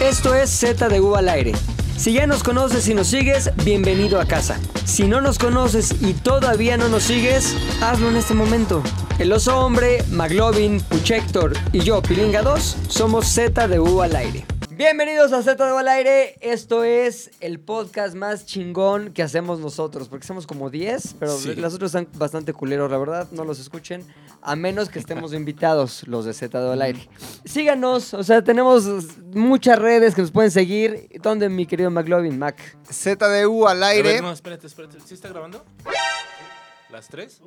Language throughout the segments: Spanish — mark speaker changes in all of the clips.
Speaker 1: Esto es Z de U al aire. Si ya nos conoces y nos sigues, bienvenido a casa. Si no nos conoces y todavía no nos sigues, hazlo en este momento. El oso hombre, Maglovin, Puchector y yo, Pilinga 2, somos Z de U al aire. Bienvenidos a Z de U al aire. Esto es el podcast más chingón que hacemos nosotros, porque somos como 10, pero
Speaker 2: Sí.
Speaker 1: las otras están bastante culeros, la verdad, no los escuchen, a menos que estemos invitados los de Z de al aire. Síganos, o sea, tenemos muchas redes que nos pueden seguir. ¿Dónde, mi querido McLovin, Mac?
Speaker 3: ZDU al
Speaker 2: A ver,
Speaker 3: aire.
Speaker 2: no, espérate, espérate. ¿Sí está grabando? ¿Las tres?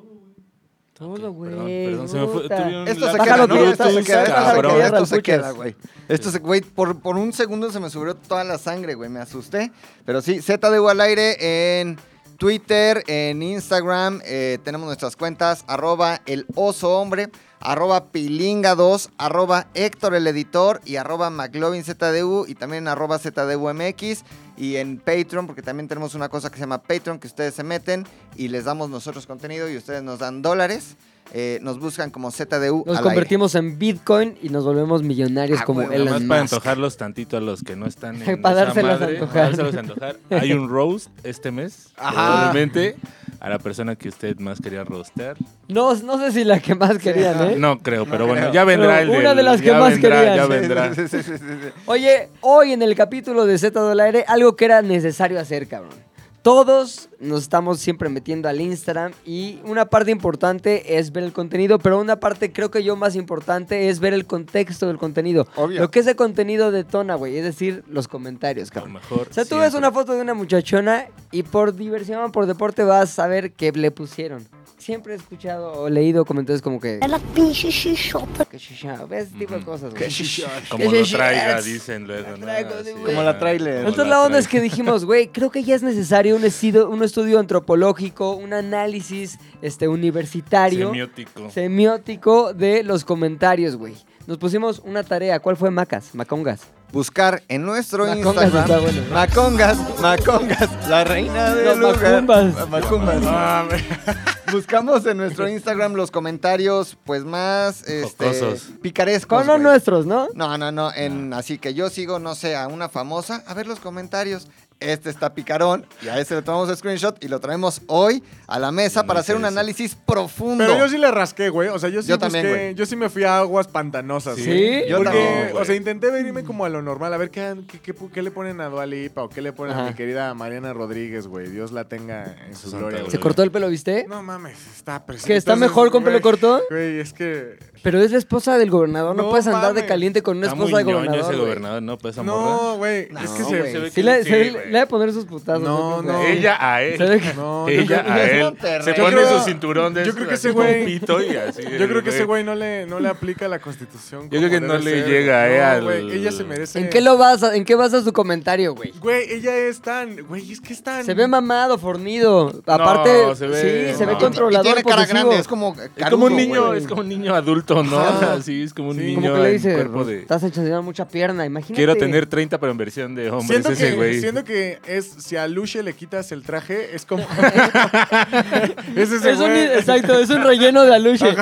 Speaker 1: Todo,
Speaker 2: Ok,
Speaker 1: güey.
Speaker 2: Perdón, perdón, se me fue.
Speaker 1: puta.
Speaker 2: tuve un
Speaker 3: Esto se
Speaker 2: lapsus
Speaker 3: queda,
Speaker 1: Bájalo,
Speaker 3: ¿no?
Speaker 1: tú,
Speaker 3: Esto se
Speaker 1: estás-
Speaker 3: queda,
Speaker 1: estás-
Speaker 3: esto se
Speaker 1: cabrón.
Speaker 3: queda, esto
Speaker 1: Escuchas.
Speaker 3: se queda, güey. Esto se, güey, por, por un segundo se me subió toda la sangre, güey, me asusté. Pero sí, ZDU al aire en Twitter, en Instagram, eh, tenemos nuestras cuentas, arroba el oso hombre, arroba pilinga 2, arroba Héctor el editor y arroba McLovin ZDU y también arroba ZDUMX y en Patreon, porque también tenemos una cosa que se llama Patreon, que ustedes se meten y les damos nosotros contenido y ustedes nos dan dólares. Eh, nos buscan como ZDU.
Speaker 1: Nos
Speaker 3: al aire.
Speaker 1: convertimos en Bitcoin y nos volvemos millonarios
Speaker 3: Ah,
Speaker 1: como
Speaker 3: güey,
Speaker 2: Nada más
Speaker 1: Elon
Speaker 2: para
Speaker 1: Musk.
Speaker 2: antojarlos tantito a los que no están en
Speaker 1: Para
Speaker 2: esa
Speaker 1: dárselas a
Speaker 2: madre,
Speaker 1: antojar.
Speaker 2: para dárselos a antojar. Hay un roast este mes,
Speaker 3: Ajá.
Speaker 2: probablemente, a la persona que usted más quería roastear.
Speaker 1: No, no sé si la que más querían, ¿eh?
Speaker 2: No creo, pero
Speaker 3: No
Speaker 2: bueno,
Speaker 3: creo.
Speaker 2: ya vendrá
Speaker 1: Pero
Speaker 2: el
Speaker 1: una
Speaker 2: del-
Speaker 1: de las que
Speaker 2: ya
Speaker 1: más
Speaker 2: vendrá,
Speaker 1: querías.
Speaker 2: Ya
Speaker 1: Sí,
Speaker 2: vendrá.
Speaker 3: Sí, sí, sí, sí, sí.
Speaker 1: Oye, hoy en el capítulo de Z del aire, algo que era necesario hacer, cabrón. Todos nos estamos siempre metiendo al Instagram y una parte importante es ver el contenido, pero una parte creo que yo más importante es ver el contexto del contenido.
Speaker 3: Obvio.
Speaker 1: Lo que ese contenido detona, güey, es decir, los comentarios,
Speaker 2: A lo
Speaker 1: cabrón.
Speaker 2: mejor.
Speaker 1: O sea, tú ves
Speaker 2: siempre.
Speaker 1: una foto de una muchachona y por diversión, por deporte vas a saber qué le pusieron. Siempre he escuchado o leído comentarios como que...
Speaker 4: Es la pinche shishota.
Speaker 1: que shisha, ¿Ves? Ese tipo de
Speaker 2: Ujú.
Speaker 1: cosas, güey.
Speaker 3: Que shishas.
Speaker 2: Como lo traiga,
Speaker 1: Yes.
Speaker 2: dicen luego.
Speaker 1: La
Speaker 2: ¿no?
Speaker 1: traigo,
Speaker 2: Así,
Speaker 1: sí, güey.
Speaker 3: Como la trailer.
Speaker 2: Como
Speaker 1: Entonces la onda es
Speaker 2: trailer.
Speaker 1: que dijimos, güey, creo que ya es necesario un estudio, un estudio antropológico, un análisis este, universitario,
Speaker 2: Semiótico.
Speaker 1: semiótico de los comentarios, güey. Nos pusimos una tarea. ¿Cuál fue Macas? Macongas.
Speaker 3: Buscar en nuestro
Speaker 1: Macongas está
Speaker 3: Instagram.
Speaker 1: bueno, ¿no?
Speaker 3: Macongas, Macongas, la reina del
Speaker 1: No,
Speaker 3: lugar.
Speaker 1: macumbas.
Speaker 3: Macumbas.
Speaker 2: Ah, me-
Speaker 3: Buscamos en nuestro Instagram los comentarios, pues más este,
Speaker 2: Jocosos.
Speaker 3: picarescos.
Speaker 1: Con los
Speaker 3: güey.
Speaker 1: nuestros, ¿no?
Speaker 3: No, no, no. en- Así que yo sigo, no sé, a una famosa. A ver los comentarios. Este está picarón. Y a ese le tomamos screenshot y lo traemos hoy a la mesa
Speaker 2: No
Speaker 3: para
Speaker 2: hice
Speaker 3: hacer un
Speaker 2: eso.
Speaker 3: análisis profundo.
Speaker 5: Pero yo sí le rasqué, güey. O sea, yo sí
Speaker 3: Yo también,
Speaker 5: busqué-
Speaker 3: güey.
Speaker 5: yo sí me fui a aguas pantanosas,
Speaker 2: Sí.
Speaker 5: güey.
Speaker 1: ¿Sí?
Speaker 3: Yo
Speaker 5: Porque,
Speaker 3: también,
Speaker 2: güey.
Speaker 5: o sea, intenté venirme como a lo normal, a ver qué, qué, qué pu- qué le ponen a Dua Lipa o qué le ponen
Speaker 1: Ajá.
Speaker 5: a mi querida Mariana Rodríguez, güey. Dios la tenga en su
Speaker 2: Santa
Speaker 5: gloria.
Speaker 2: gloria.
Speaker 1: Se
Speaker 5: güey.
Speaker 1: cortó el pelo, ¿viste?
Speaker 5: No mames, está precioso.
Speaker 1: Que está mejor con pelo corto.
Speaker 5: Güey, es que.
Speaker 1: Pero es la esposa del gobernador. No,
Speaker 5: No
Speaker 1: puedes andar de
Speaker 5: mames.
Speaker 1: caliente con una
Speaker 2: Está muy
Speaker 1: esposa del
Speaker 2: ñoño
Speaker 1: gobernador.
Speaker 2: ese
Speaker 1: güey.
Speaker 2: gobernador, ¿no? Pues esa morra.
Speaker 5: No, güey. es que
Speaker 3: No,
Speaker 5: se.
Speaker 3: güey.
Speaker 2: Se ve
Speaker 1: Sí, le,
Speaker 2: sí,
Speaker 1: se-
Speaker 2: güey.
Speaker 1: le va a poner sus putazos.
Speaker 5: No,
Speaker 1: yo creo.
Speaker 5: no.
Speaker 2: Ella a
Speaker 1: Se ve que-
Speaker 2: él.
Speaker 5: No, yo
Speaker 2: Ella
Speaker 5: creo-
Speaker 2: a
Speaker 3: es
Speaker 2: él.
Speaker 3: Monterrey.
Speaker 2: Se
Speaker 3: Yo
Speaker 2: pone
Speaker 5: creo-
Speaker 2: su cinturón de
Speaker 5: yo creo que
Speaker 2: así
Speaker 5: ese
Speaker 2: con
Speaker 5: güey-
Speaker 2: pito y así.
Speaker 5: Yo creo que ese güey no le, no le aplica la constitución.
Speaker 2: creo
Speaker 5: como
Speaker 2: que no
Speaker 5: debe
Speaker 2: le
Speaker 5: ser.
Speaker 2: llega, eh, al-
Speaker 5: No, güey, ella se merece.
Speaker 1: ¿En qué lo basas? ¿En qué basas tu comentario, güey?
Speaker 5: Güey, ella es tan. Güey, es que es tan.
Speaker 1: Se ve mamado, fornido. Aparte,
Speaker 2: se ve-
Speaker 1: sí, se ve
Speaker 2: no.
Speaker 3: Y
Speaker 1: controlador.
Speaker 3: tiene cara
Speaker 1: posesivo.
Speaker 3: grande, es como
Speaker 2: Es como un
Speaker 3: Caruso,
Speaker 2: niño,
Speaker 3: güey.
Speaker 2: es como un niño adulto, ¿no?
Speaker 5: Ajá.
Speaker 2: Así es como un
Speaker 5: Sí.
Speaker 2: niño
Speaker 1: Como que le
Speaker 2: en
Speaker 1: dice,
Speaker 2: cuerpo
Speaker 1: "Pues,
Speaker 2: de
Speaker 1: estás enseñando mucha pierna, imagínate.
Speaker 2: quiero tener 30 pero en versión de hombre, es
Speaker 5: Siento
Speaker 2: ese
Speaker 5: que,
Speaker 2: güey.
Speaker 5: siento que es si a Luche le quitas el traje, es como. es ese
Speaker 1: Es un,
Speaker 5: güey.
Speaker 1: exacto, es un relleno de aluche.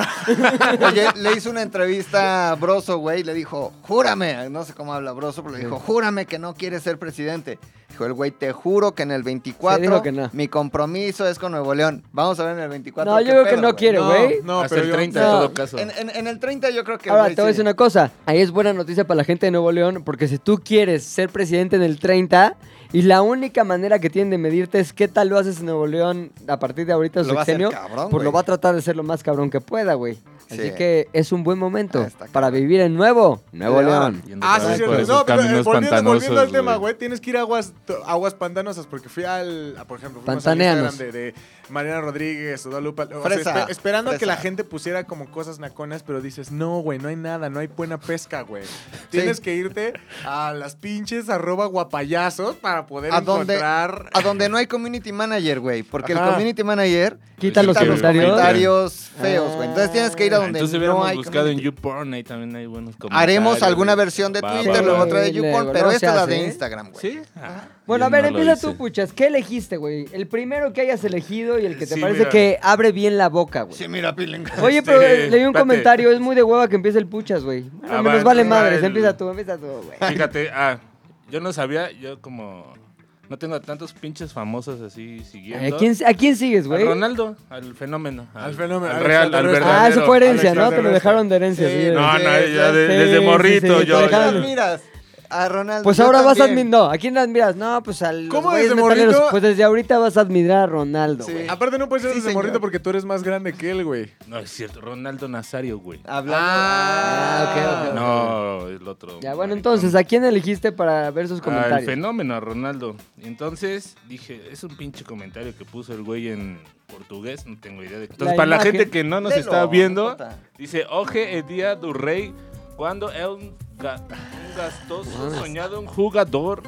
Speaker 3: Oye, le hizo una entrevista a Broso, güey, le dijo, júrame, no sé cómo habla Broso, pero le dijo, júrame que no quieres ser presidente. Dijo el güey, te juro que en el 24
Speaker 1: Sí, dijo que no.
Speaker 3: mi compromiso es con Nuevo León. Vamos a ver en el 24.
Speaker 1: No,
Speaker 3: qué
Speaker 1: yo creo que
Speaker 3: pedo,
Speaker 1: no
Speaker 3: güey".
Speaker 1: quiere, güey.
Speaker 5: No,
Speaker 2: Hasta
Speaker 5: pero
Speaker 2: el
Speaker 5: yo-
Speaker 2: 30
Speaker 1: no.
Speaker 2: en todo caso.
Speaker 3: En, en- en el 30 yo creo que... el
Speaker 1: Ahora,
Speaker 3: güey
Speaker 1: te voy a
Speaker 3: sí.
Speaker 1: decir una cosa. Ahí es buena noticia para la gente de Nuevo León, porque si tú quieres ser presidente en el 30, y la única manera que tienen de medirte es qué tal lo haces en Nuevo León a partir de ahorita de su
Speaker 3: Lo va a hacer
Speaker 1: sexenio,
Speaker 3: cabrón,
Speaker 1: pues lo
Speaker 3: güey.
Speaker 1: va a tratar de ser lo más cabrón que pueda, güey. Así
Speaker 3: Sí.
Speaker 1: que es un buen momento
Speaker 3: Ah, está
Speaker 1: para vivir en Nuevo, Nuevo
Speaker 3: León.
Speaker 1: León.
Speaker 2: Yendo
Speaker 5: Ah,
Speaker 2: para
Speaker 5: sí,
Speaker 2: abajo
Speaker 5: sí,
Speaker 2: por
Speaker 5: sí.
Speaker 2: esos
Speaker 5: No, pero eh,
Speaker 2: caminos
Speaker 5: volviendo, volviendo al
Speaker 2: pantanosos,
Speaker 5: tema,
Speaker 2: güey.
Speaker 5: güey, tienes que ir a aguas, to- aguas pantanosas porque fui al, a, por ejemplo, fuimos al
Speaker 1: Pantanéanos.
Speaker 5: Instagram de, de Mariana Rodríguez o Dalupa. o sea,
Speaker 3: Fresa,
Speaker 5: espe- esperando a que
Speaker 3: fresa.
Speaker 5: la gente pusiera como cosas naconas, pero dices, no, güey, no hay nada, no hay buena pesca, güey. Tienes que irte a las pinches arroba guapayazos para poder
Speaker 3: ¿A dónde,
Speaker 5: encontrar...
Speaker 3: a donde no hay community manager, güey, porque el
Speaker 5: Ajá.
Speaker 3: community manager...
Speaker 1: Quita los
Speaker 2: Sí,
Speaker 1: comentarios.
Speaker 3: comentarios feos, güey. Entonces tienes que ir a
Speaker 2: Ah,
Speaker 3: donde
Speaker 2: Entonces
Speaker 3: no
Speaker 2: hubiéramos
Speaker 3: hay
Speaker 2: buscado en
Speaker 3: community.
Speaker 2: YouPorn, ahí también hay buenos comentarios.
Speaker 3: Haremos alguna versión de
Speaker 2: Va,
Speaker 3: Twitter,
Speaker 2: va, va.
Speaker 3: luego otra de
Speaker 1: Sí,
Speaker 3: YouPorn,
Speaker 1: luego,
Speaker 3: pero
Speaker 1: no se
Speaker 3: esta es la de
Speaker 1: hace, ¿eh?
Speaker 3: Instagram, güey.
Speaker 2: ¿Sí? Ah,
Speaker 1: Bueno, a
Speaker 2: yo
Speaker 1: ver,
Speaker 2: no lo
Speaker 1: empieza
Speaker 2: hice.
Speaker 1: tú, pues. puchas. ¿Qué elegiste, güey? El primero que hayas elegido y el que te
Speaker 2: Sí,
Speaker 1: parece
Speaker 2: mira.
Speaker 1: que abre bien la boca, güey.
Speaker 3: mira, Pilen.
Speaker 1: Oye, pero
Speaker 2: Sí,
Speaker 1: eh, leí un
Speaker 2: espérate.
Speaker 1: comentario, es muy de hueva que empiece el puchas, güey. Bueno,
Speaker 2: Ah,
Speaker 1: me
Speaker 2: va,
Speaker 1: nos vale
Speaker 2: entonces va
Speaker 1: madres,
Speaker 2: el-
Speaker 1: empieza tú, empieza tú, güey.
Speaker 2: Fíjate, ah, Yo no sabía, yo como. No tengo a tantos pinches famosos así
Speaker 1: ¿A
Speaker 2: siguiendo.
Speaker 1: Eh, quién, a quién sigues,
Speaker 2: Al
Speaker 1: güey?
Speaker 2: Ronaldo, al fenómeno.
Speaker 5: Al fenómeno,
Speaker 2: Al
Speaker 5: al
Speaker 2: real, al
Speaker 5: extraterrestre.
Speaker 2: verdadero.
Speaker 1: Ah, eso fue herencia,
Speaker 5: al
Speaker 1: ¿no? Te lo
Speaker 5: extraterrestre.
Speaker 1: dejaron de herencia.
Speaker 3: Sí,
Speaker 1: sí,
Speaker 3: no,
Speaker 1: güey.
Speaker 3: no, ya de-
Speaker 2: desde morrito
Speaker 1: te
Speaker 2: yo-
Speaker 1: dejaron-
Speaker 2: yo-
Speaker 3: admiras? A Ronaldo.
Speaker 1: Pues
Speaker 3: yo
Speaker 1: ahora vas a
Speaker 3: también.
Speaker 1: admirar. No, ¿a quién admiras? No, pues al.
Speaker 5: ¿Cómo
Speaker 1: güeyes
Speaker 5: desde
Speaker 1: metaleros.
Speaker 5: morrito?
Speaker 1: Pues desde ahorita vas a admirar a Ronaldo,
Speaker 3: Sí.
Speaker 1: güey.
Speaker 5: Aparte no puedes ser
Speaker 3: Sí,
Speaker 5: ese
Speaker 3: señor.
Speaker 5: morrito porque tú eres más grande que él, güey.
Speaker 2: No, es cierto, Ronaldo Nazario, güey.
Speaker 3: Hablando.
Speaker 1: Ah, ok, ok, ok.
Speaker 2: No, el otro.
Speaker 1: Ya, bueno,
Speaker 2: maricón.
Speaker 1: entonces, ¿a quién elegiste para ver sus
Speaker 2: Al
Speaker 1: comentarios?
Speaker 2: fenómeno, a Ronaldo. Entonces dije, es un pinche comentario que puso el güey en portugués, no tengo idea de Entonces, para la
Speaker 1: imagen-
Speaker 2: gente que no nos
Speaker 3: Léelo,
Speaker 2: está
Speaker 3: no
Speaker 2: viendo,
Speaker 3: importa.
Speaker 2: dice, Oje el día do rey, cuando é un, ga- un gastoso soñado un jugador,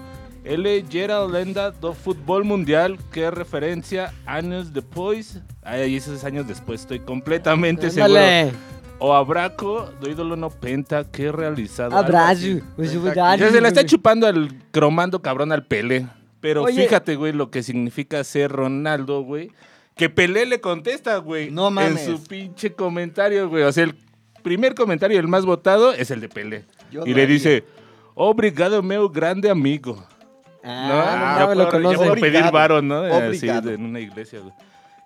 Speaker 2: ele gera a lenda do fútbol mundial, que referencia años después, ay, esos años después, estoy completamente seguro.
Speaker 1: Ándale.
Speaker 2: O Abraco, do ídolo no penta, que realizado. algo
Speaker 1: Abrazo.
Speaker 2: así.
Speaker 1: Pues,
Speaker 5: Está aquí.
Speaker 1: dale,
Speaker 2: Ya se la está
Speaker 1: güey.
Speaker 2: chupando al cromando cabrón al Pelé. Pero
Speaker 1: Oye.
Speaker 2: fíjate, güey, lo que significa ser Ronaldo, güey. Que Pelé le contesta, güey.
Speaker 3: No mames.
Speaker 2: En su pinche comentario, güey. O sea, el primer comentario, el más votado, es el de Pelé.
Speaker 3: Yo
Speaker 2: y
Speaker 3: no
Speaker 2: le
Speaker 3: haría.
Speaker 2: dice, obrigado, meu grande amigo.
Speaker 1: Ah,
Speaker 2: ya
Speaker 1: no, lo
Speaker 2: puedo- ya
Speaker 1: conoce.
Speaker 2: puedo pedir
Speaker 3: Obrigado.
Speaker 2: varo, ¿no? Así,
Speaker 3: Obrigado.
Speaker 2: en una iglesia, güey.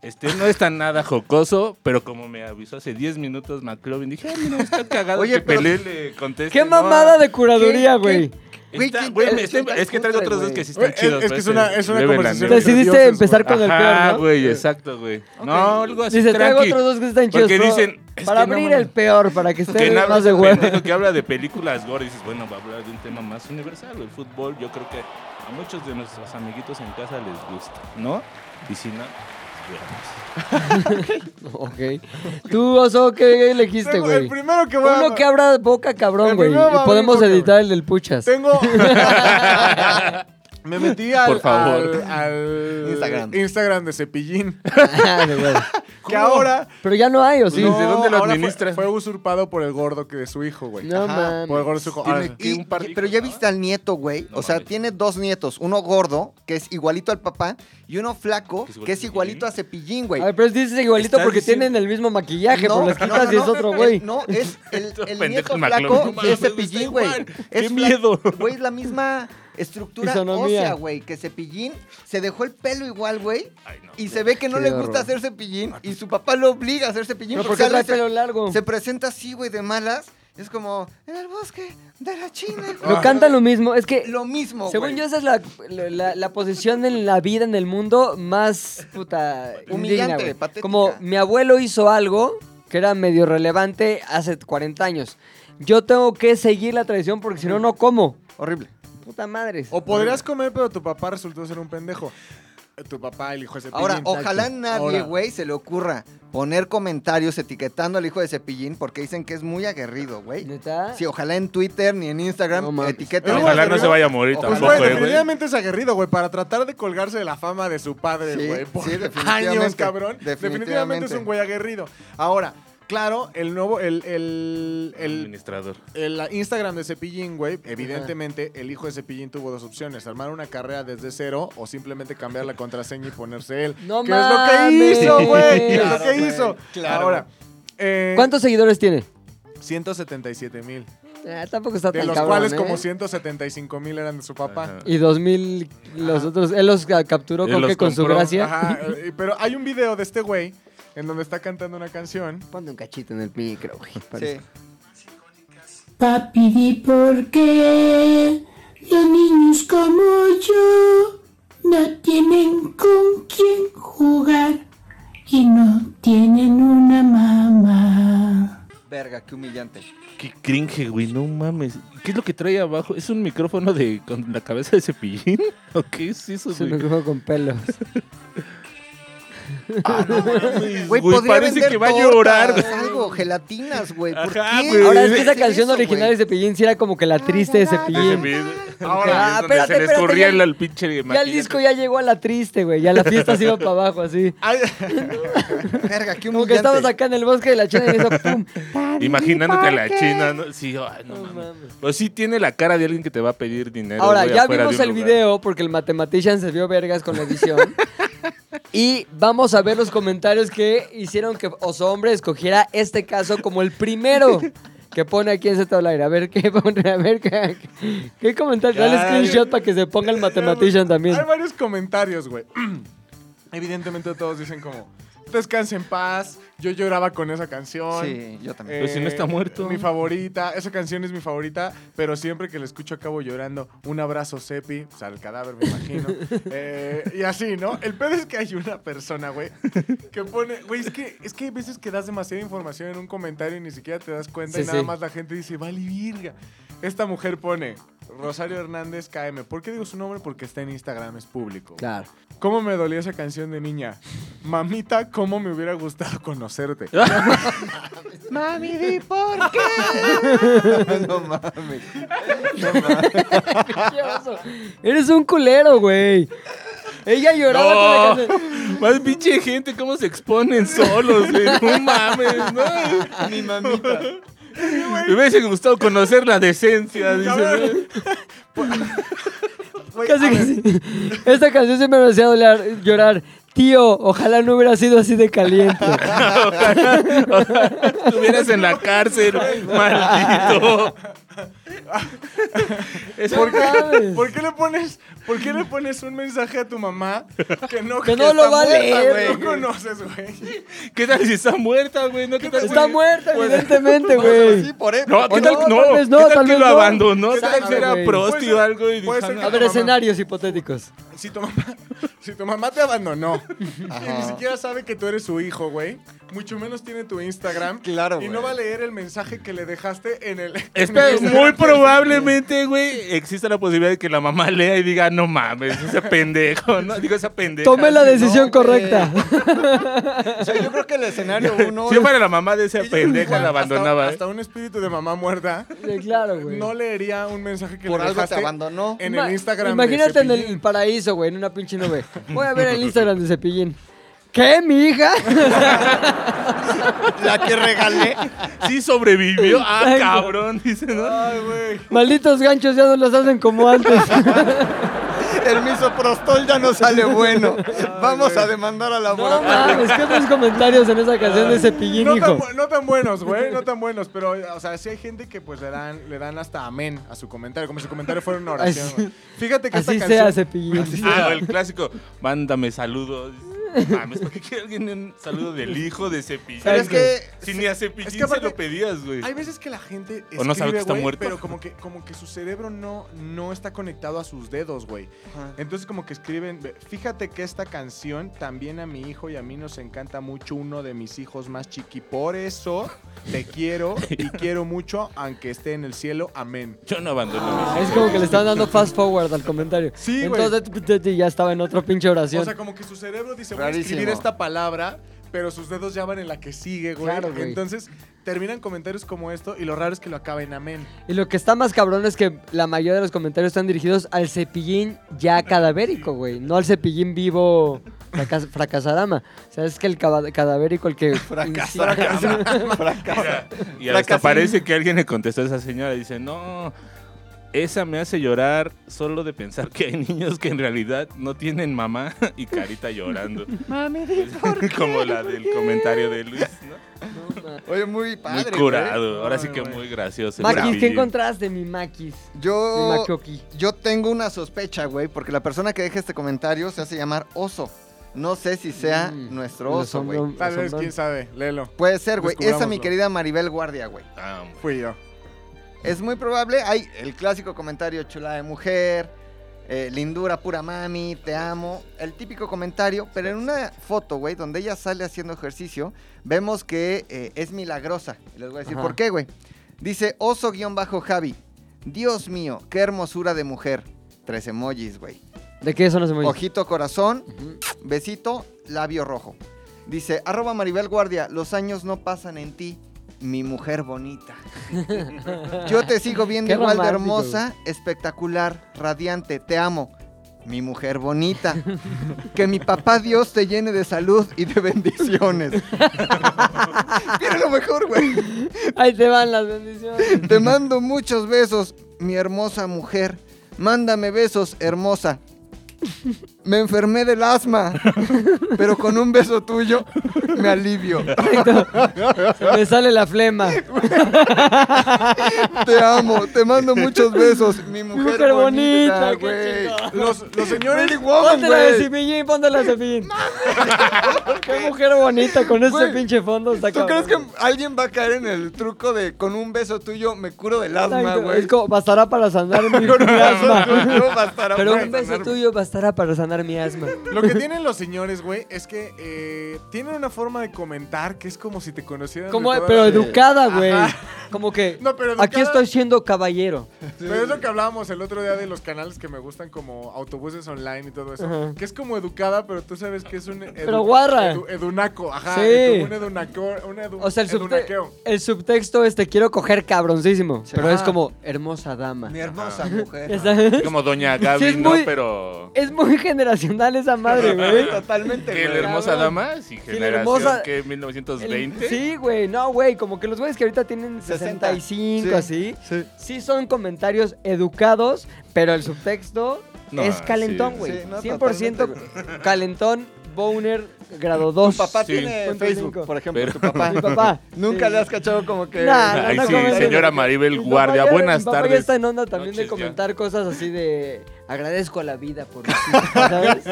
Speaker 2: Este no está nada jocoso, pero como me avisó hace 10 minutos McLovin, dije, "Ah, mira, está cagado
Speaker 3: Oye,
Speaker 2: que
Speaker 3: pero-
Speaker 2: Pelé le conteste.
Speaker 1: ¡Qué
Speaker 2: ¿no?
Speaker 1: mamada de curaduría, güey!
Speaker 3: Güey,
Speaker 2: Está-
Speaker 3: ¿quién
Speaker 2: güey,
Speaker 3: te-
Speaker 2: me-
Speaker 3: quién
Speaker 2: este-
Speaker 3: te
Speaker 2: es que traigo
Speaker 3: acude,
Speaker 2: otros
Speaker 3: güey?
Speaker 2: que sí están
Speaker 5: Güey, es-
Speaker 2: chidos.
Speaker 5: es que es una- es una conversación
Speaker 2: de
Speaker 5: entre
Speaker 1: Decidiste
Speaker 5: Dioses,
Speaker 1: empezar con el
Speaker 2: Ajá,
Speaker 1: peor, ¿no?
Speaker 2: güey, exacto, güey. No, algo así
Speaker 1: Dice, traigo
Speaker 2: tranqui.
Speaker 1: otros dos que están chidos.
Speaker 2: Porque
Speaker 1: pero
Speaker 2: dicen, es
Speaker 1: para
Speaker 2: que no
Speaker 1: abrir
Speaker 2: mames.
Speaker 1: el peor, para que esté
Speaker 2: Que no
Speaker 1: más
Speaker 2: hablas
Speaker 1: de
Speaker 2: de
Speaker 1: huevo.
Speaker 2: pendejo que habla de películas gore. Dices, bueno, va a hablar de un tema más universal, el fútbol. Yo creo que a muchos de nuestros amiguitos en casa les gusta, ¿no? Y si no, pues,
Speaker 1: Ok. Tú, oso, ¿qué elegiste,
Speaker 5: Tengo-
Speaker 1: güey?
Speaker 5: El primero que voy a-
Speaker 1: Uno que abra boca, cabrón,
Speaker 5: El
Speaker 1: güey.
Speaker 5: primero va a
Speaker 1: Y
Speaker 5: abrir
Speaker 1: podemos
Speaker 5: boca,
Speaker 1: editar el del puchas.
Speaker 5: Tengo. Me metí al,
Speaker 2: Por favor.
Speaker 5: al- al
Speaker 3: Instagram.
Speaker 5: Instagram de Cepillín.
Speaker 1: Ah, de huevo.
Speaker 5: Que ahora.
Speaker 1: Pero ya no hay, ¿o sí?
Speaker 2: No. ¿de dónde lo
Speaker 5: ahora fue-
Speaker 2: administra?
Speaker 5: Fue, usurpado por el gordo que de su hijo, güey.
Speaker 1: No
Speaker 3: Ajá,
Speaker 1: mames.
Speaker 5: Por el gordo de su hijo. Ahora-
Speaker 3: Tiene-
Speaker 2: que
Speaker 3: y-
Speaker 2: Ah, un par de
Speaker 3: pero
Speaker 2: hijos,
Speaker 3: ya
Speaker 2: ¿no?
Speaker 3: viste al nieto, güey.
Speaker 2: No
Speaker 3: o sea,
Speaker 2: mames.
Speaker 3: tiene dos nietos. Uno gordo, que es igualito al papá, y uno flaco,
Speaker 2: Que es igualito
Speaker 3: que es
Speaker 2: a
Speaker 3: igualito a Cepillín, güey.
Speaker 1: A ver, pero dices igualito
Speaker 2: Estás
Speaker 1: porque
Speaker 2: diciendo-
Speaker 1: tienen el mismo maquillaje,
Speaker 3: No,
Speaker 1: pero les
Speaker 3: no,
Speaker 1: quitas
Speaker 3: no,
Speaker 1: y es
Speaker 3: no,
Speaker 1: otro
Speaker 3: el-
Speaker 1: güey.
Speaker 3: no, es el,
Speaker 2: Estos
Speaker 3: el
Speaker 2: pendejos
Speaker 3: nieto
Speaker 2: maclones. No
Speaker 3: flaco
Speaker 2: mames,
Speaker 3: es
Speaker 2: güey, está
Speaker 3: Cepillín, güey.
Speaker 2: igual.
Speaker 3: Es
Speaker 2: Qué
Speaker 3: fla-
Speaker 2: miedo.
Speaker 3: Güey, es la misma estructura
Speaker 1: Fisonomía.
Speaker 3: ósea, güey, que Cepillín se dejó el pelo igual, güey.
Speaker 2: Ay, no.
Speaker 3: Y se ve que no
Speaker 1: Qué
Speaker 3: le
Speaker 1: horror.
Speaker 3: gusta hacer cepillín y su papá lo obliga a hacer cepillín.
Speaker 1: No,
Speaker 3: porque
Speaker 1: porque trae
Speaker 3: sale y se-
Speaker 1: pelo largo.
Speaker 3: Se presenta así, güey, de malas. Es como, en el bosque de la China.
Speaker 1: Lo cantan lo mismo. Es que,
Speaker 3: Lo mismo, Oh, güey.
Speaker 1: según yo, esa es la, la, la posición en la vida, en el mundo, más puta
Speaker 3: Humillante,
Speaker 1: indigna, güey.
Speaker 3: patética.
Speaker 1: Como mi abuelo hizo algo que era medio relevante hace 40 años. Yo tengo que seguir la tradición porque si no, no como.
Speaker 3: Horrible.
Speaker 1: Puta madre.
Speaker 5: O podrías comer, pero tu papá resultó ser un pendejo. Tu papá, el hijo de Cepillín.
Speaker 3: Ahora, ojalá
Speaker 5: Exacto.
Speaker 3: nadie,
Speaker 5: Ahora,
Speaker 3: güey, se le ocurra poner comentarios etiquetando al hijo de Cepillín porque dicen que es muy aguerrido, güey.
Speaker 1: ¿Neta?
Speaker 3: Sí, ojalá en Twitter ni en Instagram
Speaker 1: Ah. No mames.
Speaker 3: etiqueten.
Speaker 2: Ojalá no se vaya a morir
Speaker 3: Ojalá.
Speaker 5: Pues,
Speaker 2: tampoco,
Speaker 5: güey,
Speaker 2: eh, güey.
Speaker 5: definitivamente es aguerrido, güey, para tratar de colgarse de la fama de su padre,
Speaker 3: Sí,
Speaker 5: güey. por
Speaker 3: sí, definitivamente.
Speaker 5: años, cabrón.
Speaker 3: Definitivamente.
Speaker 5: Definitivamente. es un güey aguerrido. Ahora, claro, el nuevo, el, el, el,
Speaker 2: Administrador.
Speaker 5: el Instagram de Cepillín, güey, evidentemente el hijo de Cepillín tuvo dos opciones, armar una carrera desde cero o simplemente cambiar la contraseña y ponerse él.
Speaker 1: ¡No
Speaker 5: que es lo que
Speaker 1: mames!
Speaker 5: hizo, güey. que es
Speaker 1: Claro,
Speaker 5: lo que
Speaker 3: güey,
Speaker 5: hizo.
Speaker 3: claro.
Speaker 5: Ahora, eh,
Speaker 1: ¿Cuántos seguidores tiene?
Speaker 5: 177 mil,
Speaker 1: Ah, tampoco está
Speaker 5: de
Speaker 1: tan
Speaker 5: los
Speaker 1: cabrón,
Speaker 5: cuales
Speaker 1: ¿eh?
Speaker 5: como 175 mil eran de su papá.
Speaker 2: Ajá.
Speaker 1: Y 2000, los otros, él los ca- capturó
Speaker 2: Él
Speaker 1: con,
Speaker 2: los
Speaker 1: que con su
Speaker 2: compró.
Speaker 1: gracia.
Speaker 5: Ajá, eh, pero hay un video de este güey en donde está cantando una canción.
Speaker 1: Ponte un cachito en el micro, güey.
Speaker 3: Sí.
Speaker 1: parece.
Speaker 4: Papi, di por qué los niños como yo no tienen con quién jugar y no tienen una mamá.
Speaker 3: Verga, qué humillante.
Speaker 2: Qué cringe, güey, no mames. ¿Qué es lo que trae abajo? ¿Es un micrófono de con la cabeza de cepillín? ¿O qué es eso,
Speaker 1: Es un
Speaker 2: güey?
Speaker 1: micrófono con pelos.
Speaker 3: Güey,
Speaker 2: Ah, Güey,
Speaker 3: podría
Speaker 2: parece
Speaker 3: vender
Speaker 2: que va a
Speaker 3: tortas,
Speaker 2: llorar, güey.
Speaker 3: algo, gelatinas, güey. ¿Por
Speaker 2: Ajá,
Speaker 3: qué?
Speaker 2: güey.
Speaker 1: Ahora, es
Speaker 2: Sí,
Speaker 1: que esa
Speaker 3: Hacer
Speaker 1: canción
Speaker 3: eso,
Speaker 1: original
Speaker 3: güey?
Speaker 1: de Cepillín sí era como que la triste de
Speaker 2: De
Speaker 1: Cepillín.
Speaker 2: cepillín.
Speaker 1: Ah,
Speaker 2: Ahora, es
Speaker 1: espérate,
Speaker 2: donde se le
Speaker 1: espérate,
Speaker 2: escurría
Speaker 1: ya-
Speaker 2: el- el pinche de
Speaker 1: Ya el
Speaker 2: maquillaje.
Speaker 1: disco ya llegó a la triste, güey. Ya la fiesta se iba para abajo, así.
Speaker 2: Ah,
Speaker 3: Verga, qué humillante.
Speaker 1: Como que estabas acá en el bosque de la China y eso, pum.
Speaker 2: Imaginándote a la China, ¿no? Sí, ay, no, mames. Pues sí tiene la cara de alguien que te va a pedir dinero.
Speaker 1: Ahora,
Speaker 2: güey,
Speaker 1: ya
Speaker 2: afuera de
Speaker 1: vimos
Speaker 2: un
Speaker 1: el
Speaker 2: lugar.
Speaker 1: video porque el Mathematician se vio vergas con la edición. y vamos a ver los comentarios que hicieron que Oso Hombre escogiera este caso como el primero. que pone aquí en Z al aire. A ver qué pone, a ver qué, qué comentario. Dale
Speaker 5: Ay.
Speaker 1: screenshot para que se ponga el matematician también.
Speaker 5: Hay varios comentarios, güey. Evidentemente todos dicen como, descanse en paz, yo lloraba con esa canción.
Speaker 3: Sí, yo también.
Speaker 5: Eh,
Speaker 2: Pues si no está muerto.
Speaker 5: Mi favorita, esa canción es mi favorita, pero siempre que la escucho acabo llorando. Un abrazo, Sepi, o sea, al cadáver, me imagino. Eh, y así, ¿no? El pedo es que hay una persona, güey, que pone. Güey, es que, es que hay veces que das demasiada información en un comentario y ni siquiera te das cuenta
Speaker 1: Sí,
Speaker 5: y nada
Speaker 1: sí.
Speaker 5: más la gente dice, vale, virga. Esta mujer pone. Rosario Hernández KM. ¿Por qué digo su nombre? Porque está en Instagram, es público.
Speaker 1: Claro.
Speaker 5: ¿Cómo me dolió esa canción de niña? Mamita, ¿cómo me hubiera gustado conocerte?
Speaker 2: Eh.
Speaker 5: Mami, di por
Speaker 3: no mames.
Speaker 1: Qué oso. Eres un culero, güey. Ella lloraba con la canción.
Speaker 2: Más pinche gente, ¿cómo se exponen solos? güey? No mames, no. Mi mamita. Me hubiese gustado conocer la decencia. dice,
Speaker 5: Cabrón.
Speaker 1: Casi, casi. Esta canción siempre me hacía doler- llorar. Tío, ojalá no hubiera sido así de caliente.
Speaker 2: Estuvieras en la cárcel, maldito. Es
Speaker 1: ¿Por qué?
Speaker 5: ¿Por qué le pones, por qué le pones un mensaje a tu mamá que no,
Speaker 1: Que no lo
Speaker 5: está
Speaker 1: va a leer,
Speaker 5: güey,
Speaker 1: güey.
Speaker 5: No conoces, güey.
Speaker 2: ¿Qué tal si está muerta, güey? ¿No? ¿Qué tal,
Speaker 1: Está
Speaker 2: güey?
Speaker 1: muerta, evidentemente,
Speaker 3: Sí,
Speaker 1: güey.
Speaker 3: por él.
Speaker 2: No, ¿qué
Speaker 1: O
Speaker 2: tal,
Speaker 1: no,
Speaker 2: no,
Speaker 1: tal vez no,
Speaker 2: ¿qué tal
Speaker 1: tal
Speaker 2: que
Speaker 1: vez
Speaker 2: lo
Speaker 1: no.
Speaker 2: abandonó? ¿Qué tal
Speaker 1: Exacto,
Speaker 2: que era
Speaker 1: güey.
Speaker 5: Puede
Speaker 2: prosti
Speaker 5: ser-
Speaker 2: o algo? Y dijo,
Speaker 5: puede ser
Speaker 2: "Ah,
Speaker 1: A ver,
Speaker 5: mamá.
Speaker 1: escenarios hipotéticos.
Speaker 5: Si tu mamá, si tu mamá te abandonó y ni siquiera sabe que tú eres su hijo, güey, mucho menos tiene tu Instagram.
Speaker 3: Claro,
Speaker 5: Y
Speaker 3: güey.
Speaker 5: no va a leer el mensaje que le dejaste en el. en
Speaker 2: Esta
Speaker 5: el
Speaker 2: es
Speaker 5: Instagram
Speaker 2: muy
Speaker 5: que-
Speaker 2: probablemente, güey, existe la posibilidad de que la mamá lea y diga, no mames, ese pendejo, no, digo, esa pendeja.
Speaker 1: Tome la decisión
Speaker 3: no,
Speaker 1: correcta.
Speaker 3: O sea, yo creo que el escenario uno.
Speaker 2: Si yo fuera la mamá de esa
Speaker 5: Ella,
Speaker 2: pendeja,
Speaker 5: igual,
Speaker 2: la abandonaba. ¿eh?
Speaker 3: ¿eh?
Speaker 5: Hasta, hasta un espíritu de mamá muerta.
Speaker 1: Sí, claro, güey.
Speaker 5: No leería un mensaje que
Speaker 3: por
Speaker 5: le
Speaker 3: algo
Speaker 5: dejaste
Speaker 3: te abandonó.
Speaker 5: en
Speaker 1: Ma-
Speaker 5: el Instagram. de
Speaker 1: Imagínate en
Speaker 5: Cepillín.
Speaker 1: el paraíso, güey, en una pinche nube. Voy a ver el Instagram de Cepillín. ¿Qué, mi hija?
Speaker 3: La que regalé.
Speaker 2: ¿eh? Sí sobrevivió. Ah,
Speaker 1: Exacto.
Speaker 2: cabrón, dice, ¿no?
Speaker 5: Ay, güey.
Speaker 1: Malditos ganchos ya no los hacen como antes.
Speaker 3: El misoprostol ya no sale bueno. Vamos
Speaker 5: güey.
Speaker 3: a demandar a la
Speaker 1: No
Speaker 3: abogada.
Speaker 1: mames, qué buenos comentarios en esa canción de Cepillín,
Speaker 5: No tan,
Speaker 1: hijo.
Speaker 5: bu- no tan buenos, güey, no tan buenos, pero, o sea, sí hay gente que pues le dan, le dan hasta amén a su comentario, como si su comentario fuera una oración.
Speaker 1: Así-
Speaker 5: güey. Fíjate que
Speaker 1: Así
Speaker 5: esta
Speaker 1: sea,
Speaker 5: canción...
Speaker 1: Cepillín.
Speaker 2: Ah, o el clásico, mándame saludos. Mames, ¿por qué quiere alguien un saludo del hijo de Cepillín?
Speaker 1: Pero es
Speaker 3: que-
Speaker 2: Si ni a Cepillín
Speaker 5: es que
Speaker 2: se
Speaker 5: aparte-
Speaker 2: lo pedías, güey.
Speaker 5: Hay veces que la gente escribe,
Speaker 2: O no sabe que está
Speaker 5: güey,
Speaker 2: muerto.
Speaker 5: pero como que, como que su cerebro no, no está conectado a sus dedos, güey.
Speaker 3: Ajá.
Speaker 5: Entonces como que escriben, ve, fíjate que esta canción también a mi hijo y a mí nos encanta mucho uno de mis hijos más chiqui, por eso te quiero y quiero mucho aunque esté en el cielo, amén.
Speaker 2: Yo no abandono a mis
Speaker 1: Ah, Es como que le están dando fast forward al comentario.
Speaker 5: Sí, güey.
Speaker 1: Entonces t- t- t- ya estaba en otra pinche
Speaker 5: O
Speaker 1: oración.
Speaker 5: sea, como que su cerebro dice, voy a
Speaker 3: Rarísimo.
Speaker 5: escribir esta palabra, pero sus dedos ya van en la que sigue, güey.
Speaker 1: Claro, güey.
Speaker 5: Entonces, terminan comentarios como esto y lo raro es que lo acaba en amén.
Speaker 1: Y lo que está más cabrón es que la mayoría de los comentarios están dirigidos al cepillín ya cadavérico, güey. No al cepillín vivo fracas- fracasadama. O sea, es que el cava- cadavérico, el que...
Speaker 3: Fracasa.
Speaker 2: Y hasta
Speaker 3: Fracasín.
Speaker 2: parece que alguien le contestó a esa señora. Dice, no, esa me hace llorar solo de pensar que hay niños que en realidad no tienen mamá y carita llorando. Mami, Como la del comentario de Luis, ¿no?
Speaker 3: Oye, muy padre.
Speaker 2: muy
Speaker 3: güey.
Speaker 2: curado. Ahora sí
Speaker 5: Ay,
Speaker 2: que
Speaker 5: güey.
Speaker 2: muy gracioso.
Speaker 1: Maquis, ¿qué
Speaker 2: Bravillo.
Speaker 1: encontraste, mi Maquis? Mi
Speaker 3: Yo.
Speaker 1: Macoqui.
Speaker 3: Yo tengo una sospecha, güey, porque la persona que deja este comentario se hace llamar oso. No sé si sea
Speaker 1: Mm.
Speaker 3: nuestro oso, güey.
Speaker 1: Asombrón-
Speaker 5: Tal vez,
Speaker 1: asombrón.
Speaker 5: quién sabe, léelo.
Speaker 3: Puede ser, güey. Esa mi
Speaker 5: Descubrámoslo.
Speaker 3: querida Maribel Guardia, güey.
Speaker 2: Ah, hombre.
Speaker 5: Fui yo.
Speaker 3: Es muy probable. Hay el clásico comentario chula de mujer, eh, lindura pura mami, te amo. El típico comentario, pero en una foto, güey, donde ella sale haciendo ejercicio, vemos que eh, es milagrosa. Y Les voy a decir
Speaker 1: Ajá.
Speaker 3: por qué, güey. Dice oso-javi. Dios mío, qué hermosura de mujer. Tres emojis, güey.
Speaker 1: ¿De qué son los emojis?
Speaker 3: Ojito corazón,
Speaker 1: Ujú.
Speaker 3: besito, labio rojo. Dice, arroba Maribel Guardia, los años no pasan en ti, mi mujer bonita. Yo te sigo viendo
Speaker 1: Qué
Speaker 3: igual de
Speaker 1: romántico,
Speaker 3: hermosa, espectacular, radiante, te amo. Mi mujer bonita. Que mi papá Dios te llene de salud y de bendiciones. Mira lo mejor, güey.
Speaker 1: Ahí te van las bendiciones.
Speaker 3: Te mando muchos besos, mi hermosa mujer. Mándame besos, hermosa. Me enfermé del asma, pero con un beso tuyo me alivio.
Speaker 1: Me sale la flema.
Speaker 3: Te amo, te mando muchos besos. Mi mujer,
Speaker 1: Mujer bonita,
Speaker 3: bonita,
Speaker 1: qué
Speaker 3: güey.
Speaker 1: chingón.
Speaker 5: Los, los señores.
Speaker 3: Pretty Woman,
Speaker 1: Póntela de
Speaker 3: güey.
Speaker 1: cepillín, póntela de cepillín. Qué mujer bonita con este
Speaker 3: Güey,
Speaker 1: pinche fondo. está
Speaker 3: ¿Tú crees
Speaker 1: cabrón.
Speaker 3: que alguien va a caer en el truco de con un beso tuyo me curo del asma,
Speaker 1: Exacto,
Speaker 3: güey?
Speaker 1: Es como, bastará para sanar mi
Speaker 3: Con un beso
Speaker 1: asma.
Speaker 3: tuyo bastará
Speaker 1: Pero
Speaker 3: para
Speaker 1: un beso
Speaker 3: sanar-
Speaker 1: tuyo bastará para sanar mi asma.
Speaker 5: Lo que tienen los señores, güey, es que eh, tienen una forma de comentar que es como si te conocieran. de
Speaker 1: Como,
Speaker 5: toda
Speaker 1: pero
Speaker 5: la-
Speaker 1: educada, güey.
Speaker 5: Ajá.
Speaker 1: Como que
Speaker 5: No, pero
Speaker 1: aquí
Speaker 5: educada-
Speaker 1: estoy siendo caballero.
Speaker 5: Pero es lo que hablábamos el otro día de los canales que me gustan como autobuses online y todo eso.
Speaker 1: Ajá.
Speaker 5: Que es como educada, pero tú sabes que es un... edu-
Speaker 1: Pero guarra.
Speaker 5: edu- edunaco, ajá.
Speaker 1: Sí.
Speaker 5: y como un edunaco, un edu-
Speaker 1: O sea, el, subte-
Speaker 5: edunaqueo.
Speaker 1: el subtexto es te quiero coger cabroncísimo.
Speaker 3: Sí.
Speaker 1: Pero es
Speaker 3: Ah.
Speaker 1: como hermosa dama.
Speaker 3: Mi hermosa mujer.
Speaker 1: Ya sabes.
Speaker 2: Como Doña Gaby,
Speaker 1: ¿Eh? Sí, es
Speaker 2: ¿no?
Speaker 1: muy-
Speaker 2: Pero.
Speaker 1: Es muy generacional esa madre, güey.
Speaker 3: Totalmente,
Speaker 2: Que la
Speaker 3: güey.
Speaker 2: hermosa
Speaker 1: Cabrón.
Speaker 2: dama, sí,
Speaker 1: la
Speaker 2: generación
Speaker 1: hermosa-
Speaker 2: que
Speaker 1: El-
Speaker 2: 1920.
Speaker 1: Sí, güey, no, güey, como que los güeyes que ahorita tienen
Speaker 3: 60.
Speaker 1: 65,
Speaker 3: Sí,
Speaker 1: así,
Speaker 3: sí.
Speaker 1: sí son comentarios educados, pero el subtexto
Speaker 2: No,
Speaker 1: es calentón,
Speaker 2: sí.
Speaker 1: güey.
Speaker 3: Sí, no,
Speaker 1: 100% calentón, boner, grado 2.
Speaker 3: Tu papá
Speaker 2: Sí.
Speaker 3: tiene
Speaker 1: Punto
Speaker 3: Facebook,
Speaker 1: cinco.
Speaker 3: por ejemplo,
Speaker 2: Pero-
Speaker 3: tu papá.
Speaker 1: Mi papá.
Speaker 3: Nunca
Speaker 1: Sí.
Speaker 3: le has cachado como que...
Speaker 1: Nah,
Speaker 2: Ay,
Speaker 1: no, no
Speaker 2: sí,
Speaker 1: comenten.
Speaker 2: señora Maribel
Speaker 1: Mi papá
Speaker 2: Guardia,
Speaker 1: ya-
Speaker 2: buenas
Speaker 1: mi papá
Speaker 2: tardes.
Speaker 1: ya está en onda también
Speaker 2: Noches
Speaker 1: de
Speaker 2: ya.
Speaker 1: comentar cosas así de agradezco a la vida por los hijos", ¿sabes?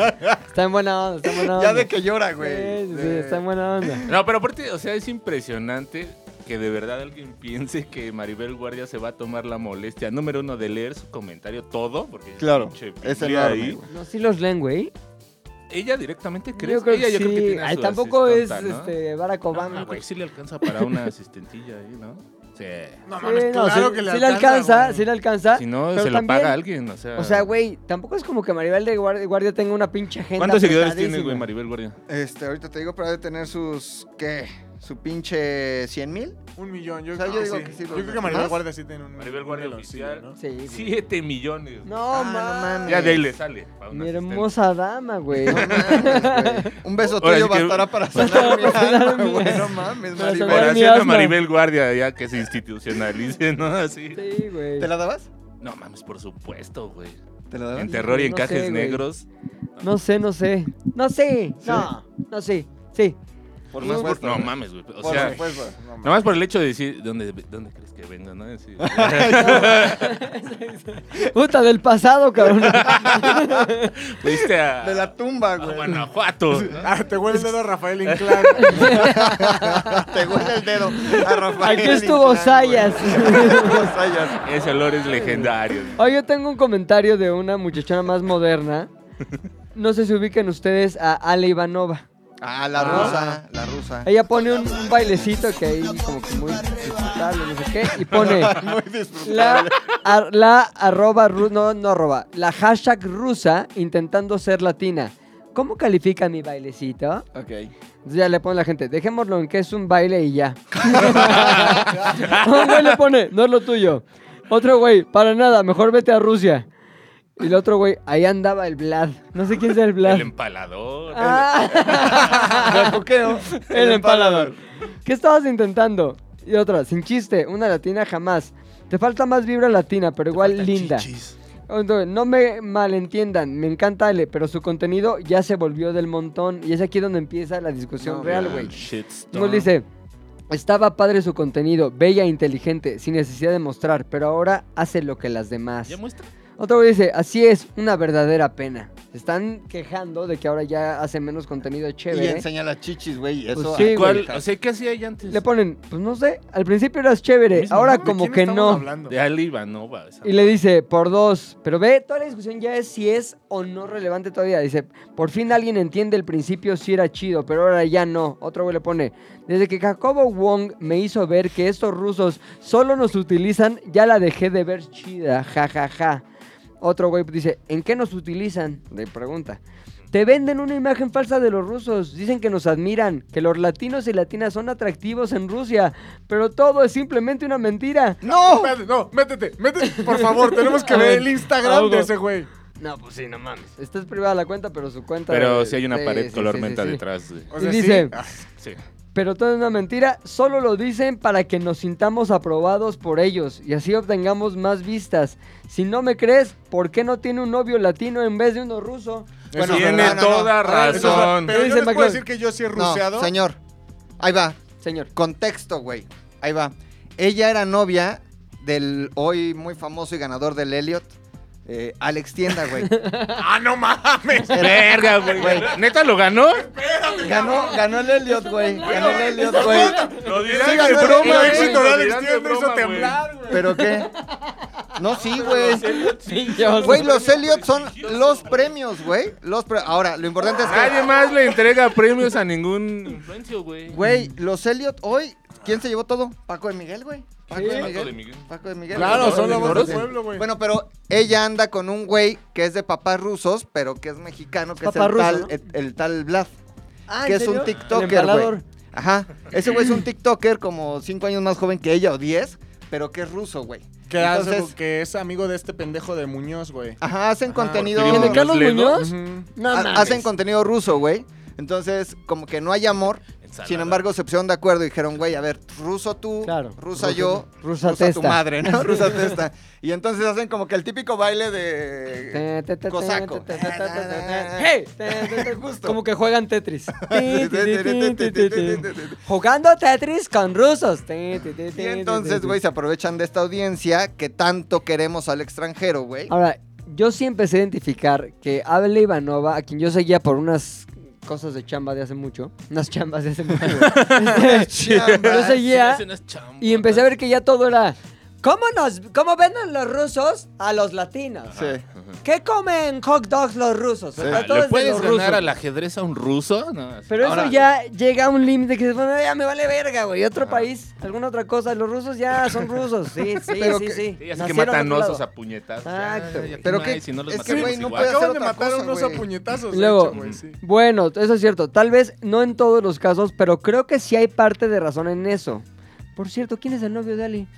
Speaker 1: Está en buena onda, está en buena onda.
Speaker 3: Ya de que llora, güey.
Speaker 1: Sí, sí, sí,
Speaker 3: De-
Speaker 1: está en buena onda.
Speaker 2: No, pero aparte, o sea, es impresionante que de verdad alguien piense que Maribel Guardia se va a tomar la molestia, número uno, de leer su comentario todo, porque
Speaker 3: Claro,
Speaker 2: pinche
Speaker 3: es
Speaker 2: Biblia
Speaker 3: enorme,
Speaker 2: ahí.
Speaker 3: güey.
Speaker 1: No, sí los leen, güey.
Speaker 2: Ella directamente cree.
Speaker 1: Yo creo
Speaker 2: ella
Speaker 1: que
Speaker 2: yo creo que
Speaker 1: sí.
Speaker 2: tiene a
Speaker 1: Ay,
Speaker 2: su
Speaker 1: tampoco es
Speaker 2: asistenta, ¿no?
Speaker 1: este, Barack
Speaker 2: No,
Speaker 1: Obama,
Speaker 2: yo creo
Speaker 1: güey.
Speaker 2: que sí le alcanza para una asistentilla ahí, ¿no? Sí.
Speaker 5: No
Speaker 1: Sí,
Speaker 5: mames,
Speaker 1: no,
Speaker 5: claro
Speaker 1: sí-
Speaker 5: que le
Speaker 1: sí
Speaker 5: alcanza, güey.
Speaker 1: sí le alcanza.
Speaker 2: Si no,
Speaker 1: pero
Speaker 2: se lo
Speaker 1: también-
Speaker 2: paga a alguien, o sea.
Speaker 1: O sea, güey, tampoco es como que Maribel de Guardia, Guardia tenga una pinche agenda.
Speaker 2: ¿Cuántos seguidores tiene,
Speaker 1: apretadísima.
Speaker 2: güey, Maribel Guardia?
Speaker 3: Este, ahorita te digo, pero ha de tener sus, ¿qué? Su pinche 100 mil.
Speaker 5: Un millón, yo,
Speaker 3: O sea,
Speaker 5: creo
Speaker 3: yo
Speaker 5: que
Speaker 3: digo
Speaker 5: sí.
Speaker 3: que sí,
Speaker 5: Yo
Speaker 3: los
Speaker 5: creo que Maribel
Speaker 3: demás.
Speaker 5: Guardia sí tiene un
Speaker 2: Maribel Guardia
Speaker 5: un meloncillo,
Speaker 2: oficial.
Speaker 5: ¿no?
Speaker 1: Sí, güey.
Speaker 2: Siete millones. güey.
Speaker 1: No,
Speaker 3: Ah, no
Speaker 1: mames.
Speaker 3: mames.
Speaker 2: Ya de ahí le sale. pa' una
Speaker 1: Mi
Speaker 2: asistente.
Speaker 1: hermosa dama, güey.
Speaker 3: No mames, güey. Un beso
Speaker 2: Ahora
Speaker 3: tuyo
Speaker 2: sí que-
Speaker 3: bastará para sanar mi
Speaker 1: sanar
Speaker 3: alma,
Speaker 1: mi-
Speaker 3: güey. No mames,
Speaker 1: para sanar
Speaker 3: Maribel.
Speaker 1: mi
Speaker 2: Oración a
Speaker 1: asma.
Speaker 2: Maribel Guardia, ya que se institucionalice, ¿no? Así.
Speaker 1: Sí, güey.
Speaker 3: ¿Te la dabas?
Speaker 2: No mames, por supuesto, güey.
Speaker 3: ¿Te la dabas?
Speaker 2: En terror y en
Speaker 1: no
Speaker 2: cajes
Speaker 1: sé, güey.
Speaker 2: negros.
Speaker 1: No sé, no sé. No sé.
Speaker 3: Sí.
Speaker 1: No, no sé. Sí.
Speaker 3: Por
Speaker 2: Nomás por-
Speaker 3: supuesto.
Speaker 2: no
Speaker 3: güey.
Speaker 2: mames, güey. O
Speaker 3: Por
Speaker 2: sea,
Speaker 3: supuesto. No mames.
Speaker 2: nomás por el hecho de decir, ¿dónde, dónde crees que venga, no? Sí.
Speaker 1: Puta, del pasado, cabrón.
Speaker 2: Fuiste a,
Speaker 3: De la tumba,
Speaker 2: a
Speaker 3: güey.
Speaker 2: Guanajuato. ¿no?
Speaker 5: Ah, te huele el dedo a Rafael Inclán.
Speaker 3: Te huele el dedo a Rafael.
Speaker 1: Aquí estuvo
Speaker 3: Inclán,
Speaker 1: Sayas.
Speaker 3: güey. Aquí estuvo Sayas.
Speaker 2: Ese olor es legendario.
Speaker 1: Hoy yo tengo un comentario de una muchachona más moderna. No sé si ubican ustedes a Ale Ivanova.
Speaker 3: Ah, la rusa, la rusa.
Speaker 1: Ella pone un, un bailecito que ahí como que muy disfrutable, no sé qué, y pone
Speaker 3: Muy disfrutable.
Speaker 1: la, ar- la arroba, ru- no, no arroba, la hashtag rusa intentando ser latina. ¿Cómo califica mi bailecito?
Speaker 3: Ok.
Speaker 1: Entonces ya le pone la gente, dejémoslo en que es un baile y ya. un güey le pone, no es lo tuyo. Otro güey, para nada, mejor vete a Rusia. Y el otro güey, ahí andaba el Vlad. No sé quién es el Vlad.
Speaker 2: El empalador.
Speaker 1: Ah.
Speaker 3: El coqueo.
Speaker 1: El empalador. ¿Qué estabas intentando? Y otra, sin chiste, una latina jamás. Te falta más vibra latina, pero igual linda. Entonces, No me malentiendan, me encanta Ale, pero su contenido ya se volvió del montón y es aquí donde empieza la discusión
Speaker 3: No,
Speaker 1: real, güey.
Speaker 2: Shitstorm.
Speaker 1: Nos dice, estaba padre su contenido, bella, e inteligente, sin necesidad de mostrar, pero ahora hace lo que las demás.
Speaker 2: ¿Ya muestra?
Speaker 1: Otro güey dice, así es, una verdadera pena. Se están quejando de que ahora ya hace menos contenido
Speaker 3: Y
Speaker 1: chévere.
Speaker 3: enseña las chichis, güey. y Eso.
Speaker 1: Pues sí,
Speaker 2: ¿Cuál?
Speaker 1: güey.
Speaker 2: O sea, ¿qué hacía ella antes?
Speaker 1: Le ponen, pues no sé, al principio eras chévere,
Speaker 2: Mismo,
Speaker 1: ahora
Speaker 5: ¿De
Speaker 1: como
Speaker 5: quién
Speaker 1: que
Speaker 5: estamos
Speaker 1: no.
Speaker 5: hablando?
Speaker 2: De Ali Ivanova. esa
Speaker 1: Y le dice, por dos. Pero ve, toda la discusión ya es si es o no relevante todavía. Dice, por fin alguien entiende el principio si era chido, pero ahora ya no. Otro güey le pone, desde que Jacobo Wong me hizo ver que estos rusos solo nos utilizan, ya la dejé de ver chida, jajaja. Otro güey dice, ¿en qué nos utilizan? De pregunta. Te venden una imagen falsa de los rusos. Dicen que nos admiran, que los latinos y latinas son atractivos en Rusia, pero todo es simplemente una mentira.
Speaker 5: ¡No! Espérate, no, métete, métete, por favor, tenemos que
Speaker 1: A
Speaker 5: ver
Speaker 1: ver,
Speaker 5: el Instagram de
Speaker 1: algo.
Speaker 5: ese güey.
Speaker 1: No, pues sí, no mames. Esta es privada la cuenta, pero su cuenta.
Speaker 2: Pero
Speaker 1: de-
Speaker 2: si hay una
Speaker 1: sí,
Speaker 2: pared
Speaker 1: sí,
Speaker 2: color
Speaker 1: sí,
Speaker 2: menta
Speaker 1: sí, sí.
Speaker 2: detrás. de-
Speaker 5: O
Speaker 1: Y
Speaker 5: sea,
Speaker 1: dice-
Speaker 5: sí. ah,
Speaker 2: Sí.
Speaker 1: Pero todo es una mentira, solo lo dicen para que nos sintamos aprobados por ellos y así obtengamos más vistas. Si no me crees, ¿por qué no tiene un novio latino en vez de uno ruso?
Speaker 3: Bueno,
Speaker 2: Tiene
Speaker 3: no, no, no.
Speaker 2: toda
Speaker 3: A
Speaker 1: Ah,
Speaker 3: ver,
Speaker 5: Eso es verdad,
Speaker 2: razón.
Speaker 5: Pero
Speaker 1: Dice
Speaker 5: yo les puedo
Speaker 1: McLovin.
Speaker 5: decir que yo sí he
Speaker 3: No,
Speaker 5: ruseado.
Speaker 3: señor. Ahí va.
Speaker 1: Señor.
Speaker 3: Contexto, güey. Ahí va. Ella era novia del hoy muy famoso y ganador del Elliot, eh, Alex Tienda, güey.
Speaker 5: ¡Ah, no mames!
Speaker 2: Verga, güey. ¿Neta lo ganó?
Speaker 3: Ganó, ganó el Elliot, güey. Ganó el Elliot, güey.
Speaker 2: Lo
Speaker 5: Sí,
Speaker 2: dirán
Speaker 5: ganó
Speaker 2: de
Speaker 5: el
Speaker 2: broma, güey.
Speaker 5: éxito de
Speaker 2: Lo
Speaker 5: Alex
Speaker 2: dirán de
Speaker 5: Tienda, me hizo
Speaker 2: broma, güey.
Speaker 5: temblar, güey.
Speaker 3: ¿Pero qué? No, sí, güey.
Speaker 1: Dios.
Speaker 3: Güey, los Elliot son los premios, güey. Los pre- Ahora, lo importante es
Speaker 2: Nadie
Speaker 3: que...
Speaker 2: más le entrega premios a ningún influencio, güey.
Speaker 3: Güey, los Elliot hoy... ¿Quién se llevó todo? Paco de Miguel, güey. Paco de
Speaker 2: Paco de
Speaker 3: Miguel.
Speaker 2: Miguel.
Speaker 3: Paco de Miguel.
Speaker 5: Claro,
Speaker 3: güey.
Speaker 5: son la voz del
Speaker 2: Sí.
Speaker 5: pueblo, güey.
Speaker 3: Bueno, pero ella anda con un güey que es de papás rusos, pero que es mexicano, que es el
Speaker 1: Papá ruso,
Speaker 3: tal,
Speaker 1: ¿no?
Speaker 3: el, el tal Vlad.
Speaker 1: Ah, ¿en
Speaker 3: que es
Speaker 1: serio?
Speaker 3: un
Speaker 1: El
Speaker 3: TikToker, güey.
Speaker 1: empalador.
Speaker 3: Ajá. Ese güey es un TikToker como 5 años más joven que ella o 10, pero que es ruso, güey.
Speaker 5: que, hace-
Speaker 3: Entonces,
Speaker 5: que es amigo de este pendejo de Muñoz, güey.
Speaker 3: ajá, hacen contenido
Speaker 2: porque
Speaker 1: ¿El de
Speaker 2: viene
Speaker 1: Carlos
Speaker 2: Lego?
Speaker 1: Muñoz?
Speaker 5: Ujú.
Speaker 1: No,
Speaker 3: ha-
Speaker 1: mames.
Speaker 3: hacen contenido ruso, güey. Entonces, como que no hay amor. Sin embargo, se pusieron de acuerdo y dijeron, güey, a ver, ruso tú,
Speaker 1: Claro.
Speaker 3: rusa
Speaker 1: Ruso
Speaker 3: yo,
Speaker 1: tú. Rusa
Speaker 3: rusa tu
Speaker 1: testa.
Speaker 3: madre, ¿no? Rusa testa. Y entonces hacen como que el típico baile de...
Speaker 1: Te, te, te,
Speaker 3: Cosaco.
Speaker 1: te, te, te, te, te, te, te. ¡Hey!
Speaker 3: Hey.
Speaker 1: Te, te, te.
Speaker 3: Justo.
Speaker 1: Como que juegan Tetris. Ti, ti, ti, ti, ti, ti, ti. Jugando Tetris con rusos. Ti, ti, ti, ti,
Speaker 3: Y entonces,
Speaker 1: ti, ti.
Speaker 3: güey, se aprovechan de esta audiencia que tanto queremos al extranjero, güey.
Speaker 1: Ahora, yo sí empecé a identificar que Abel Ivanova, a quien yo seguía por unas cosas de chamba de hace mucho, unas chambas de hace mucho, güey. yo seguía y empecé a ver que ya todo era. ¿Cómo, nos, ¿Cómo venden los rusos a los latinos?
Speaker 3: Sí.
Speaker 1: ¿Qué comen hot dogs los rusos? O sea, todo es
Speaker 2: ¿Le
Speaker 1: de
Speaker 2: puedes
Speaker 1: los
Speaker 2: ganar
Speaker 1: rusos.
Speaker 2: al ajedrez a un ruso? No, así.
Speaker 1: Pero
Speaker 2: Ahora,
Speaker 1: eso ya llega a un límite que se pone, ya me vale verga, güey. Otro país, alguna otra cosa. Los rusos ya son rusos. Sí, sí,
Speaker 3: Pero
Speaker 1: sí,
Speaker 3: que-
Speaker 1: sí.
Speaker 2: Sí, así que
Speaker 1: Nacieron
Speaker 2: matan
Speaker 1: de otro
Speaker 2: osos
Speaker 1: lado.
Speaker 2: a puñetazos.
Speaker 1: Exacto.
Speaker 2: Ay, aquí
Speaker 3: Pero
Speaker 2: no
Speaker 3: qué-
Speaker 2: hay, si no los
Speaker 3: es que,
Speaker 2: matamos
Speaker 3: güey, no
Speaker 2: igual.
Speaker 3: puede hacer
Speaker 5: Acaban de
Speaker 3: otra
Speaker 5: matar a
Speaker 3: cosa,
Speaker 5: unos
Speaker 3: güey.
Speaker 5: a puñetazos,
Speaker 1: Y
Speaker 5: de
Speaker 1: luego-
Speaker 5: hecho, güey, sí.
Speaker 1: Bueno, eso es cierto. Tal vez no en todos los casos, pero creo que sí hay parte de razón en eso. Por cierto, ¿quién es el novio de Ali?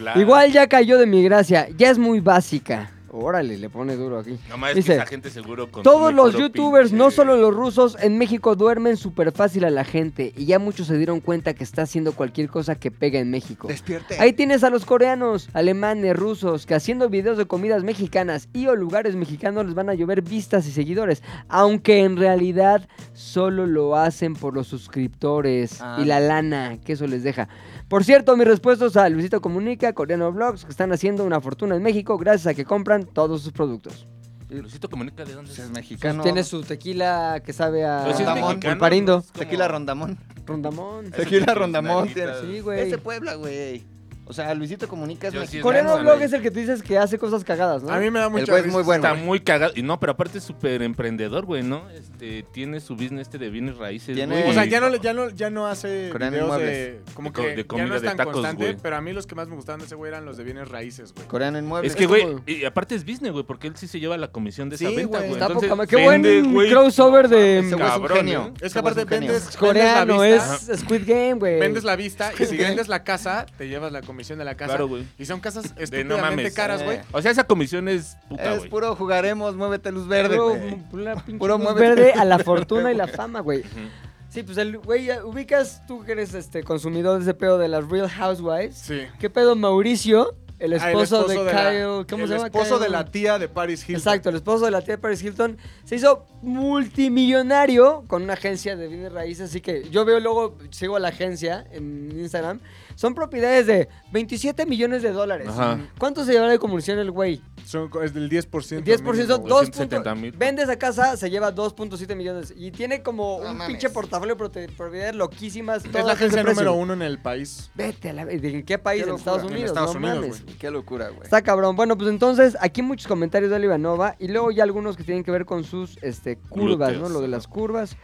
Speaker 2: Bla.
Speaker 1: Igual ya cayó de mi gracia. Ya es muy básica. Órale, le pone duro aquí.
Speaker 2: No más
Speaker 1: Dice,
Speaker 2: que esa gente seguro consume
Speaker 1: Todos los
Speaker 2: puro
Speaker 1: youtubers,
Speaker 2: pinche-
Speaker 1: no solo los rusos, en México duermen súper fácil a la gente y ya muchos se dieron cuenta que está haciendo cualquier cosa que pega en México.
Speaker 3: Despierte.
Speaker 1: Ahí tienes a los coreanos, alemanes, rusos, que haciendo videos de comidas mexicanas y o lugares mexicanos les van a llover vistas y seguidores, aunque en realidad solo lo hacen por los suscriptores
Speaker 3: Ah.
Speaker 1: y la lana que eso les deja. Por cierto, mis respuestas a Luisito Comunica, Coreano Blogs, que están haciendo una fortuna en México gracias a que compran todos sus productos.
Speaker 2: Luisito Comunica, ¿de dónde
Speaker 3: Pues
Speaker 2: es?
Speaker 3: Es mexicano.
Speaker 1: Tiene su tequila que sabe a
Speaker 2: Pero si es
Speaker 3: Rondamón.
Speaker 2: mexicano, pues.
Speaker 1: pulparindo.
Speaker 2: es como-
Speaker 3: Tequila Rondamón.
Speaker 1: Rondamón.
Speaker 2: Es
Speaker 3: Tequila
Speaker 2: una
Speaker 3: Rondamón.
Speaker 2: naranjita.
Speaker 1: Sí,
Speaker 3: Es
Speaker 1: güey.
Speaker 3: de Puebla, güey. O sea, Luisito Comunica es
Speaker 2: Yo sí
Speaker 3: mexicano.
Speaker 1: Coreano
Speaker 2: Lanza,
Speaker 1: Blog
Speaker 2: güey.
Speaker 1: es el que tú dices que hace cosas cagadas, ¿no?
Speaker 5: A mí me da mucha
Speaker 3: güey es
Speaker 5: risa
Speaker 3: muy bueno.
Speaker 2: Está muy cagado. Y no, pero aparte es súper emprendedor, güey, ¿no? Este, tiene su business este de bienes raíces.
Speaker 3: Tiene-
Speaker 2: güey.
Speaker 5: O sea, ya no, le- ya no, ya no hace
Speaker 3: Coreano
Speaker 5: videos de,
Speaker 3: Inmuebles.
Speaker 5: como
Speaker 2: De co-
Speaker 5: que
Speaker 2: de
Speaker 5: ya
Speaker 2: comida
Speaker 5: no es
Speaker 2: de
Speaker 5: tan
Speaker 2: tacos,
Speaker 5: constante,
Speaker 2: güey.
Speaker 5: pero a mí los que más me gustaban de ese güey eran los de bienes raíces, güey.
Speaker 3: Coreano inmueble.
Speaker 2: Es que, güey,
Speaker 1: como-
Speaker 2: y aparte es business, güey, porque él sí se lleva la comisión de esa
Speaker 5: Sí,
Speaker 2: venta,
Speaker 5: güey.
Speaker 2: güey.
Speaker 1: Está
Speaker 2: Entonces,
Speaker 1: poca madre. Qué
Speaker 2: vende,
Speaker 1: buen
Speaker 2: güey.
Speaker 1: crossover de
Speaker 3: Ese güey es un
Speaker 2: Cabrón,
Speaker 3: genio.
Speaker 2: ¿eh?
Speaker 5: Es
Speaker 3: Ese
Speaker 5: que
Speaker 3: güey
Speaker 5: aparte
Speaker 3: un genio.
Speaker 5: vendes,
Speaker 1: coreano,
Speaker 5: vendes la vista,
Speaker 1: es Squid Game, güey.
Speaker 5: vendes la vista y si vendes la casa, te llevas la comisión de la casa.
Speaker 2: Claro, güey.
Speaker 5: Y son casas
Speaker 2: De
Speaker 5: estúpidamente
Speaker 2: no mames.
Speaker 5: caras, güey.
Speaker 3: Eh.
Speaker 2: O sea, esa comisión es puta,
Speaker 3: Es
Speaker 2: güey.
Speaker 3: puro jugaremos, muévete luz verde,
Speaker 1: Puro-
Speaker 3: güey.
Speaker 1: pura pinche
Speaker 3: Puro
Speaker 1: luz
Speaker 3: muévete.
Speaker 1: verde a la fortuna y la fama, güey. Sí, pues el güey, ya ubicas tú que eres este consumidor de ese pedo de las Real Housewives.
Speaker 5: Sí.
Speaker 1: ¿Qué pedo Mauricio, el
Speaker 5: Ah, el
Speaker 1: esposo, de,
Speaker 5: la-
Speaker 1: Kyle, ¿cómo
Speaker 5: el
Speaker 1: se llama?
Speaker 5: esposo
Speaker 1: Kyle-
Speaker 5: de la tía de Paris Hilton.
Speaker 1: Exacto, el esposo de la tía de Paris Hilton se hizo multimillonario con una agencia de bienes raíces, así que yo veo luego, sigo a la agencia en Instagram, son propiedades de 27 millones de dólares.
Speaker 2: Ajá.
Speaker 1: ¿Cuánto se llevará de comisión el güey?
Speaker 5: Son, co- es del 10%.
Speaker 1: El 10%
Speaker 5: mínimo,
Speaker 1: son
Speaker 5: güey.
Speaker 1: 2.
Speaker 2: dos. 270 mil.
Speaker 1: Vende esa casa, se lleva 2.7 millones y tiene como
Speaker 3: No
Speaker 1: un
Speaker 3: mames.
Speaker 1: pinche portafolio de propiedades loquísimas.
Speaker 5: Es
Speaker 1: todas
Speaker 5: la
Speaker 1: de
Speaker 5: agencia
Speaker 1: ese precio.
Speaker 5: número uno en el país.
Speaker 1: Vete a la... ¿En qué país?
Speaker 3: Qué
Speaker 1: en
Speaker 3: locura.
Speaker 1: Estados
Speaker 3: En
Speaker 1: Unidos.
Speaker 5: Estados
Speaker 1: no
Speaker 5: Unidos,
Speaker 1: mames.
Speaker 5: güey.
Speaker 3: Qué locura, güey.
Speaker 1: Está cabrón. Bueno, pues entonces, aquí muchos comentarios de Olivanova y luego ya algunos que tienen que ver con sus este, curvas,
Speaker 2: Glúteos,
Speaker 1: ¿no? Lo de
Speaker 2: ajá.
Speaker 1: las curvas.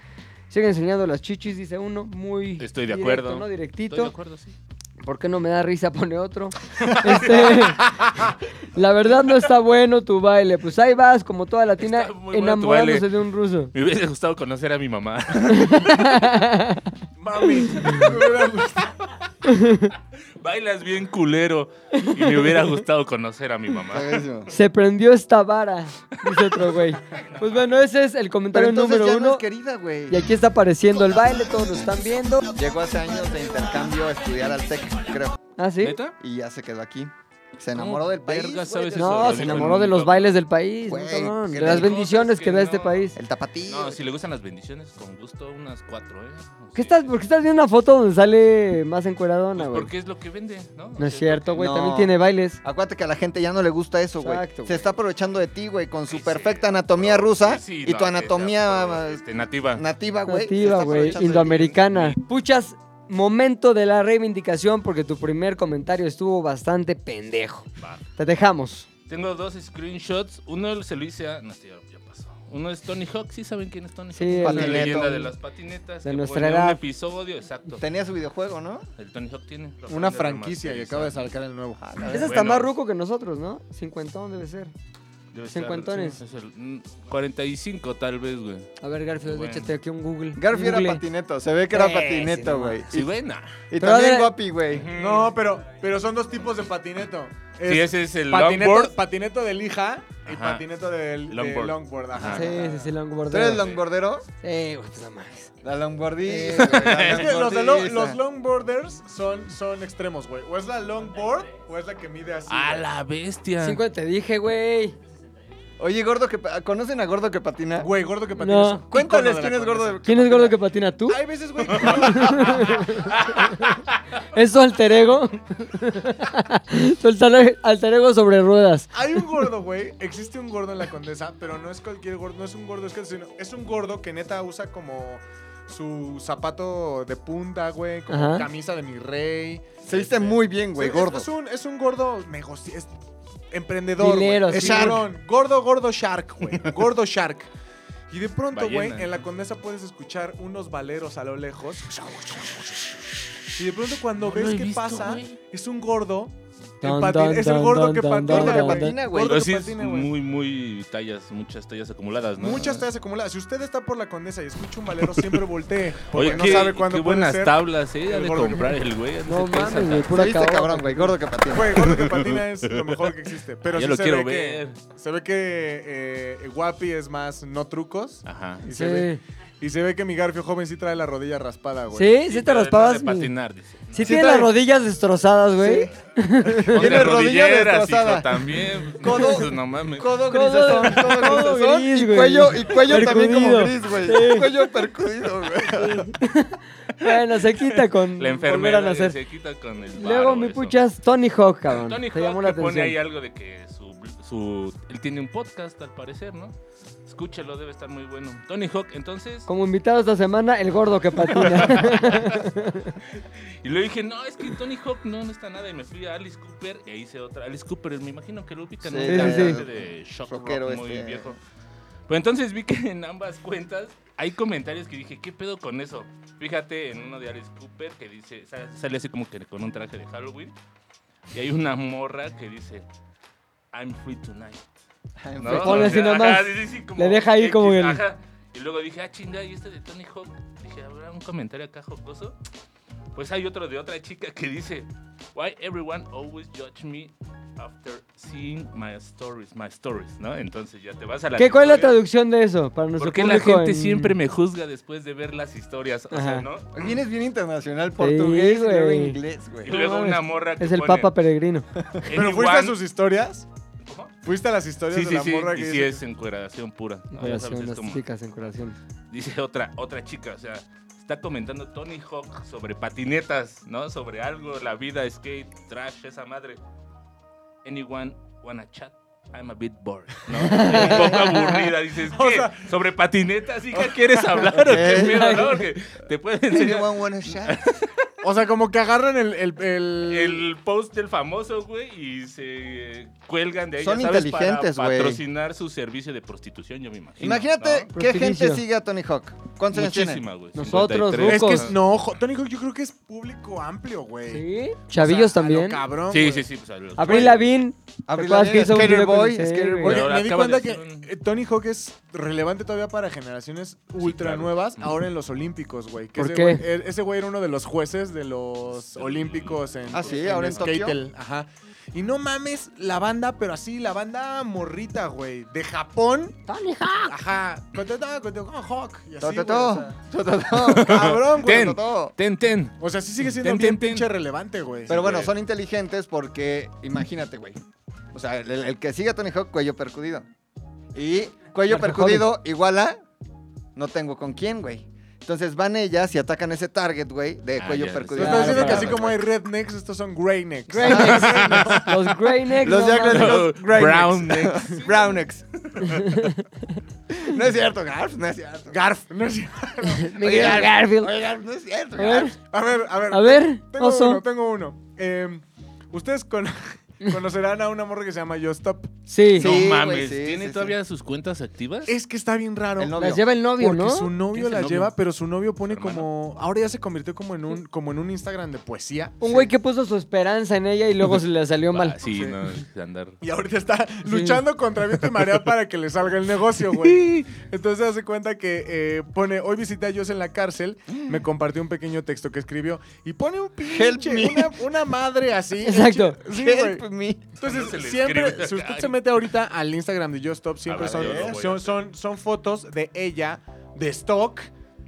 Speaker 1: Siguen enseñando las chichis, dice uno, muy.
Speaker 2: Estoy de
Speaker 1: directo,
Speaker 2: acuerdo.
Speaker 1: ¿no?
Speaker 2: Estoy de
Speaker 1: Directito.
Speaker 2: acuerdo, sí.
Speaker 1: ¿Por qué no me da risa? Pone otro. Este, la verdad no está bueno tu baile. Pues ahí vas, como toda latina,
Speaker 2: Está muy bueno tu
Speaker 1: enamorándose
Speaker 2: baile.
Speaker 1: de un ruso.
Speaker 2: Me hubiese gustado conocer a mi mamá.
Speaker 5: Mami. me hubiera gustado.
Speaker 2: Bailas bien culero. Y me hubiera gustado conocer a mi mamá.
Speaker 3: Cagadísimo.
Speaker 1: Se prendió esta vara, dice otro güey. Pues bueno, ese es el
Speaker 3: Pero
Speaker 1: comentario
Speaker 3: entonces
Speaker 1: número
Speaker 3: ya
Speaker 1: uno.
Speaker 3: no es querida, güey.
Speaker 1: Y aquí está apareciendo el baile, todos lo están viendo.
Speaker 3: Llegó hace años de intercambio a estudiar al TEC, creo.
Speaker 1: Ah, sí.
Speaker 2: ¿Neta?
Speaker 3: Y ya se quedó aquí. Se
Speaker 2: ¿Cómo
Speaker 3: enamoró del país.
Speaker 2: vergas
Speaker 3: güey,
Speaker 2: sabes
Speaker 3: de-
Speaker 2: eso?
Speaker 1: No,
Speaker 2: lo
Speaker 1: se
Speaker 2: dijo
Speaker 1: enamoró
Speaker 2: el
Speaker 1: de los
Speaker 2: papá.
Speaker 1: bailes del país, ¿no,
Speaker 3: Güey, pues,
Speaker 1: cabrón?
Speaker 3: qué
Speaker 1: de las
Speaker 3: cosas
Speaker 1: bendiciones
Speaker 2: que
Speaker 1: que da este
Speaker 2: no.
Speaker 1: país.
Speaker 3: El tapatío.
Speaker 2: No, si le gustan las bendiciones, con gusto unas cuatro, ¿eh? O
Speaker 1: ¿Qué
Speaker 2: sea,
Speaker 1: estás, ¿Por qué estás viendo una foto donde sale más encueradona,
Speaker 2: pues
Speaker 1: güey?
Speaker 2: porque es lo que vende, ¿no?
Speaker 1: No es cierto, güey.
Speaker 3: No.
Speaker 1: También tiene bailes.
Speaker 3: Acuérdate que a la gente ya no le gusta eso, güey.
Speaker 1: Exacto,
Speaker 3: Se
Speaker 1: güey.
Speaker 3: está aprovechando de ti, güey, con su
Speaker 2: Sí, sí,
Speaker 3: perfecta anatomía
Speaker 2: bro.
Speaker 3: rusa
Speaker 2: Sí, sí,
Speaker 3: y
Speaker 2: no,
Speaker 3: tu
Speaker 2: esa,
Speaker 3: anatomía
Speaker 2: este, nativa.
Speaker 3: nativa, Ah, güey. se
Speaker 1: Nativa, güey.
Speaker 3: está aprovechando de ti.
Speaker 1: Indoamericana. Puchas, momento de la reivindicación porque tu primer comentario estuvo bastante pendejo.
Speaker 2: Va.
Speaker 1: Te dejamos.
Speaker 2: Tengo dos screenshots. Uno se lo hice a. No, este ya, ya pasó. Uno es Tony Hawk, ¿sí saben quién es Tony Hawk?
Speaker 1: Sí, el-
Speaker 2: la
Speaker 3: Patineto.
Speaker 2: leyenda de las patinetas.
Speaker 1: De
Speaker 2: que
Speaker 1: nuestra
Speaker 2: pone
Speaker 1: edad.
Speaker 2: Un episodio, exacto.
Speaker 3: Tenía su videojuego, ¿no?
Speaker 2: El Tony Hawk tiene. lo acaban
Speaker 5: Una
Speaker 2: de
Speaker 5: franquicia y acaba de
Speaker 2: remasterizar.
Speaker 5: sacar el nuevo.
Speaker 1: Ese está
Speaker 2: Bueno.
Speaker 1: más ruco que nosotros, ¿no? Cincuentón debe ser.
Speaker 2: Debe estar-
Speaker 1: cincuentones.
Speaker 2: sí, es el- mm, 45 tal vez, güey.
Speaker 1: A ver, Garfield,
Speaker 2: Bueno.
Speaker 1: échate aquí un Google.
Speaker 3: Garfi era
Speaker 1: Google.
Speaker 3: patineto. Se ve que era
Speaker 1: Sí, sí,
Speaker 3: patineto,
Speaker 1: no
Speaker 3: güey.
Speaker 2: Sí, buena.
Speaker 3: Y
Speaker 1: Pero
Speaker 3: también
Speaker 1: era-
Speaker 3: guapi, güey.
Speaker 5: No, pero, pero son dos tipos de patineto.
Speaker 2: Sí, ese es el
Speaker 5: patineto,
Speaker 2: longboard.
Speaker 5: patineto de lija y
Speaker 2: Ajá.
Speaker 5: patineto del de
Speaker 2: Longboard.
Speaker 5: longboard. ajá.
Speaker 1: Sí, sí, sí,
Speaker 3: ¿Tú eres
Speaker 1: longboardero.
Speaker 3: longboardero?
Speaker 1: Sí, güey, pues no mames.
Speaker 3: La longboardí.
Speaker 5: Es que los, de lo- los longboarders son, son extremos, güey. O es la longboard o es la que mide así.
Speaker 2: A
Speaker 5: güey.
Speaker 2: la bestia.
Speaker 1: Cinco te dije, güey.
Speaker 3: Oye, gordo que pa- ¿conocen a gordo que patina?
Speaker 5: Güey, gordo que patina.
Speaker 1: No.
Speaker 5: es un ícono
Speaker 3: Cuéntales
Speaker 5: de la
Speaker 3: quién es gordo. de-
Speaker 1: ¿Quién es gordo que patina? ¿Tú?
Speaker 5: condesa. Hay veces, güey, que-
Speaker 1: ¿Es su alter ego? su alter, alter ego sobre ruedas.
Speaker 5: hay un gordo, güey. Existe un gordo en la condesa, pero no es cualquier gordo. No es un gordo, es que sino- es un gordo que neta usa como su zapato de punta, güey. Como
Speaker 1: Ajá.
Speaker 5: camisa de mi rey. Este,
Speaker 3: Se viste muy bien, güey,
Speaker 5: Sí,
Speaker 3: gordo.
Speaker 5: Es, es un, es un gordo negocio, es emprendedor, güey.
Speaker 1: Dilero,
Speaker 5: Es
Speaker 1: sí.
Speaker 5: shark. Gordo, gordo shark, güey. Gordo shark. Y de pronto, güey,
Speaker 2: Ballena.
Speaker 5: en la condesa puedes escuchar unos valeros a lo lejos. Y de pronto cuando
Speaker 2: No lo
Speaker 5: ves
Speaker 2: he
Speaker 5: que
Speaker 2: visto,
Speaker 5: pasa,
Speaker 2: güey.
Speaker 5: es un gordo. en
Speaker 1: Dun,
Speaker 5: patin-
Speaker 1: dun,
Speaker 5: es el
Speaker 1: dun,
Speaker 5: gordo
Speaker 1: dun,
Speaker 5: que
Speaker 1: dun,
Speaker 5: patina,
Speaker 1: dun,
Speaker 5: gordo que
Speaker 1: dun.
Speaker 5: patina, güey.
Speaker 2: Pero
Speaker 5: Gordo
Speaker 2: sí
Speaker 5: que
Speaker 2: es
Speaker 5: patina, güey.
Speaker 2: muy, muy tallas, muchas tallas acumuladas, ¿no?
Speaker 5: Muchas tallas acumuladas. Si usted está por la condesa y escucha un valero, siempre voltee. Porque
Speaker 2: Oye,
Speaker 5: no
Speaker 2: qué,
Speaker 5: sabe cuándo
Speaker 2: qué
Speaker 5: puede
Speaker 2: buenas
Speaker 5: ser.
Speaker 2: tablas, ¿eh? Ha
Speaker 5: el
Speaker 2: de
Speaker 5: gordo que-
Speaker 2: comprar el güey. ha de
Speaker 1: No
Speaker 2: ser que es
Speaker 1: mames, güey.
Speaker 2: alta-
Speaker 1: Pura
Speaker 3: Se viste
Speaker 1: cabrón.
Speaker 3: cabrón, güey, gordo que patina.
Speaker 5: Güey, gordo que patina es lo mejor que existe. Pero
Speaker 2: Ya
Speaker 5: sí
Speaker 2: lo
Speaker 5: se
Speaker 2: quiero
Speaker 5: ve
Speaker 2: ver.
Speaker 5: que se ve que eh, Guapi es más no trucos.
Speaker 2: Ajá.
Speaker 5: Y,
Speaker 1: Sí.
Speaker 5: se ve, y se ve que mi Garfio joven sí trae la rodilla raspada, güey.
Speaker 1: ¿Sí? ¿Sí te
Speaker 2: Pero no
Speaker 1: raspabas?
Speaker 2: de patinar, dice.
Speaker 1: ¿Sí
Speaker 3: Sí
Speaker 1: tiene
Speaker 3: trae-
Speaker 1: las rodillas destrozadas, güey?
Speaker 2: Ponte
Speaker 3: Tiene rodilla
Speaker 2: rodilleras, hijo,
Speaker 3: destrozada.
Speaker 2: también.
Speaker 3: Codo-
Speaker 2: no mames.
Speaker 3: Codo grisazón, codo
Speaker 1: Codo
Speaker 3: grisazón
Speaker 1: gris,
Speaker 3: y
Speaker 1: güey.
Speaker 3: cuello, y cuello también como
Speaker 1: Percudido.
Speaker 3: gris, güey. Cuello percudido, güey.
Speaker 1: Bueno, se quita con
Speaker 2: La
Speaker 1: volver a
Speaker 2: enfermera
Speaker 1: nacer.
Speaker 2: se quita con el
Speaker 1: Luego
Speaker 2: varo,
Speaker 1: mi
Speaker 2: eso.
Speaker 1: puchas Tony Hawk, cabrón.
Speaker 2: Tony
Speaker 1: Te llamó
Speaker 2: Hawk
Speaker 1: la
Speaker 2: que pone ahí
Speaker 1: atención.
Speaker 2: algo de que su, su... Él tiene un podcast, al parecer, ¿no? Escúchelo, debe estar muy bueno. Tony Hawk, entonces...
Speaker 1: Como invitado esta semana, el gordo que patina.
Speaker 2: Y le dije, no, es que Tony Hawk no, no está nada. Y me fui a Alice Cooper e hice otra. Alice Cooper, me imagino que lo ubican.
Speaker 3: Sí,
Speaker 2: ¿no?
Speaker 3: sí,
Speaker 2: Un cantante
Speaker 3: sí.
Speaker 2: de shock
Speaker 3: Rockero
Speaker 2: rock muy
Speaker 3: este.
Speaker 2: viejo. Pues entonces vi que en ambas cuentas hay comentarios que dije, ¿qué pedo con eso? Fíjate en uno de Alice Cooper que dice, sa- sale así como que con un traje de Halloween. Y hay una morra que dice, I'm free tonight. ¿no?
Speaker 1: free Ponle así
Speaker 2: O sea,
Speaker 1: nomás.
Speaker 2: ajá, sí, sí, sí, como
Speaker 1: Le deja ahí como el-
Speaker 2: ajá. Y luego dije, ah, chinga, ¿y este de Tony Hawk? Dije, ¿habrá un comentario acá jocoso? Pues hay otro de otra chica que dice, Why everyone always judge me after seeing my stories, my stories, ¿no? Entonces ya te vas a la...
Speaker 1: ¿Qué, ¿Cuál es la
Speaker 2: historia.
Speaker 1: traducción de eso? Para nuestro
Speaker 2: ¿Por qué la
Speaker 1: público
Speaker 2: gente
Speaker 1: en-
Speaker 2: siempre me juzga después de ver las historias? O
Speaker 1: Ajá.
Speaker 2: sea, ¿no?
Speaker 3: Vienes bien internacional, portugués y
Speaker 1: güey.
Speaker 3: luego inglés,
Speaker 2: Y
Speaker 3: güey.
Speaker 2: luego
Speaker 1: mames.
Speaker 2: una morra que
Speaker 1: Es el
Speaker 2: pone,
Speaker 1: Papa Peregrino.
Speaker 5: Pero fuiste a
Speaker 2: "Anyone-"
Speaker 5: sus historias.
Speaker 2: ¿Cómo?
Speaker 5: Fuiste a las historias
Speaker 2: Sí,
Speaker 5: de
Speaker 2: sí,
Speaker 5: la
Speaker 2: sí,
Speaker 5: morra
Speaker 2: y
Speaker 5: que
Speaker 2: sí
Speaker 5: dice-
Speaker 2: es encueración pura. ¿no? Ya sabes,
Speaker 1: Encueración,
Speaker 2: es
Speaker 1: las
Speaker 2: como-
Speaker 1: chicas encueración.
Speaker 2: dice otra, otra chica, o sea, está comentando Tony Hawk sobre patinetas, ¿no? Sobre algo, la vida, skate, trash, esa madre. Anyone wanna chat? I'm a bit bored, ¿no? Un poco aburrida, dices, ¿qué? ¿Sobre patinetas, hija, quieres hablar o qué
Speaker 3: Ok.
Speaker 2: miedo, no? Porque te pueden enseñar
Speaker 3: Anyone wanna shot?
Speaker 5: O sea, como que agarran el. el, el-
Speaker 2: el post del famoso, güey, y se cuelgan de ahí,
Speaker 3: Son
Speaker 2: ya sabes,
Speaker 3: inteligentes,
Speaker 2: para
Speaker 3: güey.
Speaker 2: patrocinar su servicio de prostitución, yo me imagino.
Speaker 3: Imagínate
Speaker 2: ¿no?
Speaker 3: qué
Speaker 1: Prestidigio.
Speaker 3: gente sigue a Tony Hawk. ¿Cuántos años tiene?
Speaker 2: Muchísima, güey.
Speaker 1: Nosotros,
Speaker 2: 53.
Speaker 5: Es que
Speaker 1: rucos.
Speaker 5: es. No, jo- Tony Hawk, yo creo que es público amplio, güey. O
Speaker 1: ¿Sí?
Speaker 5: sea,
Speaker 1: Chavillos
Speaker 5: a lo
Speaker 1: también.
Speaker 5: Cabrón.
Speaker 2: Sí,
Speaker 5: güey.
Speaker 2: sí, sí. Pues, a los-
Speaker 1: Abril Lavín.
Speaker 3: Abril
Speaker 1: ¿Te acuerdas
Speaker 3: Lavigne,
Speaker 1: que hizo un
Speaker 3: Skater
Speaker 1: video con
Speaker 3: Boy,
Speaker 1: ese,
Speaker 3: Skater
Speaker 1: güey?
Speaker 3: Boy.
Speaker 5: Oye,
Speaker 2: Pero
Speaker 5: me di
Speaker 2: acaba de
Speaker 5: cuenta que
Speaker 2: hacer un-
Speaker 5: eh, Tony Hawk es relevante todavía para generaciones ultra
Speaker 2: claro.
Speaker 5: nuevas,
Speaker 2: Ujú.
Speaker 5: ahora en los Olímpicos, güey. que
Speaker 1: ¿Por
Speaker 5: ese
Speaker 1: qué?
Speaker 5: güey- e- ese güey era uno de los jueces medallas de los Olímpicos en,
Speaker 3: Ah, sí, ahora en Tokio.
Speaker 5: Skeitel, Ajá. Y no mames la banda, pero así, la banda morrita, güey. De Japón.
Speaker 4: Tony Hawk.
Speaker 5: Ajá. Contenta, contenta, con Hawk. Y así, güey, o
Speaker 3: Tototó.
Speaker 5: sea,
Speaker 3: Tototó.
Speaker 5: Cabrón, güey.
Speaker 2: Ten,
Speaker 3: Tototó.
Speaker 2: ten, ten.
Speaker 5: O sea, sí sigue siendo
Speaker 2: Ten,
Speaker 5: bien
Speaker 2: ten, ten.
Speaker 5: pinche relevante, güey.
Speaker 3: Pero bueno,
Speaker 2: güey.
Speaker 3: son inteligentes porque, imagínate, güey. O sea, el, el que sigue a Tony Hawk, cuello percudido. Y cuello
Speaker 1: Marco
Speaker 3: percudido igual a no tengo con quién, güey. Entonces van ellas y atacan ese target, güey, de
Speaker 2: Ah,
Speaker 3: cuello
Speaker 2: ya,
Speaker 5: Pero
Speaker 3: percudido.
Speaker 5: estás diciendo que
Speaker 2: claro,
Speaker 5: así como hay rednecks, estos son greynecks.
Speaker 1: Greynecks. los Greynecks.
Speaker 3: Los
Speaker 1: no
Speaker 3: Jack-
Speaker 1: mames.
Speaker 3: Los Greynecks.
Speaker 2: Brown necks.
Speaker 3: Brown ex. no es cierto, Garf, no es cierto.
Speaker 5: Garf. No es cierto.
Speaker 1: Miguel
Speaker 3: Oye,
Speaker 1: Garfield.
Speaker 3: Oye, Garf, no es cierto,
Speaker 1: A ver,
Speaker 3: Garf.
Speaker 5: A ver, a ver.
Speaker 1: a ver,
Speaker 5: Tengo
Speaker 1: oso.
Speaker 5: uno, tengo uno. Eh, Ustedes con- conocerán a una morra que se llama Yo Stop.
Speaker 1: Sí.
Speaker 2: No
Speaker 3: Sí, güey,
Speaker 2: mames.
Speaker 3: sí,
Speaker 2: ¿Tiene
Speaker 3: sí,
Speaker 2: todavía sus cuentas activas?
Speaker 5: Es que está bien raro.
Speaker 3: El novio.
Speaker 1: Las lleva el novio,
Speaker 5: porque
Speaker 1: ¿no?
Speaker 5: su
Speaker 2: ¿Quién
Speaker 5: novio
Speaker 2: es el
Speaker 5: la
Speaker 2: novio?
Speaker 5: lleva, pero su novio pone
Speaker 2: ¿Su hermano?
Speaker 5: como. Ahora ya se convirtió como en un, como en un Instagram de poesía.
Speaker 1: Un güey que puso su esperanza en ella y luego se le salió
Speaker 2: Ah,
Speaker 1: mal.
Speaker 2: Sí,
Speaker 5: Sí.
Speaker 2: no, es andar.
Speaker 5: Y ahorita está luchando contra viento y marea para que le salga el negocio, güey. Entonces hace cuenta que eh, pone, hoy visité a Joss en la cárcel, me compartió un pequeño texto que escribió y pone un pinche,
Speaker 3: me.
Speaker 5: una, una madre así.
Speaker 1: Exacto.
Speaker 5: Sí, güey.
Speaker 3: Help me.
Speaker 5: Entonces,
Speaker 2: No se le escribe.
Speaker 5: siempre, si usted se mete ahorita al Instagram de Yo Stop, siempre
Speaker 2: ver,
Speaker 5: son,
Speaker 2: yo lo voy a
Speaker 5: son,
Speaker 2: hacer.
Speaker 5: son, son fotos de ella, de stock,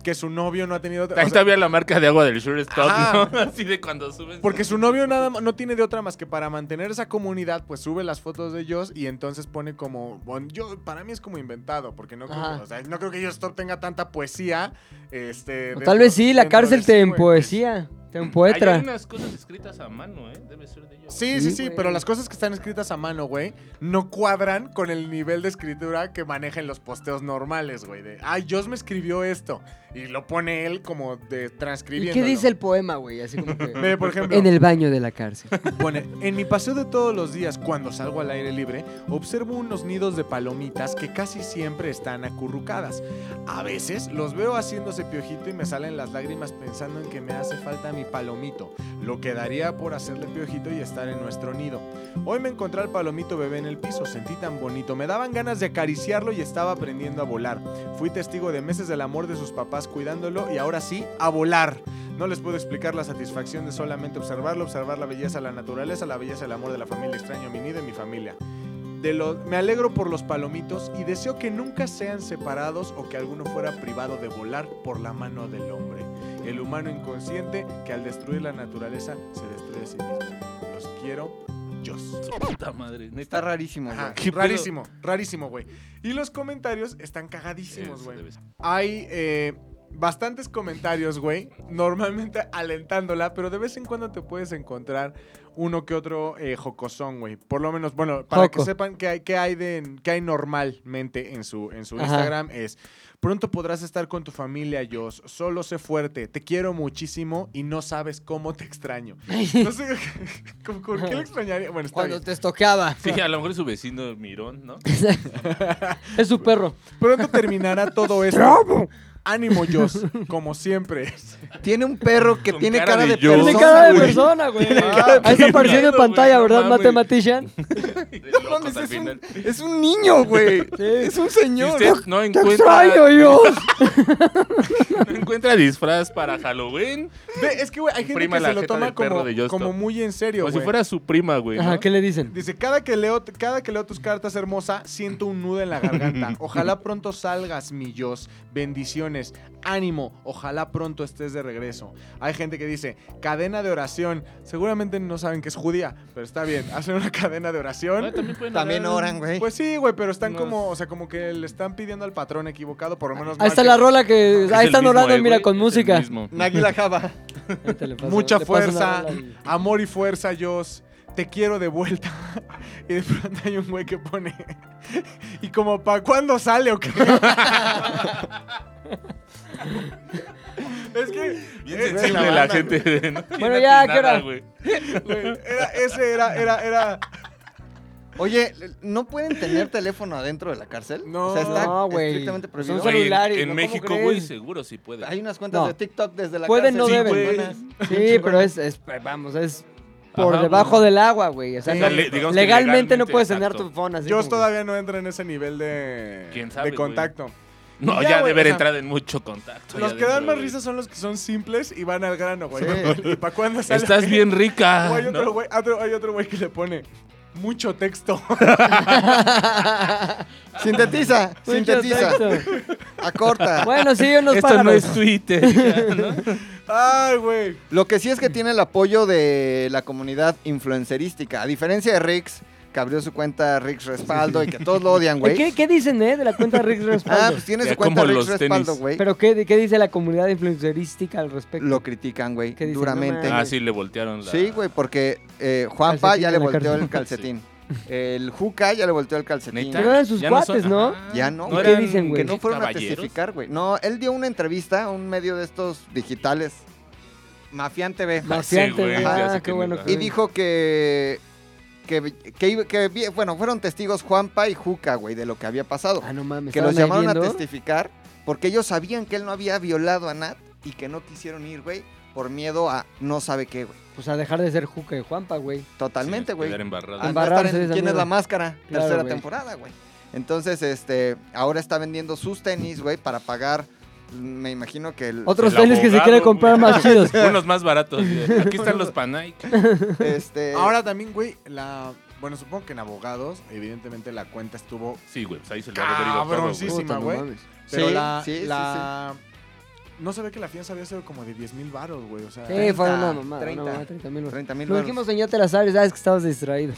Speaker 5: que su novio no ha tenido...
Speaker 2: Ahí
Speaker 5: o sea,
Speaker 2: todavía la marca de agua del Sure Stop,
Speaker 5: Ajá.
Speaker 2: ¿no? Así de cuando suben.
Speaker 5: Porque su novio nada ma- no tiene de otra más que para mantener esa comunidad, pues sube las fotos de ellos y entonces pone como bon- yo para mí es como inventado, porque no
Speaker 1: Ajá.
Speaker 5: creo, o sea, no creo que ellos top tenga tanta poesía, este
Speaker 1: O
Speaker 5: dentro-
Speaker 1: tal vez sí, pues. la
Speaker 5: dentro de
Speaker 1: cárcel
Speaker 5: sí,
Speaker 1: te
Speaker 5: güey.
Speaker 1: empoesía, te
Speaker 2: Ahí Hay
Speaker 1: empoetra.
Speaker 2: unas cosas escritas a mano, ¿eh? Debe ser de ellos.
Speaker 5: Sí, sí,
Speaker 1: Sí,
Speaker 5: sí,
Speaker 1: güey.
Speaker 5: pero las cosas que están escritas a mano, güey, no cuadran con el nivel de escritura que manejan los posteos normales, güey. De, ay, Dios me escribió esto. Y lo pone él como de
Speaker 1: ¿Y
Speaker 5: transcribiendo.
Speaker 1: qué dice el poema, güey? Así como que...
Speaker 5: Ve, por ejemplo.
Speaker 1: En el baño de la cárcel.
Speaker 5: Pone, en mi paseo de todos los días cuando salgo al aire libre, observo unos nidos de palomitas que casi siempre están acurrucadas. A veces los veo haciéndose piojito y me salen las lágrimas pensando en que me hace falta mi palomito, lo que daría por hacerle piojito y estar en nuestro nido. Hoy me encontré al palomito bebé en el piso, sentí tan bonito, me daban ganas de acariciarlo y estaba aprendiendo a volar. Fui testigo de meses del amor de sus papás cuidándolo y ahora sí, a volar. No les puedo explicar la satisfacción de solamente observarlo, observar la belleza, de la naturaleza, la belleza, el amor de la familia extraño, mi nido y mi familia. De lo- me alegro por los palomitos y deseo que nunca sean separados o que alguno fuera privado de volar por la mano del hombre. El humano inconsciente que al destruir la naturaleza se destruye a sí mismo. Los quiero, Dios.
Speaker 2: Puta madre,
Speaker 3: Está
Speaker 2: neta.
Speaker 3: rarísimo, güey.
Speaker 5: Ajá,
Speaker 2: ¿Qué pedo?
Speaker 5: rarísimo, rarísimo, güey. Y los comentarios están cagadísimos,
Speaker 2: Eso Este,
Speaker 5: güey
Speaker 2: debe ser.
Speaker 5: hay eh, bastantes comentarios, güey. Normalmente alentándola, pero de vez en cuando te puedes encontrar uno que otro eh, jocosón, güey. Por lo menos, bueno, para
Speaker 1: Joco.
Speaker 5: que sepan qué hay, qué hay, de, qué hay normalmente en su, en su
Speaker 1: Ajá.
Speaker 5: Instagram es... Pronto podrás estar con tu familia, Jos. Solo sé fuerte. Te quiero muchísimo y no sabes cómo te extraño. No sé, ¿con, con qué le extrañaría? Bueno, está
Speaker 1: Cuando
Speaker 5: bien.
Speaker 1: te estoqueaba.
Speaker 2: Sí, a lo mejor es su vecino Mirón, ¿no?
Speaker 1: Es su perro.
Speaker 5: Pronto terminará todo esto. Ánimo, Jos. Como siempre.
Speaker 3: Tiene un perro que
Speaker 2: Con
Speaker 3: tiene
Speaker 2: cara
Speaker 3: cara
Speaker 2: de
Speaker 3: de,
Speaker 2: yo.
Speaker 3: persona.
Speaker 1: Tiene cara de
Speaker 3: güey.
Speaker 1: persona, güey.
Speaker 2: cara de
Speaker 1: Ahí está apareciendo en
Speaker 2: persona,
Speaker 1: pantalla,
Speaker 2: güey, no
Speaker 1: ¿verdad,
Speaker 2: mames.
Speaker 1: matematician?
Speaker 2: De
Speaker 3: No
Speaker 2: locos
Speaker 3: mames,
Speaker 2: al
Speaker 3: es un,
Speaker 2: final.
Speaker 3: es un niño, güey. Es un
Speaker 2: Si
Speaker 3: señor.
Speaker 2: usted no
Speaker 1: ¡Te
Speaker 2: encuentra,
Speaker 1: extraño, Dios!
Speaker 2: no encuentra disfraz para Halloween,
Speaker 5: Ve, es que, güey, hay gente
Speaker 2: Imprima
Speaker 5: que
Speaker 2: la
Speaker 5: se lo
Speaker 2: jeta
Speaker 5: toma
Speaker 2: del perro
Speaker 5: como,
Speaker 2: de Just
Speaker 5: como
Speaker 2: Stop.
Speaker 5: muy en serio,
Speaker 2: como si
Speaker 5: güey.
Speaker 2: fuera su prima, güey. ¿no?
Speaker 1: Ajá, ¿qué le dicen?
Speaker 5: Dice, cada que, leo, cada que leo tus cartas, hermosa, siento un nudo en la garganta. Ojalá pronto salgas, mi Dios. Bendiciones, ánimo, ojalá pronto estés de regreso. Hay gente que dice, cadena de oración. Seguramente no saben que es judía, pero está bien. Hacen una cadena de
Speaker 2: Ah,
Speaker 5: oración.
Speaker 2: También, pueden
Speaker 3: También
Speaker 2: hablar-
Speaker 3: oran, güey.
Speaker 5: Pues sí, güey, pero están
Speaker 2: No.
Speaker 5: como, o sea, como que le están pidiendo al patrón equivocado, por lo menos.
Speaker 1: Ahí
Speaker 5: mal
Speaker 1: está
Speaker 5: que-
Speaker 1: la rola que...
Speaker 2: Es
Speaker 1: Ahí
Speaker 2: el
Speaker 1: están
Speaker 2: mismo,
Speaker 1: orando,
Speaker 2: eh,
Speaker 1: mira,
Speaker 2: güey,
Speaker 1: con
Speaker 2: es el
Speaker 1: música.
Speaker 2: mismo.
Speaker 3: Águila Java.
Speaker 1: Ahí te le paso-
Speaker 5: Mucha
Speaker 1: te paso una
Speaker 5: fuerza,
Speaker 1: rola y-
Speaker 5: amor y fuerza, Dios. Te quiero de vuelta. y de pronto hay un güey que pone. ¿Y como para cuándo sale o qué? es que.
Speaker 2: Bien
Speaker 5: eh,
Speaker 2: sensible
Speaker 3: la
Speaker 2: la,
Speaker 3: banda,
Speaker 2: gente. ¿no? Bien
Speaker 1: Bueno, ya, ¿qué
Speaker 2: atinada,
Speaker 1: hora?
Speaker 2: güey.
Speaker 5: güey, era, ese era, era, era.
Speaker 3: Oye, ¿no pueden tener teléfono adentro de la cárcel?
Speaker 5: No.
Speaker 3: O sea, está
Speaker 1: No, güey. Pues
Speaker 3: estrictamente prohibido.
Speaker 1: Son
Speaker 2: Güey, en-
Speaker 1: celulares,
Speaker 2: en
Speaker 1: ¿no? ¿Cómo
Speaker 2: México, güey,
Speaker 1: crees?
Speaker 2: seguro sí puede.
Speaker 3: Hay unas cuentas
Speaker 1: No.
Speaker 3: de TikTok desde la
Speaker 1: Pueden,
Speaker 3: cárcel.
Speaker 1: no
Speaker 3: Sí,
Speaker 1: deben.
Speaker 3: güey.
Speaker 2: Buenas.
Speaker 1: Sí, pero es, es- vamos, es por
Speaker 2: Ajá,
Speaker 1: debajo
Speaker 2: güey.
Speaker 1: del agua, güey. O sea,
Speaker 5: Sí,
Speaker 1: no-
Speaker 5: le-
Speaker 2: digamos que
Speaker 1: legalmente no
Speaker 2: legalmente,
Speaker 1: puedes tener
Speaker 2: exacto.
Speaker 1: tu phone así.
Speaker 5: Yo
Speaker 1: como que-
Speaker 5: todavía no entro en ese nivel de.
Speaker 2: ¿Quién sabe,
Speaker 5: de
Speaker 2: güey?
Speaker 5: contacto.
Speaker 2: No,
Speaker 5: Ya,
Speaker 2: ya,
Speaker 5: güey,
Speaker 2: de haber
Speaker 5: o sea,
Speaker 2: entrado en mucho contacto.
Speaker 5: Los
Speaker 2: ya
Speaker 5: que dan
Speaker 2: dentro,
Speaker 5: más
Speaker 2: güey.
Speaker 5: risa son los que son simples y van al grano, güey.
Speaker 3: Sí.
Speaker 5: ¿Y para cuándo sale?
Speaker 2: Estás bien rica.
Speaker 5: O hay
Speaker 2: ¿no?
Speaker 5: otro güey otro- hay otro güey que le pone mucho texto.
Speaker 3: Sintetiza,
Speaker 1: Mucho
Speaker 3: sintetiza,
Speaker 1: texto.
Speaker 3: acorta.
Speaker 1: Bueno, sí, unos
Speaker 2: Esto
Speaker 1: pájaros.
Speaker 2: no es Twitter. ya, ¿no?
Speaker 5: Ay, güey.
Speaker 3: Lo que sí es que tiene el apoyo de la comunidad influencerística. A diferencia de Rix, que abrió su cuenta Rix Respaldo y que todos lo odian,
Speaker 1: ¿Qué,
Speaker 3: güey.
Speaker 1: qué dicen, eh, de la cuenta de Rick
Speaker 3: Ah,
Speaker 1: Respaldo?
Speaker 3: pues tiene
Speaker 2: Ya
Speaker 3: su cuenta
Speaker 2: como
Speaker 3: Rix
Speaker 2: los tenis.
Speaker 3: Respaldo, güey.
Speaker 1: ¿Pero qué, qué dice la comunidad influencerística al respecto?
Speaker 3: Lo critican, güey,
Speaker 1: ¿Qué dicen?
Speaker 3: duramente.
Speaker 1: No
Speaker 2: Ah, sí, le voltearon la...
Speaker 3: Sí, güey, porque eh, Juanpa
Speaker 1: Calcetín
Speaker 3: ya le
Speaker 1: en la
Speaker 3: volteó
Speaker 1: cárcel.
Speaker 3: el calcetín. El Juca ya le volteó el calcetín.
Speaker 2: Neta,
Speaker 1: Pero eran sus cuates, ¿no?
Speaker 2: Ajá.
Speaker 3: Ya no,
Speaker 1: ¿Qué
Speaker 2: eran
Speaker 1: dicen, güey?
Speaker 3: Que no fueron a
Speaker 2: caballeros.
Speaker 3: testificar, güey. No, él dio una entrevista a un medio de estos digitales, Mafián TV,
Speaker 1: Maciante,
Speaker 2: Sí, güey, ya
Speaker 1: ah,
Speaker 2: sé
Speaker 1: qué
Speaker 2: que
Speaker 1: bueno.
Speaker 2: no.
Speaker 1: que-
Speaker 3: y dijo que... Que, que, iba- que vi- bueno, fueron testigos Juanpa y Juca, güey, de lo que había pasado.
Speaker 1: Ah, no mames.
Speaker 3: que los
Speaker 1: ¿estaban ahí
Speaker 3: llamaron a
Speaker 1: viendo?
Speaker 3: testificar porque ellos sabían que él no había violado a Nat y que no quisieron ir, güey, por miedo a no sabe qué, güey.
Speaker 1: Pues a dejar de ser Juca y Juanpa, güey.
Speaker 3: Totalmente,
Speaker 2: Sí,
Speaker 3: güey.
Speaker 2: quedar embarrado.
Speaker 3: Ah,
Speaker 1: Al-
Speaker 3: no estar
Speaker 1: Embarrarse de
Speaker 3: en
Speaker 1: esa
Speaker 3: ¿Quién es
Speaker 1: mierda.
Speaker 3: la máscara?
Speaker 1: Claro,
Speaker 3: Tercera
Speaker 1: güey.
Speaker 3: temporada, güey. Entonces, este, ahora está vendiendo sus tenis, güey, para pagar, me imagino que el,
Speaker 1: Otros
Speaker 2: El
Speaker 1: tenis que se
Speaker 2: abogado,
Speaker 1: quiere comprar
Speaker 2: güey.
Speaker 1: más chidos.
Speaker 2: Unos más baratos. güey. Aquí están los Panike.
Speaker 3: este,
Speaker 5: Ahora también, güey, la. Bueno, supongo que en abogados, evidentemente la cuenta estuvo.
Speaker 2: Sí, güey, pues ahí se lo averiguó todo, güey.
Speaker 5: Cabroncísima,
Speaker 1: Puta, no
Speaker 5: güey.
Speaker 1: mames.
Speaker 5: Pero
Speaker 3: Sí,
Speaker 5: la.
Speaker 3: sí, sí,
Speaker 5: la- No sabía que la fianza había sido como de 10 mil baros, güey. O sea.
Speaker 1: Sí, fue
Speaker 3: 30,
Speaker 1: una mamada.
Speaker 3: 30,
Speaker 1: 30 mil.
Speaker 3: 30 mil
Speaker 1: Lo
Speaker 3: varos.
Speaker 1: dijimos en Ya te la sabes, sabes que estabas distraído.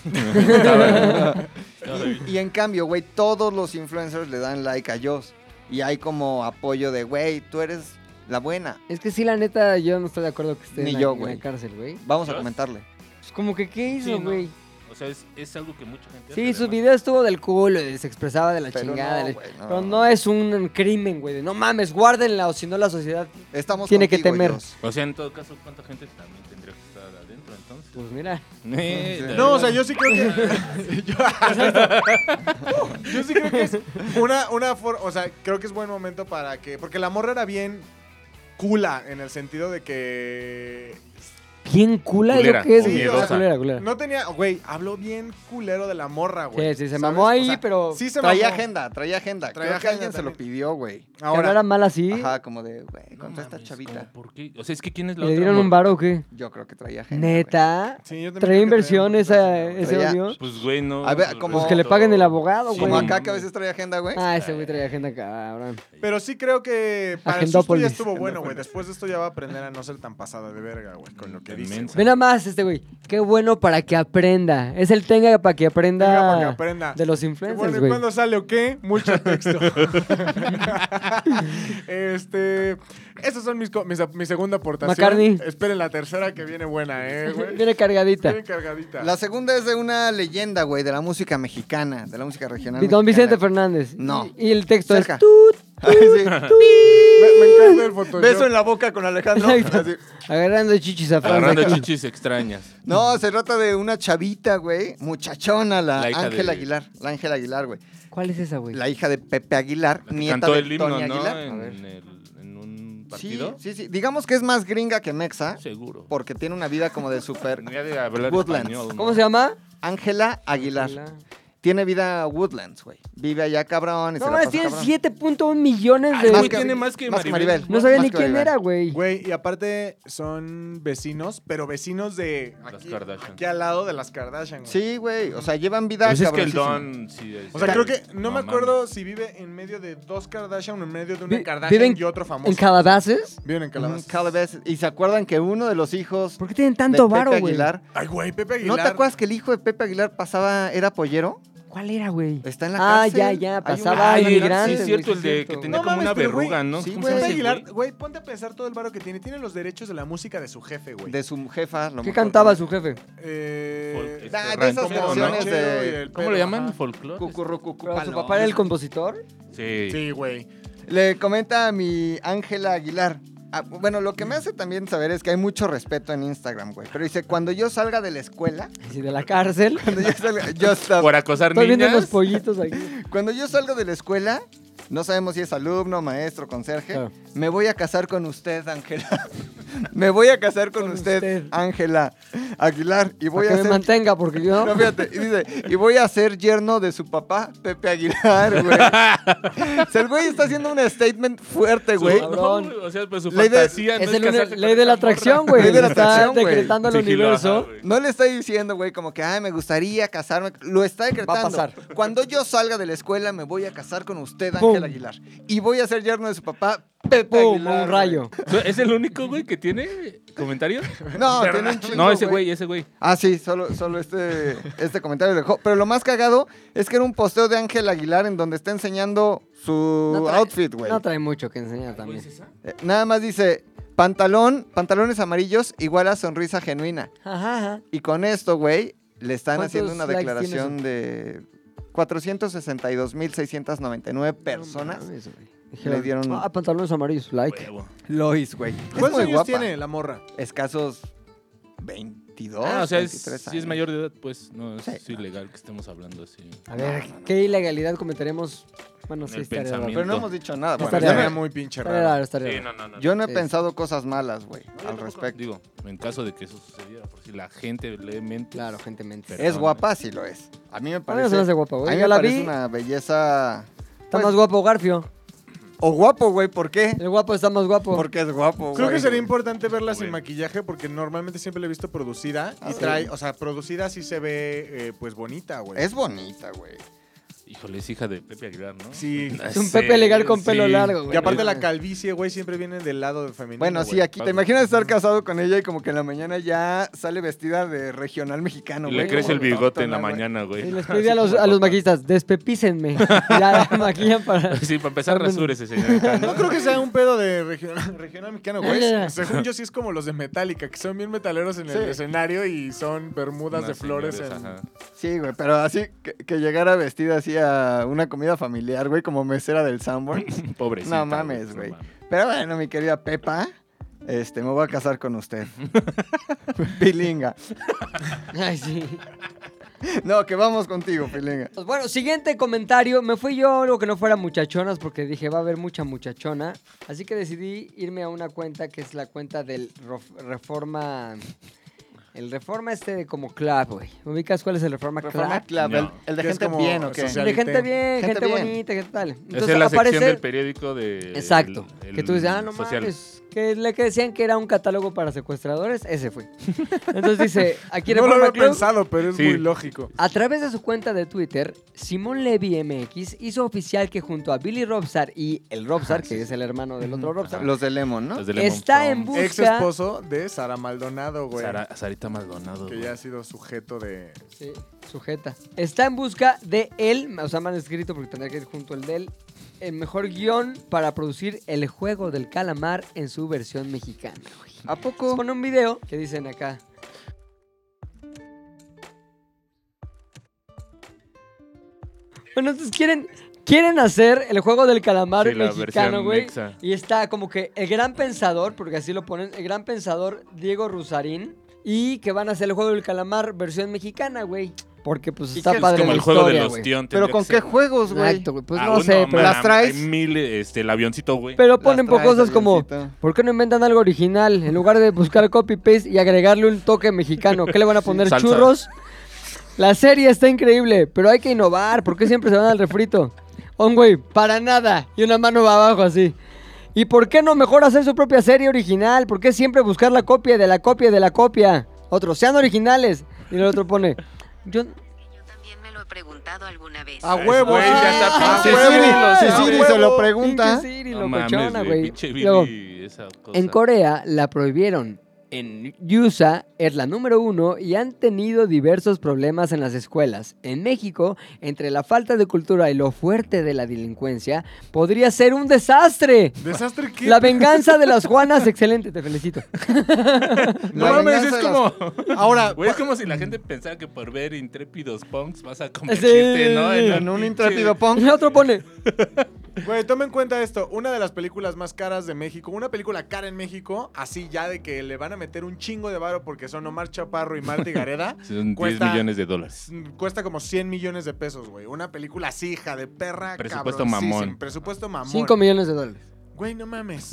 Speaker 3: Y, y en cambio, güey, todos los influencers le dan like a Joss. Y hay como apoyo de, güey, tú eres la buena.
Speaker 1: Es que sí, la neta, yo no estoy de acuerdo que esté
Speaker 3: Ni
Speaker 1: en, la-
Speaker 3: yo,
Speaker 1: en la,
Speaker 3: güey.
Speaker 1: cárcel, güey.
Speaker 3: Vamos a
Speaker 2: ¿Joss?
Speaker 3: comentarle.
Speaker 1: Pues como que, ¿qué
Speaker 2: Sí,
Speaker 1: hizo,
Speaker 2: no.
Speaker 1: güey?
Speaker 2: O sea, es, es algo que mucha gente...
Speaker 1: Sí,
Speaker 2: hace,
Speaker 1: su
Speaker 2: además.
Speaker 1: video estuvo del culo, y se expresaba de la
Speaker 3: Pero
Speaker 1: chingada.
Speaker 3: no,
Speaker 1: de-
Speaker 3: güey, no.
Speaker 1: Pero no es un crimen, güey. de, No mames, guárdenla o si no la sociedad.
Speaker 3: Estamos
Speaker 1: Tiene que
Speaker 3: contigo,
Speaker 1: temer.
Speaker 3: Joss.
Speaker 2: O sea, en todo caso, ¿cuánta gente también tendría que estar adentro entonces? Eh,
Speaker 1: Pues mira.
Speaker 2: Neta.
Speaker 5: No, o sea, yo sí creo que. yo, yo sí creo que es una, una for- O sea, creo que es buen momento para que. Porque la morra era bien cula en el sentido de que.
Speaker 1: Bien cula, es lo
Speaker 2: Culera,
Speaker 1: que es.
Speaker 5: sí,
Speaker 1: güey.
Speaker 5: o sea,
Speaker 1: culera, culera.
Speaker 5: No tenía. Güey, habló bien culero de la morra, güey.
Speaker 1: Sí, sí, se mamó ahí, pero
Speaker 5: Sí, se
Speaker 3: Traía
Speaker 5: mamó.
Speaker 3: agenda, traía agenda.
Speaker 5: Traía
Speaker 3: Creo que
Speaker 5: agenda
Speaker 3: alguien se lo
Speaker 5: también.
Speaker 3: pidió, güey.
Speaker 1: que
Speaker 5: Ahora.
Speaker 1: hablara mal así.
Speaker 3: Ajá, como de, güey,
Speaker 2: No
Speaker 3: contra esta
Speaker 2: mames,
Speaker 3: chavita.
Speaker 2: ¿cómo? ¿Por qué? O sea, es que ¿quién es la
Speaker 1: ¿Le
Speaker 2: otra
Speaker 1: dieron un
Speaker 2: morra?
Speaker 1: bar o qué?
Speaker 3: Yo creo que traía agenda. güey.
Speaker 1: Neta.
Speaker 5: Sí, yo también creo
Speaker 1: ¿Trae
Speaker 5: que
Speaker 1: inversión
Speaker 5: traía
Speaker 1: esa,
Speaker 5: inversión,
Speaker 1: ese
Speaker 3: Traía-
Speaker 1: odio?
Speaker 2: Pues, güey, no.
Speaker 3: A ver,
Speaker 2: pues,
Speaker 3: como-
Speaker 1: Pues que le paguen el abogado,
Speaker 2: Sí,
Speaker 1: güey.
Speaker 3: Como
Speaker 2: no
Speaker 3: acá que a
Speaker 2: mames.
Speaker 3: veces trae agenda, güey.
Speaker 1: Ah, ese güey traía agenda cabrón.
Speaker 5: Pero sí creo que para el susto ya
Speaker 1: Agendópolis.
Speaker 5: estuvo bueno, güey. Después de esto ya va a aprender a no ser tan pasada de verga, güey, con lo que dice.
Speaker 2: Inmensa.
Speaker 1: Ve nada más este güey. Qué bueno para que aprenda. Es el tenga para que aprenda,
Speaker 5: Tenga para que aprenda.
Speaker 1: de los
Speaker 5: Qué
Speaker 1: influencers,
Speaker 5: bueno, ¿y
Speaker 1: güey.
Speaker 5: cuándo sale o qué? Mucho texto. este, esas son mis, co- mis ap- mi segunda aportación.
Speaker 1: McCartney.
Speaker 5: Esperen la tercera que viene buena, eh, güey.
Speaker 1: Viene cargadita.
Speaker 5: Bien cargadita.
Speaker 3: La segunda es de una leyenda, güey, de la música mexicana, de la música regional.
Speaker 1: Y Don
Speaker 3: mexicana.
Speaker 1: Vicente Fernández.
Speaker 3: No.
Speaker 1: Y, y el texto
Speaker 3: Cerca.
Speaker 1: es tut,
Speaker 3: Ay, sí.
Speaker 5: me, me encanta el Photoshop.
Speaker 3: Beso en la boca con
Speaker 5: Ah,
Speaker 3: Alejandro.
Speaker 1: Ahí está.
Speaker 3: Así.
Speaker 1: agarrando chichis a Francia.
Speaker 2: Agarrando chichis extrañas.
Speaker 3: No, se trata de una chavita, güey. Muchachona, la,
Speaker 2: La hija de-
Speaker 3: Ángela Aguilar. La Ángela Aguilar, güey.
Speaker 1: ¿Cuál es esa, güey?
Speaker 3: La hija de Pepe Aguilar,
Speaker 2: La que
Speaker 3: nieta
Speaker 2: Cantó
Speaker 3: de
Speaker 2: el himno,
Speaker 3: Tony
Speaker 2: ¿no?
Speaker 3: Aguilar. A ver.
Speaker 2: En, el- en un
Speaker 3: Sí,
Speaker 2: partido.
Speaker 3: sí, sí. Digamos que es más gringa que mexa,
Speaker 2: Seguro.
Speaker 3: porque tiene una vida como de super...
Speaker 2: Tenía de hablar
Speaker 3: Woodlands.
Speaker 2: español, ¿no?
Speaker 1: ¿Cómo se llama?
Speaker 3: Ángela Aguilar.
Speaker 1: Ángela.
Speaker 3: Tiene vida Woodlands, güey. Vive allá, cabrón. Y
Speaker 1: No
Speaker 3: se la
Speaker 1: mames,
Speaker 3: pasa
Speaker 1: tiene
Speaker 3: cabrón.
Speaker 1: 7.1 millones
Speaker 2: Ay,
Speaker 5: Ah,
Speaker 1: de.
Speaker 2: güey, tiene más que Maribel.
Speaker 1: no sabía
Speaker 3: Más
Speaker 1: ni
Speaker 3: que
Speaker 1: quién
Speaker 3: Maribel.
Speaker 1: era, güey.
Speaker 5: Güey, y aparte son vecinos, pero vecinos de aquí,
Speaker 2: Kardashian.
Speaker 5: aquí al lado de las Kardashian, güey.
Speaker 3: Sí, güey. O sea, llevan vida.
Speaker 2: Pues es que el
Speaker 3: cabroncísima.
Speaker 2: Don. sí es-
Speaker 5: O sea, creo que no, me
Speaker 2: mames.
Speaker 5: acuerdo si vive en medio de dos Kardashian o en medio de
Speaker 1: Vi-
Speaker 5: una Kardashian
Speaker 1: viven
Speaker 5: y otro famoso.
Speaker 1: ¿En Calabazas?
Speaker 5: Viven en
Speaker 3: Ujú,
Speaker 5: Calabazas.
Speaker 3: Calabazas. Y se acuerdan que uno de los hijos
Speaker 1: ¿Por qué tienen
Speaker 3: de
Speaker 1: tanto varo,
Speaker 3: Pepe
Speaker 1: güey?
Speaker 3: Aguilar.
Speaker 5: Ay, güey, Pepe
Speaker 3: ¿No
Speaker 5: Aguilar.
Speaker 3: te acuerdas que el hijo de Pepe Aguilar pasaba, era pollero?
Speaker 1: ¿Cuál era, güey?
Speaker 3: Está en la
Speaker 1: Ah,
Speaker 3: cárcel.
Speaker 1: ya,
Speaker 3: Hay
Speaker 1: ya.
Speaker 3: un-
Speaker 1: Pasaba
Speaker 2: Ay,
Speaker 1: a
Speaker 2: era-
Speaker 1: inmigrantes.
Speaker 2: sí,
Speaker 1: güey,
Speaker 2: es cierto, el de que
Speaker 1: güey.
Speaker 2: tenía
Speaker 5: No
Speaker 2: como
Speaker 5: mames,
Speaker 2: una
Speaker 5: pero, güey,
Speaker 2: verruga, ¿no?
Speaker 3: este sí,
Speaker 2: ¿Cómo se
Speaker 5: Pepe
Speaker 2: llama ese
Speaker 5: Aguilar,
Speaker 2: güey?
Speaker 5: güey, ponte a pensar todo el varo que tiene. Tiene los derechos de la música de su jefe, güey.
Speaker 3: De su jefa. a lo
Speaker 1: ¿Qué
Speaker 3: mejor.
Speaker 1: cantaba su jefe?
Speaker 5: Eh,
Speaker 2: Este,
Speaker 3: Ah, de
Speaker 2: rancho,
Speaker 3: esas
Speaker 2: ¿no?
Speaker 3: canciones
Speaker 5: Ranchero
Speaker 3: de-
Speaker 5: y el
Speaker 2: ¿Cómo
Speaker 5: pedo,
Speaker 2: le llaman?
Speaker 5: ajá.
Speaker 2: ¿Folclore?
Speaker 3: Cucurru, cucu,
Speaker 1: Pero su
Speaker 3: paloma.
Speaker 1: papá era el compositor.
Speaker 2: Sí.
Speaker 5: Sí, güey.
Speaker 3: Le comenta a mi Ángela Aguilar. Ah, bueno, lo que me hace también saber es que hay mucho respeto en Instagram, güey. Pero dice, cuando yo salga de la escuela,
Speaker 1: Sí, de la cárcel.
Speaker 3: cuando yo salga, yo estaba-
Speaker 2: Por acosar
Speaker 1: Estoy viendo los
Speaker 2: niñas.
Speaker 1: pollitos aquí.
Speaker 3: Cuando yo salgo de la escuela, no sabemos si es alumno, maestro, conserje.
Speaker 1: Claro.
Speaker 3: Me voy a casar con usted, Ángela. me voy a casar con,
Speaker 1: Con
Speaker 3: usted,
Speaker 1: usted.
Speaker 3: Ángela. Aguilar y voy
Speaker 1: Para
Speaker 3: a
Speaker 1: que me
Speaker 3: ser...
Speaker 1: mantenga, porque yo.
Speaker 3: No, fíjate, y dice, y voy a ser yerno de su papá, Pepe Aguilar, güey. o sea, el güey está haciendo un statement fuerte, güey.
Speaker 1: Su-
Speaker 2: Cabrón. o sea, pues su
Speaker 3: Ley de-
Speaker 2: fantasía no
Speaker 1: es el
Speaker 2: casarse
Speaker 1: uni-
Speaker 2: con
Speaker 1: ley de la
Speaker 2: esa morra.
Speaker 1: atracción, güey.
Speaker 3: Ley de la
Speaker 1: Está
Speaker 3: atracción, güey.
Speaker 1: decretando el
Speaker 2: Sí, sí, lo ajá,
Speaker 1: universo.
Speaker 2: güey.
Speaker 3: No le está diciendo, güey, como que, ay, me gustaría casarme. Lo está decretando.
Speaker 1: Va a pasar.
Speaker 3: Cuando yo salga de la escuela, me voy a casar con usted,
Speaker 1: Pum.
Speaker 3: Ángel Aguilar. Y voy a ser yerno de su papá, Pepe
Speaker 1: ¡Pum!
Speaker 3: Aguilar.
Speaker 1: Un rayo.
Speaker 2: ¿Es el único, güey, que tiene comentario?
Speaker 3: güey. No, tiene un chingo,
Speaker 2: No, ese güey, ese güey.
Speaker 3: Ah, sí, solo, solo este, este comentario dejó. Pero lo más cagado es que era un posteo de Ángel Aguilar en donde está enseñando su
Speaker 1: No trae-
Speaker 3: outfit, güey.
Speaker 1: No trae mucho que enseñar también.
Speaker 3: Eh, Nada más dice, pantalón, pantalones amarillos igual a sonrisa genuina.
Speaker 1: Ajá, ajá.
Speaker 3: Y con esto, güey, le están
Speaker 1: ¿Cuántos
Speaker 3: haciendo una
Speaker 1: likes
Speaker 3: declaración de 462.699 personas.
Speaker 1: Le
Speaker 3: dieron-
Speaker 1: dieron. Ah, pantalones amarillos, like.
Speaker 3: Lois, güey. Es
Speaker 5: ¿Cuántos
Speaker 3: muy
Speaker 5: años
Speaker 3: guapa.
Speaker 5: tiene la morra?
Speaker 3: Escasos 22,
Speaker 2: Ah, o sea, es-
Speaker 3: 23
Speaker 2: si es
Speaker 3: años.
Speaker 2: mayor de edad, pues no es
Speaker 3: Sí.
Speaker 2: ilegal que estemos hablando así.
Speaker 1: A ver, ¿qué ilegalidad cometeremos? Bueno, sí,
Speaker 2: El
Speaker 1: estaría raro.
Speaker 2: pensamiento.
Speaker 3: Pero no hemos dicho nada.
Speaker 1: Está
Speaker 5: Bueno,
Speaker 3: Bueno,
Speaker 1: bien.
Speaker 5: ya
Speaker 3: yo,
Speaker 5: era
Speaker 3: no,
Speaker 5: muy pinche
Speaker 1: Estaría
Speaker 5: raro.
Speaker 1: raro, estaría
Speaker 6: Sí,
Speaker 1: raro.
Speaker 6: no, no, no.
Speaker 3: yo no he
Speaker 1: Sí.
Speaker 3: pensado cosas malas, güey, al respecto.
Speaker 2: Digo, en caso de que eso sucediera, por si la gente le mente.
Speaker 1: Claro, gente mente.
Speaker 2: Perdón,
Speaker 3: es guapa, sí lo es. A mí me
Speaker 1: A mí no se
Speaker 3: parece,
Speaker 1: me hace guapa,
Speaker 3: a
Speaker 1: güey.
Speaker 3: mí
Speaker 1: Yo
Speaker 3: me
Speaker 1: la
Speaker 3: parece
Speaker 1: vi.
Speaker 3: una belleza...
Speaker 1: Está
Speaker 3: pues,
Speaker 1: más guapo Garfio.
Speaker 3: O guapo, güey, ¿por qué?
Speaker 1: El guapo está más guapo.
Speaker 3: Porque es guapo, güey.
Speaker 5: Creo que sería importante verla sin
Speaker 2: Güey.
Speaker 5: maquillaje porque normalmente siempre la he visto producida
Speaker 3: Ah,
Speaker 5: y
Speaker 3: sí.
Speaker 5: trae, o sea, producida sí se ve eh, pues bonita, güey.
Speaker 3: Es bonita, güey.
Speaker 2: Híjole, es hija de Pepe Aguilar, ¿no? Ah,
Speaker 5: Sí.
Speaker 1: Es un Pepe legal con pelo largo, güey.
Speaker 5: Y aparte la calvicie, güey, siempre viene del lado femenino.
Speaker 3: Bueno, sí,
Speaker 5: güey.
Speaker 3: aquí te imaginas estar casado con ella y como que en la mañana ya sale vestida de regional mexicano,
Speaker 2: Y
Speaker 3: güey.
Speaker 2: le crece el
Speaker 3: como
Speaker 2: bigote en la
Speaker 3: autóctona,
Speaker 2: mañana,
Speaker 1: Y
Speaker 2: güey.
Speaker 1: les pedí a los, a los maquillistas, despepícenme. Ya la maquillan para.
Speaker 2: Sí, para empezar, rasúrese, señorita. ¿no?
Speaker 5: No creo que sea un pedo de regional, regional mexicano, güey.
Speaker 1: Ya, ya, ya.
Speaker 5: Según yo, sí es como los de Metallica, que son bien metaleros en el
Speaker 3: Sí.
Speaker 5: escenario y son bermudas
Speaker 2: Unas
Speaker 5: de flores.
Speaker 2: señores,
Speaker 5: en-
Speaker 2: ajá.
Speaker 3: güey. Sí, güey, pero así que, que llegara vestida así a una comida familiar, güey, como mesera del Sanborns.
Speaker 2: Pobrecita.
Speaker 3: No mames, güey.
Speaker 2: no mames.
Speaker 3: pero bueno, mi querida Pepa, este, me voy a casar con usted. Pilinga.
Speaker 1: Ay, sí.
Speaker 3: No, que vamos contigo, Pilinga.
Speaker 1: Pues Bueno, siguiente comentario. Me fui yo a algo que no fuera muchachonas porque dije va a haber mucha muchachona. Así que decidí irme a una cuenta que es la cuenta del Rof- Reforma. El Reforma este de como club, güey. ¿Ubicas cuál es el Reforma,
Speaker 3: Reforma
Speaker 1: Club?
Speaker 3: Club, el,
Speaker 2: No.
Speaker 3: el de
Speaker 5: Que es
Speaker 3: gente
Speaker 5: como
Speaker 3: bien, ¿o qué?
Speaker 5: social.
Speaker 1: De gente bien,
Speaker 3: Gente
Speaker 1: gente,
Speaker 3: bien.
Speaker 1: bonita, gente tal.
Speaker 2: Esa es la
Speaker 1: al
Speaker 2: sección
Speaker 1: parecer-
Speaker 2: del periódico de.
Speaker 1: Exacto.
Speaker 2: el-
Speaker 1: que tú dices, ah, no
Speaker 2: social.
Speaker 1: mames. Que le que decían que era un catálogo para secuestradores, ese fue. Entonces dice, aquí
Speaker 5: No lo
Speaker 1: Reforma
Speaker 5: había
Speaker 1: Club.
Speaker 5: pensado, pero es
Speaker 2: Sí.
Speaker 5: muy lógico.
Speaker 1: A través de su cuenta de Twitter, Simón Levy MX hizo oficial que junto a Billy Robsar y el
Speaker 2: Ah,
Speaker 1: Robsar, que es el hermano del otro Robsar,
Speaker 3: Los de Lemon, ¿no?
Speaker 2: Los de Lemon
Speaker 1: está en
Speaker 2: Prom.
Speaker 5: Ex
Speaker 1: busca.
Speaker 5: esposo de Sara Maldonado, güey.
Speaker 2: Sara- Sarita Maldonado.
Speaker 5: Que
Speaker 2: güey.
Speaker 5: ya ha sido sujeto de.
Speaker 1: Sí, sujeta. Está en busca de él, o sea, mal escrito porque tendría que ir junto al de él, el mejor guión para producir el juego del calamar en su versión mexicana. güey.
Speaker 3: ¿A
Speaker 1: Les
Speaker 3: poco?
Speaker 1: Pone un video que dicen acá. Bueno, entonces quieren, quieren hacer el juego del calamar
Speaker 2: Sí, la
Speaker 1: mexicano,
Speaker 2: versión
Speaker 1: güey.
Speaker 2: mexa.
Speaker 1: Y está como que el gran pensador, porque así lo ponen, el gran pensador Diego Rusarín. Y que van a hacer el juego del calamar versión mexicana, güey. Porque pues
Speaker 3: ¿Y
Speaker 1: está
Speaker 3: qué es?
Speaker 1: padre.
Speaker 2: Es como
Speaker 1: la
Speaker 2: el juego de
Speaker 1: historia,
Speaker 2: los
Speaker 1: güey.
Speaker 2: tion.
Speaker 3: ¿Pero
Speaker 2: tendría
Speaker 3: con
Speaker 2: que
Speaker 3: qué
Speaker 2: ser-
Speaker 3: juegos, güey?
Speaker 1: Exacto, güey. Pues
Speaker 2: Ah,
Speaker 1: no
Speaker 2: uno,
Speaker 1: sé, pero.
Speaker 2: man,
Speaker 3: ¿Las traes?
Speaker 2: hay Mil, este, el avioncito, güey.
Speaker 1: Pero
Speaker 3: Las
Speaker 1: ponen por
Speaker 3: traes,
Speaker 1: cosas como,
Speaker 3: avioncito.
Speaker 1: ¿por qué no inventan algo original? En lugar de buscar copy-paste y agregarle un toque mexicano, ¿qué le van a poner?
Speaker 2: salsa.
Speaker 1: ¿Churros? La serie está increíble, pero hay que innovar. ¿Por qué siempre se van al refrito? Un güey, para nada. Y una mano va abajo así. ¿Y por qué no mejor hacer su propia serie original? ¿Por qué siempre buscar la copia de la copia de la copia? Otro, sean originales. Y el otro pone, yo...
Speaker 7: Yo también me lo he preguntado alguna vez.
Speaker 3: A huevo,
Speaker 2: Güey, ya está
Speaker 3: Ah,
Speaker 2: pinche
Speaker 3: huevo.
Speaker 2: Siri, lo
Speaker 3: Si
Speaker 2: sabe.
Speaker 3: Siri se lo
Speaker 1: Pinche
Speaker 3: pregunta.
Speaker 1: Siri,
Speaker 2: No
Speaker 1: locochona,
Speaker 2: mames,
Speaker 1: güey.
Speaker 2: pinche
Speaker 1: Luego,
Speaker 2: Billy, esa cosa.
Speaker 1: En Corea la prohibieron. En USA es la número uno y han tenido diversos problemas en las escuelas. En México, entre la falta de cultura y lo fuerte de la delincuencia, podría ser un desastre.
Speaker 5: ¿Desastre qué?
Speaker 1: La venganza de las Juanas, excelente, te felicito.
Speaker 2: No
Speaker 3: La
Speaker 2: mames,
Speaker 3: venganza
Speaker 2: es
Speaker 3: de las-
Speaker 2: como.
Speaker 3: Ahora,
Speaker 2: Güey, es como si la gente pensara que por ver intrépidos punks vas a
Speaker 1: Sí.
Speaker 2: convertirte, ¿no?
Speaker 3: en un
Speaker 2: pinche-
Speaker 3: intrépido
Speaker 1: Y
Speaker 3: punk.
Speaker 1: el otro pone,
Speaker 5: Güey, toma en cuenta esto. Una de las películas más caras de México, una película cara en México, así ya de que le van a meter un chingo de varo porque son Omar Chaparro y Marta Gareda.
Speaker 2: Son 10
Speaker 5: Cuesta-
Speaker 2: millones de dólares.
Speaker 5: Cuesta como 100 millones de pesos, güey. Una película así, hija de perra.
Speaker 2: Presupuesto
Speaker 5: cabroncísima,
Speaker 2: mamón.
Speaker 5: Presupuesto mamón.
Speaker 1: 5 millones de dólares.
Speaker 5: Güey, no mames.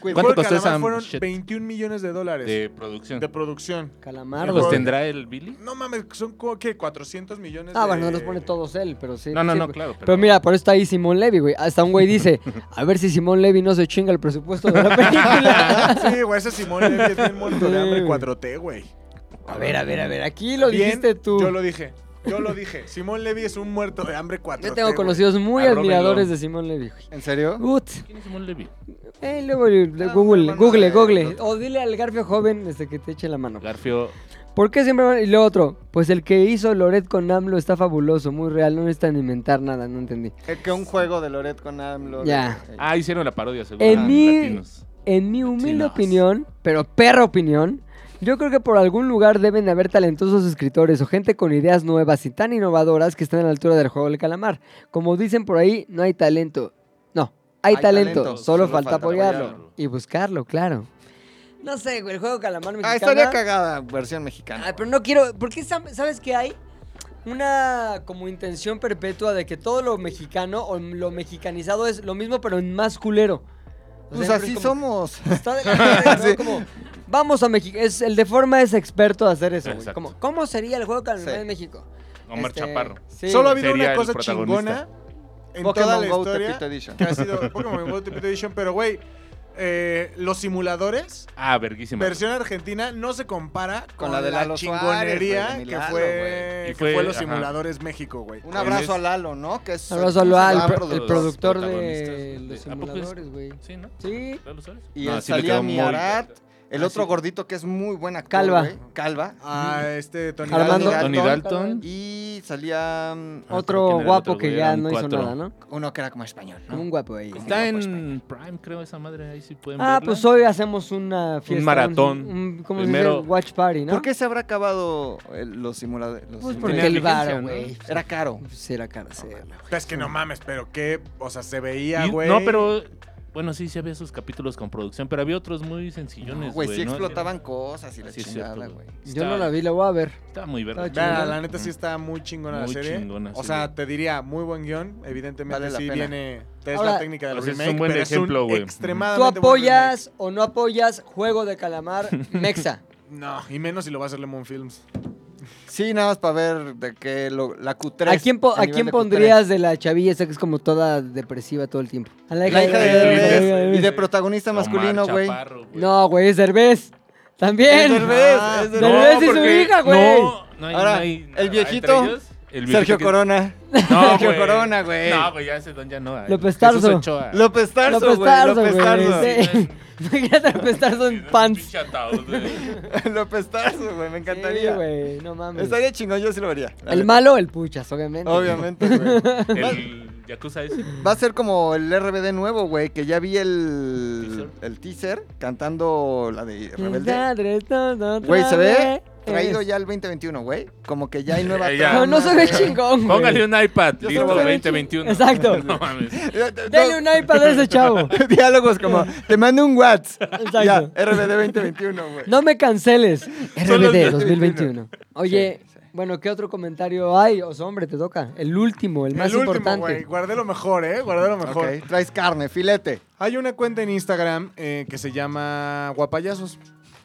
Speaker 2: ¿Cuánto
Speaker 5: Fueron
Speaker 2: costó esa
Speaker 5: calamar, Fueron
Speaker 2: shit?
Speaker 5: 21 millones de dólares de,
Speaker 2: de producción.
Speaker 5: producción.
Speaker 1: Calamardo.
Speaker 2: ¿Los tendrá el Billy?
Speaker 5: No mames, son como, ¿qué? 400 millones
Speaker 1: Ah,
Speaker 5: de...
Speaker 1: bueno, no los pone todos él, pero sí.
Speaker 2: No, no,
Speaker 1: sí,
Speaker 2: no,
Speaker 1: güey.
Speaker 2: claro,
Speaker 1: Pero,
Speaker 2: pero-
Speaker 1: mira, por eso está ahí Simón Levy, güey. Hasta un güey dice, a ver si Simón Levy no se chinga el presupuesto de la película.
Speaker 5: sí, güey, ese Simón Levy es bien muerto de hambre 4T, güey.
Speaker 1: a ver, a ver, a ver, aquí lo
Speaker 5: Bien,
Speaker 1: dijiste tú.
Speaker 5: Yo lo dije. Yo lo dije. Simón Levy es un muerto de hambre 4T.
Speaker 1: Yo tengo
Speaker 5: güey.
Speaker 1: conocidos muy
Speaker 2: Arróbenlo.
Speaker 1: admiradores de Simón Levy, güey.
Speaker 3: ¿En serio?
Speaker 1: Ut,
Speaker 2: ¿Quién es Simón Levy?
Speaker 1: eh, luego le- le-
Speaker 3: Ah,
Speaker 1: Google,
Speaker 3: hermano
Speaker 1: Google,
Speaker 3: de-
Speaker 1: Google. O dile al Garfio joven desde que te eche la
Speaker 2: pues,
Speaker 1: mano.
Speaker 2: Garfio.
Speaker 1: ¿Por qué siempre van- Y lo otro, pues el que hizo Loret con AMLO está fabuloso, muy real, no necesitan inventar nada, no entendí.
Speaker 3: Es Eh, que un juego de Loret con AMLO.
Speaker 1: Ya.
Speaker 3: Eh,
Speaker 2: Ah, hicieron la parodia, seguro.
Speaker 1: En
Speaker 2: Ah,
Speaker 1: mi-
Speaker 2: latinos.
Speaker 1: En mi humilde
Speaker 2: Latinos.
Speaker 1: opinión, pero perra opinión, yo creo que por algún lugar deben de haber talentosos escritores o gente con ideas nuevas y tan innovadoras que estén a la altura del juego del calamar. Como dicen por ahí, no hay talento. No, hay,
Speaker 3: Hay
Speaker 1: talento,
Speaker 3: talento,
Speaker 1: solo, falta, apoyarlo.
Speaker 2: apoyarlo.
Speaker 1: Y buscarlo, claro. No sé, güey, el juego calamar mexicano.
Speaker 3: Ah, estaría cagada, versión mexicana.
Speaker 1: Ay, pero no quiero. ¿Por qué sab- sabes que hay? Una como intención perpetua de que todo lo mexicano o lo mexicanizado es lo mismo, pero en más culero. O
Speaker 3: pues
Speaker 1: sea,
Speaker 3: así
Speaker 1: es como-
Speaker 3: somos.
Speaker 1: Está de la verga, ¿no?
Speaker 3: Sí.
Speaker 1: Como, vamos a México. Es, el de forma es experto de hacer eso, güey.
Speaker 2: Exacto.
Speaker 1: Como, ¿Cómo sería el juego calamar
Speaker 3: Sí.
Speaker 1: en México?
Speaker 2: Omar
Speaker 1: Este,
Speaker 2: Chaparro.
Speaker 1: sí,
Speaker 5: Solo ha
Speaker 1: güey.
Speaker 5: habido
Speaker 2: Sería
Speaker 5: una
Speaker 2: el
Speaker 5: cosa
Speaker 2: protagonista.
Speaker 5: chingona en toda la
Speaker 3: Pokémon Go
Speaker 5: historia
Speaker 3: Tepito Edition.
Speaker 5: que ha sido Pokémon Go Tepito Edition, pero güey, eh, los simuladores,
Speaker 2: Ah, verguísima.
Speaker 5: versión argentina, no se compara con,
Speaker 3: la
Speaker 5: la
Speaker 3: de
Speaker 5: de
Speaker 3: Lalo
Speaker 5: la chingonería
Speaker 3: Suárez, güey, de
Speaker 5: que,
Speaker 3: Lalo,
Speaker 5: fue,
Speaker 2: güey. Y
Speaker 5: que
Speaker 2: fue,
Speaker 5: fue los
Speaker 2: ajá.
Speaker 5: simuladores México, güey.
Speaker 3: Un abrazo
Speaker 2: Oye,
Speaker 3: a Lalo, ¿no? Que es
Speaker 1: Un abrazo a Loal,
Speaker 3: gran
Speaker 1: el, pro- el productor
Speaker 3: productor.
Speaker 2: protagonistas
Speaker 1: de
Speaker 2: de-
Speaker 1: los
Speaker 2: ¿A poco es?
Speaker 1: simuladores, güey.
Speaker 2: Sí, ¿no?
Speaker 1: Sí.
Speaker 2: ¿Lalo Suárez?
Speaker 3: Y
Speaker 2: No,
Speaker 3: él
Speaker 2: sí le
Speaker 3: salía
Speaker 2: quedó
Speaker 3: mi
Speaker 2: muy-
Speaker 3: Arat, el
Speaker 2: Ah,
Speaker 3: otro
Speaker 2: sí.
Speaker 3: gordito que es muy buen actor,
Speaker 1: Calva.
Speaker 3: güey, Calva.
Speaker 5: A este Tony
Speaker 1: Armando.
Speaker 5: Armando.
Speaker 2: Tony Dalton.
Speaker 3: Y salía mm,
Speaker 2: ¿quién
Speaker 1: Otro
Speaker 2: era el
Speaker 1: guapo
Speaker 2: otro,
Speaker 1: que
Speaker 2: güey?
Speaker 1: ya
Speaker 2: Eran
Speaker 1: no hizo
Speaker 2: cuatro. Ah.
Speaker 1: nada, ¿no?
Speaker 3: uno que era como español, ¿no?
Speaker 1: Como un guapo ahí.
Speaker 2: Está en pues, Prime, creo, esa madre. Ahí sí pueden
Speaker 1: Ah,
Speaker 2: verla.
Speaker 1: pues hoy hacemos una fiesta.
Speaker 2: maratón.
Speaker 1: un- ¿Cómo se
Speaker 2: Primero-
Speaker 1: dice? Watch party, ¿no?
Speaker 3: ¿Por qué se habrá acabado eh, los simuladores? los
Speaker 1: Pues
Speaker 3: simuladores?
Speaker 1: porque
Speaker 2: Tenía
Speaker 1: el
Speaker 2: vigencia,
Speaker 1: bar,
Speaker 2: ¿no?
Speaker 1: güey.
Speaker 3: Era caro. Ah,
Speaker 1: Pues era caro hacerlo.
Speaker 5: Es que no mames, pero qué, o sea, se
Speaker 2: Y-
Speaker 5: veía, güey.
Speaker 2: no, pero. Bueno, sí, sí había sus capítulos con producción, pero había otros muy sencillones.
Speaker 3: No, Güey, sí
Speaker 2: ¿no?
Speaker 3: explotaban cosas y la
Speaker 2: Sí, es
Speaker 3: chingada,
Speaker 2: cierto,
Speaker 3: güey.
Speaker 1: Yo
Speaker 2: Está-
Speaker 1: no la vi, la voy a ver.
Speaker 2: Está muy verde. Mm.
Speaker 1: Está
Speaker 5: Vea,
Speaker 1: chingona.
Speaker 5: la neta sí está muy chingona
Speaker 2: Muy
Speaker 5: la serie.
Speaker 2: chingona,
Speaker 5: o
Speaker 2: sí,
Speaker 5: sea,
Speaker 2: güey.
Speaker 5: te diría, muy buen guión. Evidentemente
Speaker 3: Vale la
Speaker 5: sí
Speaker 3: pena.
Speaker 5: viene. Es
Speaker 1: Ahora-
Speaker 5: la técnica del
Speaker 2: O sea, es un
Speaker 5: remake,
Speaker 2: buen
Speaker 5: pero
Speaker 2: ejemplo,
Speaker 5: es
Speaker 2: güey.
Speaker 5: un
Speaker 3: Ah,
Speaker 1: ¿Tú
Speaker 5: extremadamente buen remake.
Speaker 1: apoyas o no apoyas Juego de Calamar Mexa?
Speaker 5: No, y menos si lo va a hacer Lemon Films.
Speaker 3: Sí, nada más para ver de qué lo- la Q3.
Speaker 1: ¿A quién, po-
Speaker 3: el
Speaker 1: ¿a
Speaker 3: nivel
Speaker 1: quién
Speaker 3: de Q3.
Speaker 1: pondrías de la chavilla esa que es como toda depresiva todo el tiempo? A
Speaker 3: La hija de
Speaker 2: Sí,
Speaker 3: Derbez
Speaker 2: sí,
Speaker 3: y de protagonista
Speaker 2: Omar
Speaker 3: masculino, güey.
Speaker 2: Chaparro, güey.
Speaker 1: No, güey, es Derbez. También.
Speaker 3: Es Derbez, es
Speaker 1: Derbez,
Speaker 3: Derbez.
Speaker 1: y su
Speaker 2: porque-
Speaker 1: hija, güey.
Speaker 2: No, no hay,
Speaker 3: Ahora,
Speaker 2: no hay-
Speaker 3: el viejito,
Speaker 2: entre ellos, el viejito
Speaker 3: Sergio
Speaker 2: que-
Speaker 3: Corona.
Speaker 2: No,
Speaker 3: Sergio
Speaker 2: güey.
Speaker 3: Corona, güey.
Speaker 2: No, güey, ya ese don ya no. eh.
Speaker 1: López
Speaker 2: Jesús
Speaker 1: Tarso.
Speaker 2: Ochoa.
Speaker 3: López Tarso,
Speaker 1: López
Speaker 3: güey.
Speaker 1: Tarso,
Speaker 3: López Tarso.
Speaker 1: güey. sí. Imagínate López Tarso en pants.
Speaker 2: Pinche ataúd, güey.
Speaker 3: López Tarso, güey. Me
Speaker 1: Sí,
Speaker 3: encantaría.
Speaker 1: güey, no mames.
Speaker 3: Estaría chingón, yo sí lo vería. la
Speaker 1: El
Speaker 3: neta.
Speaker 1: malo, el puchas, obviamente.
Speaker 3: Obviamente, güey.
Speaker 2: El Yakuza ese.
Speaker 3: Va a ser como el RBD nuevo, güey, que ya vi el, el teaser cantando la de Rebelde.
Speaker 1: Desmadre, todo otra
Speaker 3: Güey, se ve
Speaker 1: vez.
Speaker 3: traído ya el 2021, güey. Como que ya hay nueva.
Speaker 2: Eh, ya.
Speaker 1: No, no se ve
Speaker 3: trama, güey.
Speaker 1: chingón, güey.
Speaker 2: Póngale un iPad,
Speaker 3: Yo
Speaker 2: listo,
Speaker 3: solo-
Speaker 2: 2021.
Speaker 1: Exacto.
Speaker 2: No mames.
Speaker 1: Dale un iPad a ese chavo.
Speaker 3: Diálogos como, te mando un WhatsApp.
Speaker 1: Exacto.
Speaker 3: Ya, RBD 2021, güey.
Speaker 1: No me canceles. RBD 2021. Oye,
Speaker 3: Sí, sí.
Speaker 1: bueno, ¿qué otro comentario hay? Oso, hombre, te toca. El último, el más
Speaker 5: el último,
Speaker 1: importante.
Speaker 5: güey. Guardé lo mejor, ¿eh? Guardé lo mejor.
Speaker 3: Ok, traes carne, filete.
Speaker 5: Hay una cuenta en Instagram eh, que se llama Guapayazos.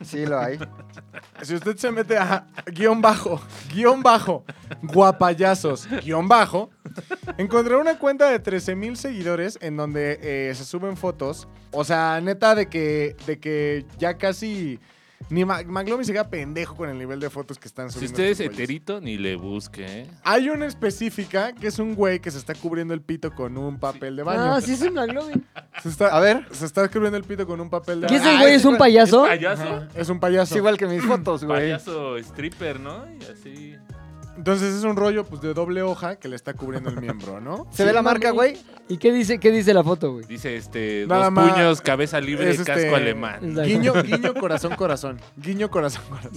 Speaker 3: Sí, lo hay.
Speaker 5: Si usted se mete a guión bajo, guión bajo, guapayazos, guión bajo, encontrará una cuenta de 13 mil seguidores en donde eh, se suben fotos. O sea, neta, de que, de que ya casi. Ni Ma- McLovin se queda pendejo con el nivel de fotos que están
Speaker 2: Si
Speaker 5: subiendo.
Speaker 2: usted es
Speaker 5: estos güeyes.
Speaker 2: heterito, ni le busque. ¿eh?
Speaker 5: Hay una específica que es un güey que se está cubriendo el pito con un papel de baño.
Speaker 1: Ah, sí es un McLovin.
Speaker 5: Se está-
Speaker 3: A ver.
Speaker 5: Se está cubriendo el pito con un papel de
Speaker 1: ¿Qué
Speaker 5: baño.
Speaker 1: ese güey es un payaso?
Speaker 2: Payaso.
Speaker 5: Es un payaso.
Speaker 3: Es igual que mis fotos, güey.
Speaker 2: Payaso stripper, ¿no? Y así.
Speaker 5: Entonces es un rollo pues de doble hoja que le está cubriendo el miembro, ¿no?
Speaker 3: ¿Se ve la
Speaker 1: Sí,
Speaker 3: marca,
Speaker 1: mami.
Speaker 3: güey?
Speaker 1: ¿Y qué dice, qué dice la foto, güey?
Speaker 2: Dice este.
Speaker 5: Nada
Speaker 2: dos
Speaker 5: más-
Speaker 2: puños, cabeza libre,
Speaker 5: es,
Speaker 2: casco
Speaker 5: este,
Speaker 2: alemán.
Speaker 1: Exacto.
Speaker 5: Guiño, guiño, corazón, corazón. Guiño, corazón, corazón.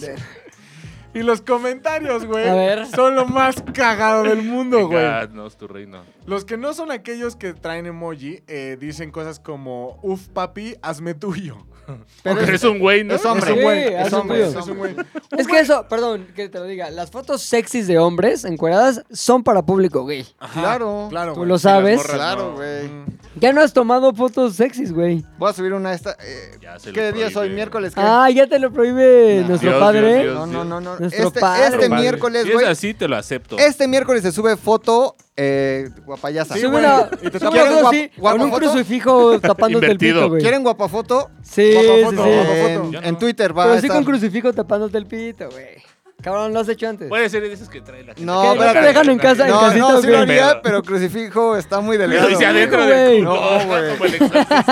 Speaker 5: Y los comentarios, güey,
Speaker 1: A ver.
Speaker 5: son lo más cagado del
Speaker 2: Oh
Speaker 5: mundo, güey.
Speaker 2: Venga, no, es tu reino.
Speaker 5: Los que no son aquellos que traen emoji eh, dicen cosas como, uf, papi, hazme tuyo.
Speaker 3: Pero
Speaker 2: Pero
Speaker 3: es-
Speaker 2: es un güey, ¿no?
Speaker 3: es hombre.
Speaker 5: Es un güey,
Speaker 1: Sí,
Speaker 5: es
Speaker 1: hazme
Speaker 5: hombre,
Speaker 1: tuyo.
Speaker 5: es un güey.
Speaker 1: Es que eso, perdón, que te lo diga. Las fotos sexys de hombres encueradas son para público gay.
Speaker 3: Claro.
Speaker 5: Claro,
Speaker 1: Tú
Speaker 5: güey.
Speaker 1: lo sabes.
Speaker 2: morras.
Speaker 3: Claro,
Speaker 2: No.
Speaker 3: güey.
Speaker 5: Mm.
Speaker 1: Ya no has tomado fotos sexys, güey.
Speaker 3: Voy a subir una esta. eh,
Speaker 2: Ya se lo
Speaker 3: ¿Qué día es hoy?
Speaker 2: prohíbe.
Speaker 3: ¿Miércoles? ¿qué?
Speaker 1: Ah, ya te lo prohíbe
Speaker 3: No.
Speaker 1: nuestro
Speaker 2: Dios,
Speaker 1: padre.
Speaker 2: Dios, Dios.
Speaker 3: no, no, no, no.
Speaker 1: Nuestro
Speaker 3: Este,
Speaker 1: padre.
Speaker 3: este
Speaker 1: Pero
Speaker 2: Padre,
Speaker 3: miércoles,
Speaker 2: si
Speaker 3: güey.
Speaker 2: es así, te lo acepto.
Speaker 3: Este miércoles se sube foto eh, guapayasa.
Speaker 1: Sube
Speaker 5: güey.
Speaker 1: una,
Speaker 5: Y te
Speaker 1: sube
Speaker 5: tapas
Speaker 1: algo
Speaker 3: guap-
Speaker 1: así,
Speaker 3: guapa
Speaker 1: con un
Speaker 3: foto.
Speaker 1: crucifijo tapándote el
Speaker 2: Invertido.
Speaker 1: pito, güey.
Speaker 3: ¿Quieren guapafoto?
Speaker 1: Sí,
Speaker 5: Guapafoto,
Speaker 1: sí, sí.
Speaker 5: guapafoto.
Speaker 3: En,
Speaker 2: Yo no.
Speaker 3: en Twitter va
Speaker 1: Pero
Speaker 3: a
Speaker 1: sí
Speaker 3: estar.
Speaker 1: con crucifijo tapándote el pito, güey. Cabrón, lo has hecho antes.
Speaker 2: Puede ser de esas que trae la gente.
Speaker 3: No,
Speaker 2: que
Speaker 1: ¿Qué?
Speaker 2: lleva
Speaker 1: ¿Te
Speaker 3: espérate.
Speaker 1: dejan en
Speaker 2: carne,
Speaker 1: casa, en
Speaker 3: No,
Speaker 1: casita,
Speaker 3: no, sí lo
Speaker 1: güey?
Speaker 2: güey.
Speaker 3: haría, pero crucifijo está muy delgado.
Speaker 2: Pero dice adentro
Speaker 1: güey.
Speaker 2: del culo.
Speaker 3: No, güey.
Speaker 2: Como el exorcista.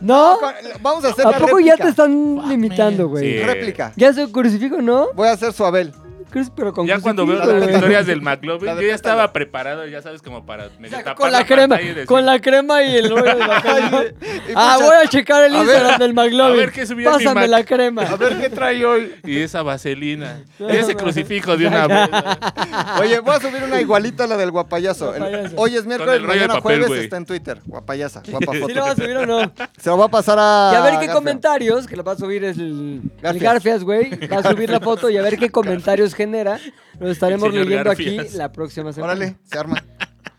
Speaker 1: ¿No?
Speaker 3: Vamos a hacer
Speaker 1: ¿A
Speaker 3: la
Speaker 1: poco
Speaker 3: réplica.
Speaker 1: ya te están limitando, güey?
Speaker 2: Sí.
Speaker 3: Réplica.
Speaker 1: Ya soy crucifijo, ¿no?
Speaker 3: Voy a hacer su Abel.
Speaker 1: Cruz- pero con
Speaker 2: Ya cuando veo
Speaker 1: crucifijo,
Speaker 2: las
Speaker 1: güey.
Speaker 2: historias del McLovin,
Speaker 3: La de
Speaker 2: yo ya
Speaker 3: pétalo.
Speaker 2: estaba preparado, ya sabes, como para medio tapar
Speaker 1: Con la crema,
Speaker 2: pantalla y decir,
Speaker 1: con la crema y el hoyo de la cara, ¿no?
Speaker 3: Y
Speaker 1: Ah,
Speaker 3: pucha,
Speaker 1: voy a checar el
Speaker 3: a ver,
Speaker 1: Instagram del McLovin.
Speaker 2: a ver qué subió en mi
Speaker 1: Pásame
Speaker 2: Mac.
Speaker 1: la crema.
Speaker 5: A ver qué trae hoy.
Speaker 2: Y esa vaselina.
Speaker 1: No,
Speaker 2: y ese
Speaker 1: no.
Speaker 2: crucifijo de una vez.
Speaker 3: Oye, voy a subir una igualita a la del guapayazo. El-
Speaker 1: Guapayazo.
Speaker 3: hoy es miércoles,
Speaker 2: el rollo de papel,
Speaker 3: mañana jueves
Speaker 2: güey.
Speaker 3: está en Twitter. Guapayasa,
Speaker 1: ¿Sí
Speaker 3: guapafoto.
Speaker 1: lo vas a subir o no? Y
Speaker 3: Se lo va a pasar a.
Speaker 1: a ver qué
Speaker 3: Garfio.
Speaker 1: comentarios, que lo va a subir es el el
Speaker 3: Garfias.
Speaker 1: Garfias, güey. Va a subir la foto y a ver qué comentarios genera. Lo estaremos
Speaker 2: El señor
Speaker 1: leyendo aquí
Speaker 2: Garfias.
Speaker 1: la próxima semana.
Speaker 3: Órale, se arma.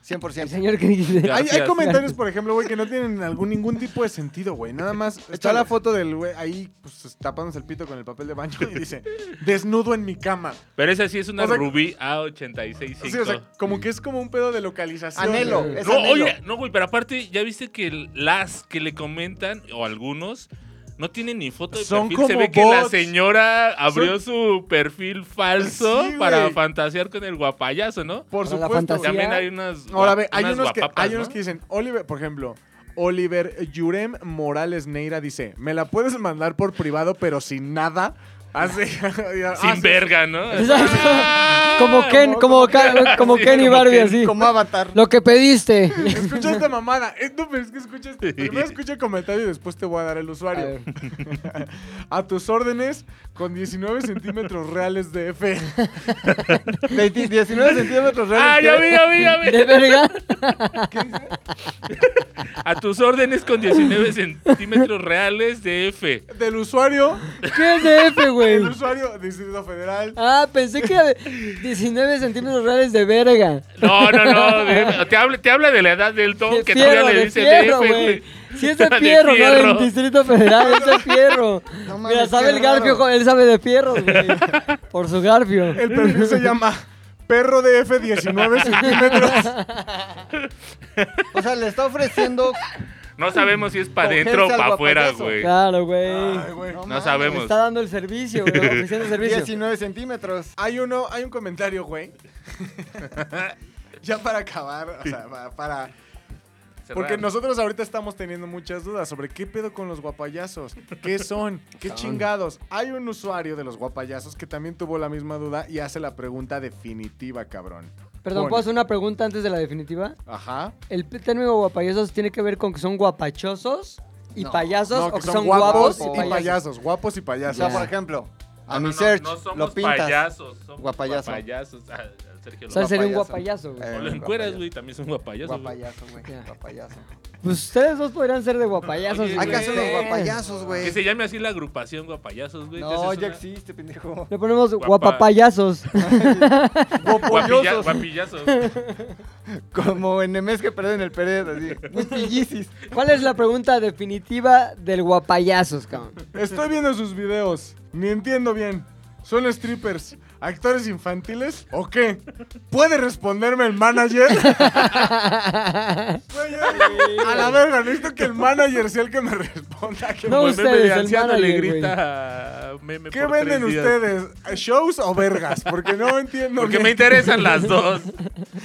Speaker 1: El
Speaker 3: 100%.
Speaker 1: señor que dice.
Speaker 2: Ya.
Speaker 5: Hay, hay
Speaker 2: Gracias.
Speaker 5: comentarios, por ejemplo, güey, que no tienen algún, ningún tipo de sentido, güey. Nada más está
Speaker 3: Échale.
Speaker 5: la foto del güey ahí pues, tapándose el pito con el papel de baño y dice, desnudo en mi cama.
Speaker 2: Pero esa sí es una
Speaker 5: O sea,
Speaker 2: Rubí A865.
Speaker 5: Sí, o sea, como que es como un pedo de localización.
Speaker 3: Anhelo.
Speaker 5: güey.
Speaker 3: es
Speaker 2: no,
Speaker 3: anhelo.
Speaker 2: oye, no, güey, pero aparte, ya viste que el- las que le comentan, o algunos, no tienen ni foto de
Speaker 5: Son
Speaker 2: perfil. Se
Speaker 5: como
Speaker 2: ve que la
Speaker 5: bots.
Speaker 2: señora abrió su perfil falso
Speaker 5: Sí, güey.
Speaker 2: para fantasear con el guapayazo, ¿no?
Speaker 5: Por
Speaker 1: Para la
Speaker 5: supuesto.
Speaker 1: fantasía.
Speaker 5: güey.
Speaker 2: También hay unas.
Speaker 5: Ahora
Speaker 2: guap-
Speaker 5: ve, hay
Speaker 2: unas
Speaker 5: unos, que,
Speaker 2: guapapas,
Speaker 5: hay unos
Speaker 2: ¿no?
Speaker 5: que dicen, Oliver, por ejemplo, Oliver Yurem Morales Neira dice, me la puedes mandar por privado, pero sin nada. Así,
Speaker 2: Sin
Speaker 5: así-
Speaker 2: verga, ¿no?
Speaker 1: Exacto.
Speaker 2: Ah,
Speaker 1: Como Ken, como, Ca- como
Speaker 2: Sí,
Speaker 1: Ken y
Speaker 2: como
Speaker 1: Barbie,
Speaker 2: Ken.
Speaker 1: así.
Speaker 3: Como avatar.
Speaker 1: Lo que pediste.
Speaker 5: Escucha esta mamada. Eh, No, pero es que escucha este.
Speaker 2: Sí.
Speaker 5: Primero escucha el comentario y después te voy a dar el
Speaker 1: A
Speaker 5: usuario.
Speaker 1: ver.
Speaker 5: A, tus órdenes con 19 centímetros reales de F.
Speaker 3: 20 19 centímetros
Speaker 2: Ah,
Speaker 3: reales.
Speaker 2: ya vi, ya vi, ya vi.
Speaker 1: De verga.
Speaker 2: A tus órdenes con 19 centímetros reales de F.
Speaker 5: Del usuario,
Speaker 1: ¿Qué es de F, güey?
Speaker 5: el usuario, Distrito Federal.
Speaker 1: Ah, pensé que era 19 centímetros reales de verga.
Speaker 2: No, no, no. de- te, habla, te habla de la edad del don
Speaker 1: De
Speaker 2: que todavía
Speaker 1: fierro,
Speaker 2: le
Speaker 1: de
Speaker 2: dice de
Speaker 1: fierro,
Speaker 2: F,
Speaker 1: güey.
Speaker 2: güey.
Speaker 1: Si es de fierro, no del Distrito Federal, es de fierro.
Speaker 3: No mames,
Speaker 1: Mira, sabe
Speaker 3: qué
Speaker 1: el garfio,
Speaker 3: raro.
Speaker 1: jo- él sabe de fierro, güey. Por su garfio.
Speaker 5: El perfil se llama Perro de F 19 centímetros.
Speaker 3: O sea, le está ofreciendo.
Speaker 2: No sabemos si es para adentro o
Speaker 3: Cogerse al
Speaker 2: para afuera,
Speaker 3: guapayazo.
Speaker 2: güey.
Speaker 1: Claro, güey.
Speaker 5: Ay, güey.
Speaker 2: No sabemos.
Speaker 1: Está dando el servicio, güey. Ofreciendo servicio.
Speaker 3: 19 centímetros.
Speaker 5: Hay uno, hay un comentario, güey. ya para acabar, o sea, pa- para Porque
Speaker 2: Cerrar.
Speaker 5: nosotros ahorita estamos teniendo muchas dudas sobre qué pedo con los guapayazos, qué son, qué chingados. Hay un usuario de los guapayazos que también tuvo la misma duda y hace la pregunta definitiva, cabrón.
Speaker 1: Perdón, ¿puedo
Speaker 5: Pone,
Speaker 1: hacer una pregunta antes de la definitiva?
Speaker 5: Ajá.
Speaker 1: ¿El término guapayosos tiene que ver con que son guapachosos y payasos
Speaker 5: No,
Speaker 1: o
Speaker 5: que
Speaker 1: que son, guapos, y payasos?
Speaker 5: guapos y
Speaker 3: O sea,
Speaker 5: payasos.
Speaker 1: Ya.
Speaker 3: por ejemplo, a
Speaker 2: No,
Speaker 3: mi
Speaker 2: no, no,
Speaker 3: search
Speaker 2: no somos
Speaker 3: lo pintas.
Speaker 2: payasos, somos
Speaker 3: Guapayazo.
Speaker 2: guapayazos. Ah, Sergio
Speaker 1: O
Speaker 2: lo
Speaker 1: sea, sería un guapayazo,
Speaker 3: Guapayazo.
Speaker 1: güey.
Speaker 3: Eh,
Speaker 2: O lo encueras, güey, también son guapayazos. güey.
Speaker 3: Guapayazo, güey.
Speaker 1: Ya.
Speaker 3: Guapayazo.
Speaker 1: Pues ustedes dos podrían ser de guapayazos.
Speaker 2: Oye,
Speaker 1: güey.
Speaker 3: Hay que hacer unos
Speaker 2: Eh.
Speaker 3: guapayazos, güey.
Speaker 2: Que se llame así la agrupación guapayazos, güey.
Speaker 3: No,
Speaker 2: Entonces es
Speaker 3: ya
Speaker 2: una-
Speaker 3: existe, pendejo.
Speaker 1: Le ponemos
Speaker 2: Guapa-
Speaker 1: guapapayazos.
Speaker 2: Guapilla-
Speaker 3: Guapollosos.
Speaker 2: Guapillazos.
Speaker 3: Como en Nemes que perden el Pérez, así. Muy pillisis.
Speaker 1: ¿Cuál es la pregunta definitiva del guapayazos, cabrón?
Speaker 5: Estoy viendo sus videos, ni entiendo bien. ¿Son strippers, actores infantiles o qué? ¿Puede responderme el manager? Güey, ya- a la verga, necesito que el manager sea el que me responda. que
Speaker 1: No
Speaker 2: Como el meme
Speaker 1: ustedes,
Speaker 2: de
Speaker 1: el
Speaker 2: anciano le
Speaker 1: manager,
Speaker 2: grita a meme
Speaker 5: ¿Qué
Speaker 2: por
Speaker 5: venden
Speaker 2: tres días.
Speaker 5: ustedes? ¿Shows o vergas? Porque no entiendo.
Speaker 2: Porque
Speaker 5: bien.
Speaker 2: me interesan las dos.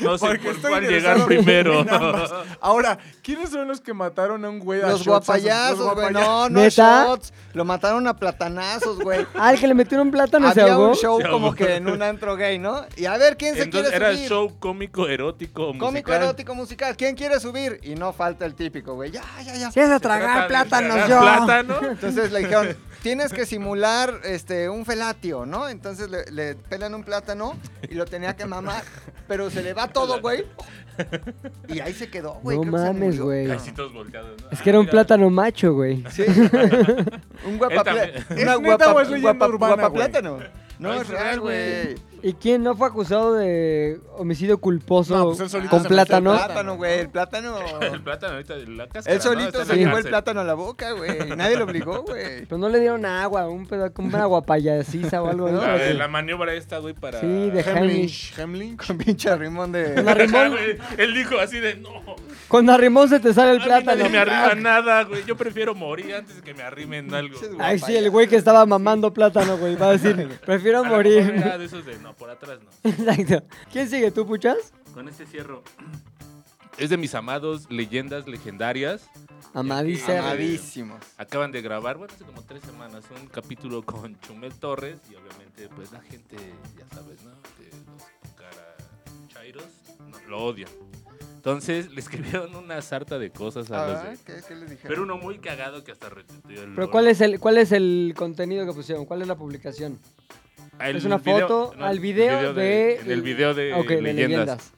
Speaker 2: No sé
Speaker 5: Porque
Speaker 2: por
Speaker 5: estoy
Speaker 2: cuál llegar
Speaker 5: interesado
Speaker 2: primero.
Speaker 5: en ambas. Ahora, ¿quiénes son los que mataron a un güey a
Speaker 3: Los
Speaker 5: shots a sus-
Speaker 3: guapayazos, güey.
Speaker 5: guapayazos?
Speaker 3: No, no
Speaker 1: ¿Neta?
Speaker 3: shots. Lo mataron a platanazos, güey.
Speaker 1: Ah, el que le metieron un plátano se
Speaker 3: Había
Speaker 1: ahogó.
Speaker 3: un show
Speaker 2: Se
Speaker 3: como
Speaker 2: ahogó.
Speaker 3: que en un antro gay, ¿no? Y a ver, ¿quién se
Speaker 2: Entonces
Speaker 3: quiere
Speaker 2: era
Speaker 3: subir?
Speaker 2: show cómico, erótico, musical.
Speaker 3: Cómico erótico musical. ¿Quién quiere subir? Y no falta el típico, güey. Ya, ya, ya.
Speaker 1: Si es a
Speaker 2: Se trata
Speaker 1: tragar
Speaker 2: de
Speaker 1: plátanos
Speaker 2: tragar
Speaker 1: yo.
Speaker 2: plátano.
Speaker 3: Entonces le dijeron, tienes que simular este, un felatio, ¿no? Entonces le, le pelan un plátano y lo tenía que mamar, pero se le va todo, güey. Y ahí se quedó, güey.
Speaker 1: No
Speaker 3: creo que se
Speaker 1: mames,
Speaker 3: murió.
Speaker 1: güey.
Speaker 2: Casitos volteados. ¿no?
Speaker 1: Es que era un
Speaker 2: Ah, mira.
Speaker 1: plátano macho, güey.
Speaker 3: Sí. Un guapa,
Speaker 2: Él también.
Speaker 5: ¿Es neta o es leyenda urbana, güey?
Speaker 3: plátano. No, es real, güey.
Speaker 1: ¿Y quién no fue acusado de homicidio culposo
Speaker 5: No, pues él solito
Speaker 1: con
Speaker 5: se metió el
Speaker 1: plátano?
Speaker 3: El plátano, güey, el plátano.
Speaker 2: El plátano ahorita, la cáscara,
Speaker 3: Él
Speaker 2: ¿no?
Speaker 3: solito
Speaker 2: Está en
Speaker 3: se
Speaker 2: la
Speaker 3: llevó el
Speaker 2: cárcel.
Speaker 3: plátano a la boca, güey. Nadie lo obligó, güey.
Speaker 1: Pero no le dieron agua, un pedo como una agua payasiza o algo. ¿no?
Speaker 2: La, de la maniobra esta, güey, para...
Speaker 1: Sí, de Heimlich.
Speaker 5: Hemlich. Hemlich.
Speaker 3: Con pinche
Speaker 1: Con
Speaker 3: arrimón de.
Speaker 1: arrimón,
Speaker 2: Güey, Él dijo así de, no,
Speaker 1: con arrimón se te sale el
Speaker 2: a mí nadie me
Speaker 1: plátano.
Speaker 2: arrima nada, güey. Yo prefiero morir antes de que me arrimen algo.
Speaker 3: Pinches
Speaker 1: Ay, sí, el güey que estaba mamando plátano, güey, va a decir, prefiero
Speaker 2: A lo mejor
Speaker 1: morir.
Speaker 2: era de esos de, no, por atrás no.
Speaker 1: Exacto. ¿Quién sigue tú, puchas?
Speaker 2: Con este cierro. Es de mis amados leyendas legendarias.
Speaker 1: Amadice.
Speaker 3: Amadísimo.
Speaker 2: Acaban de grabar, bueno, hace como tres semanas, un capítulo con Chumel Torres. Y obviamente, pues la gente, ya sabes, ¿no? De los carachairos, no, lo odian. Entonces, le escribieron una sarta de cosas a los
Speaker 3: Ah,
Speaker 2: de...
Speaker 3: ¿Qué, ¿Qué les dijeron?
Speaker 2: Pero uno muy cagado que hasta retuiteó el...
Speaker 1: Pero ¿cuál es el cuál es el contenido que pusieron? ¿Cuál es la publicación?
Speaker 2: El
Speaker 1: es una
Speaker 2: video-
Speaker 1: foto
Speaker 2: no,
Speaker 1: al video, de,
Speaker 2: en el video de,
Speaker 1: Ah, Ok, de
Speaker 2: Eh, leyendas.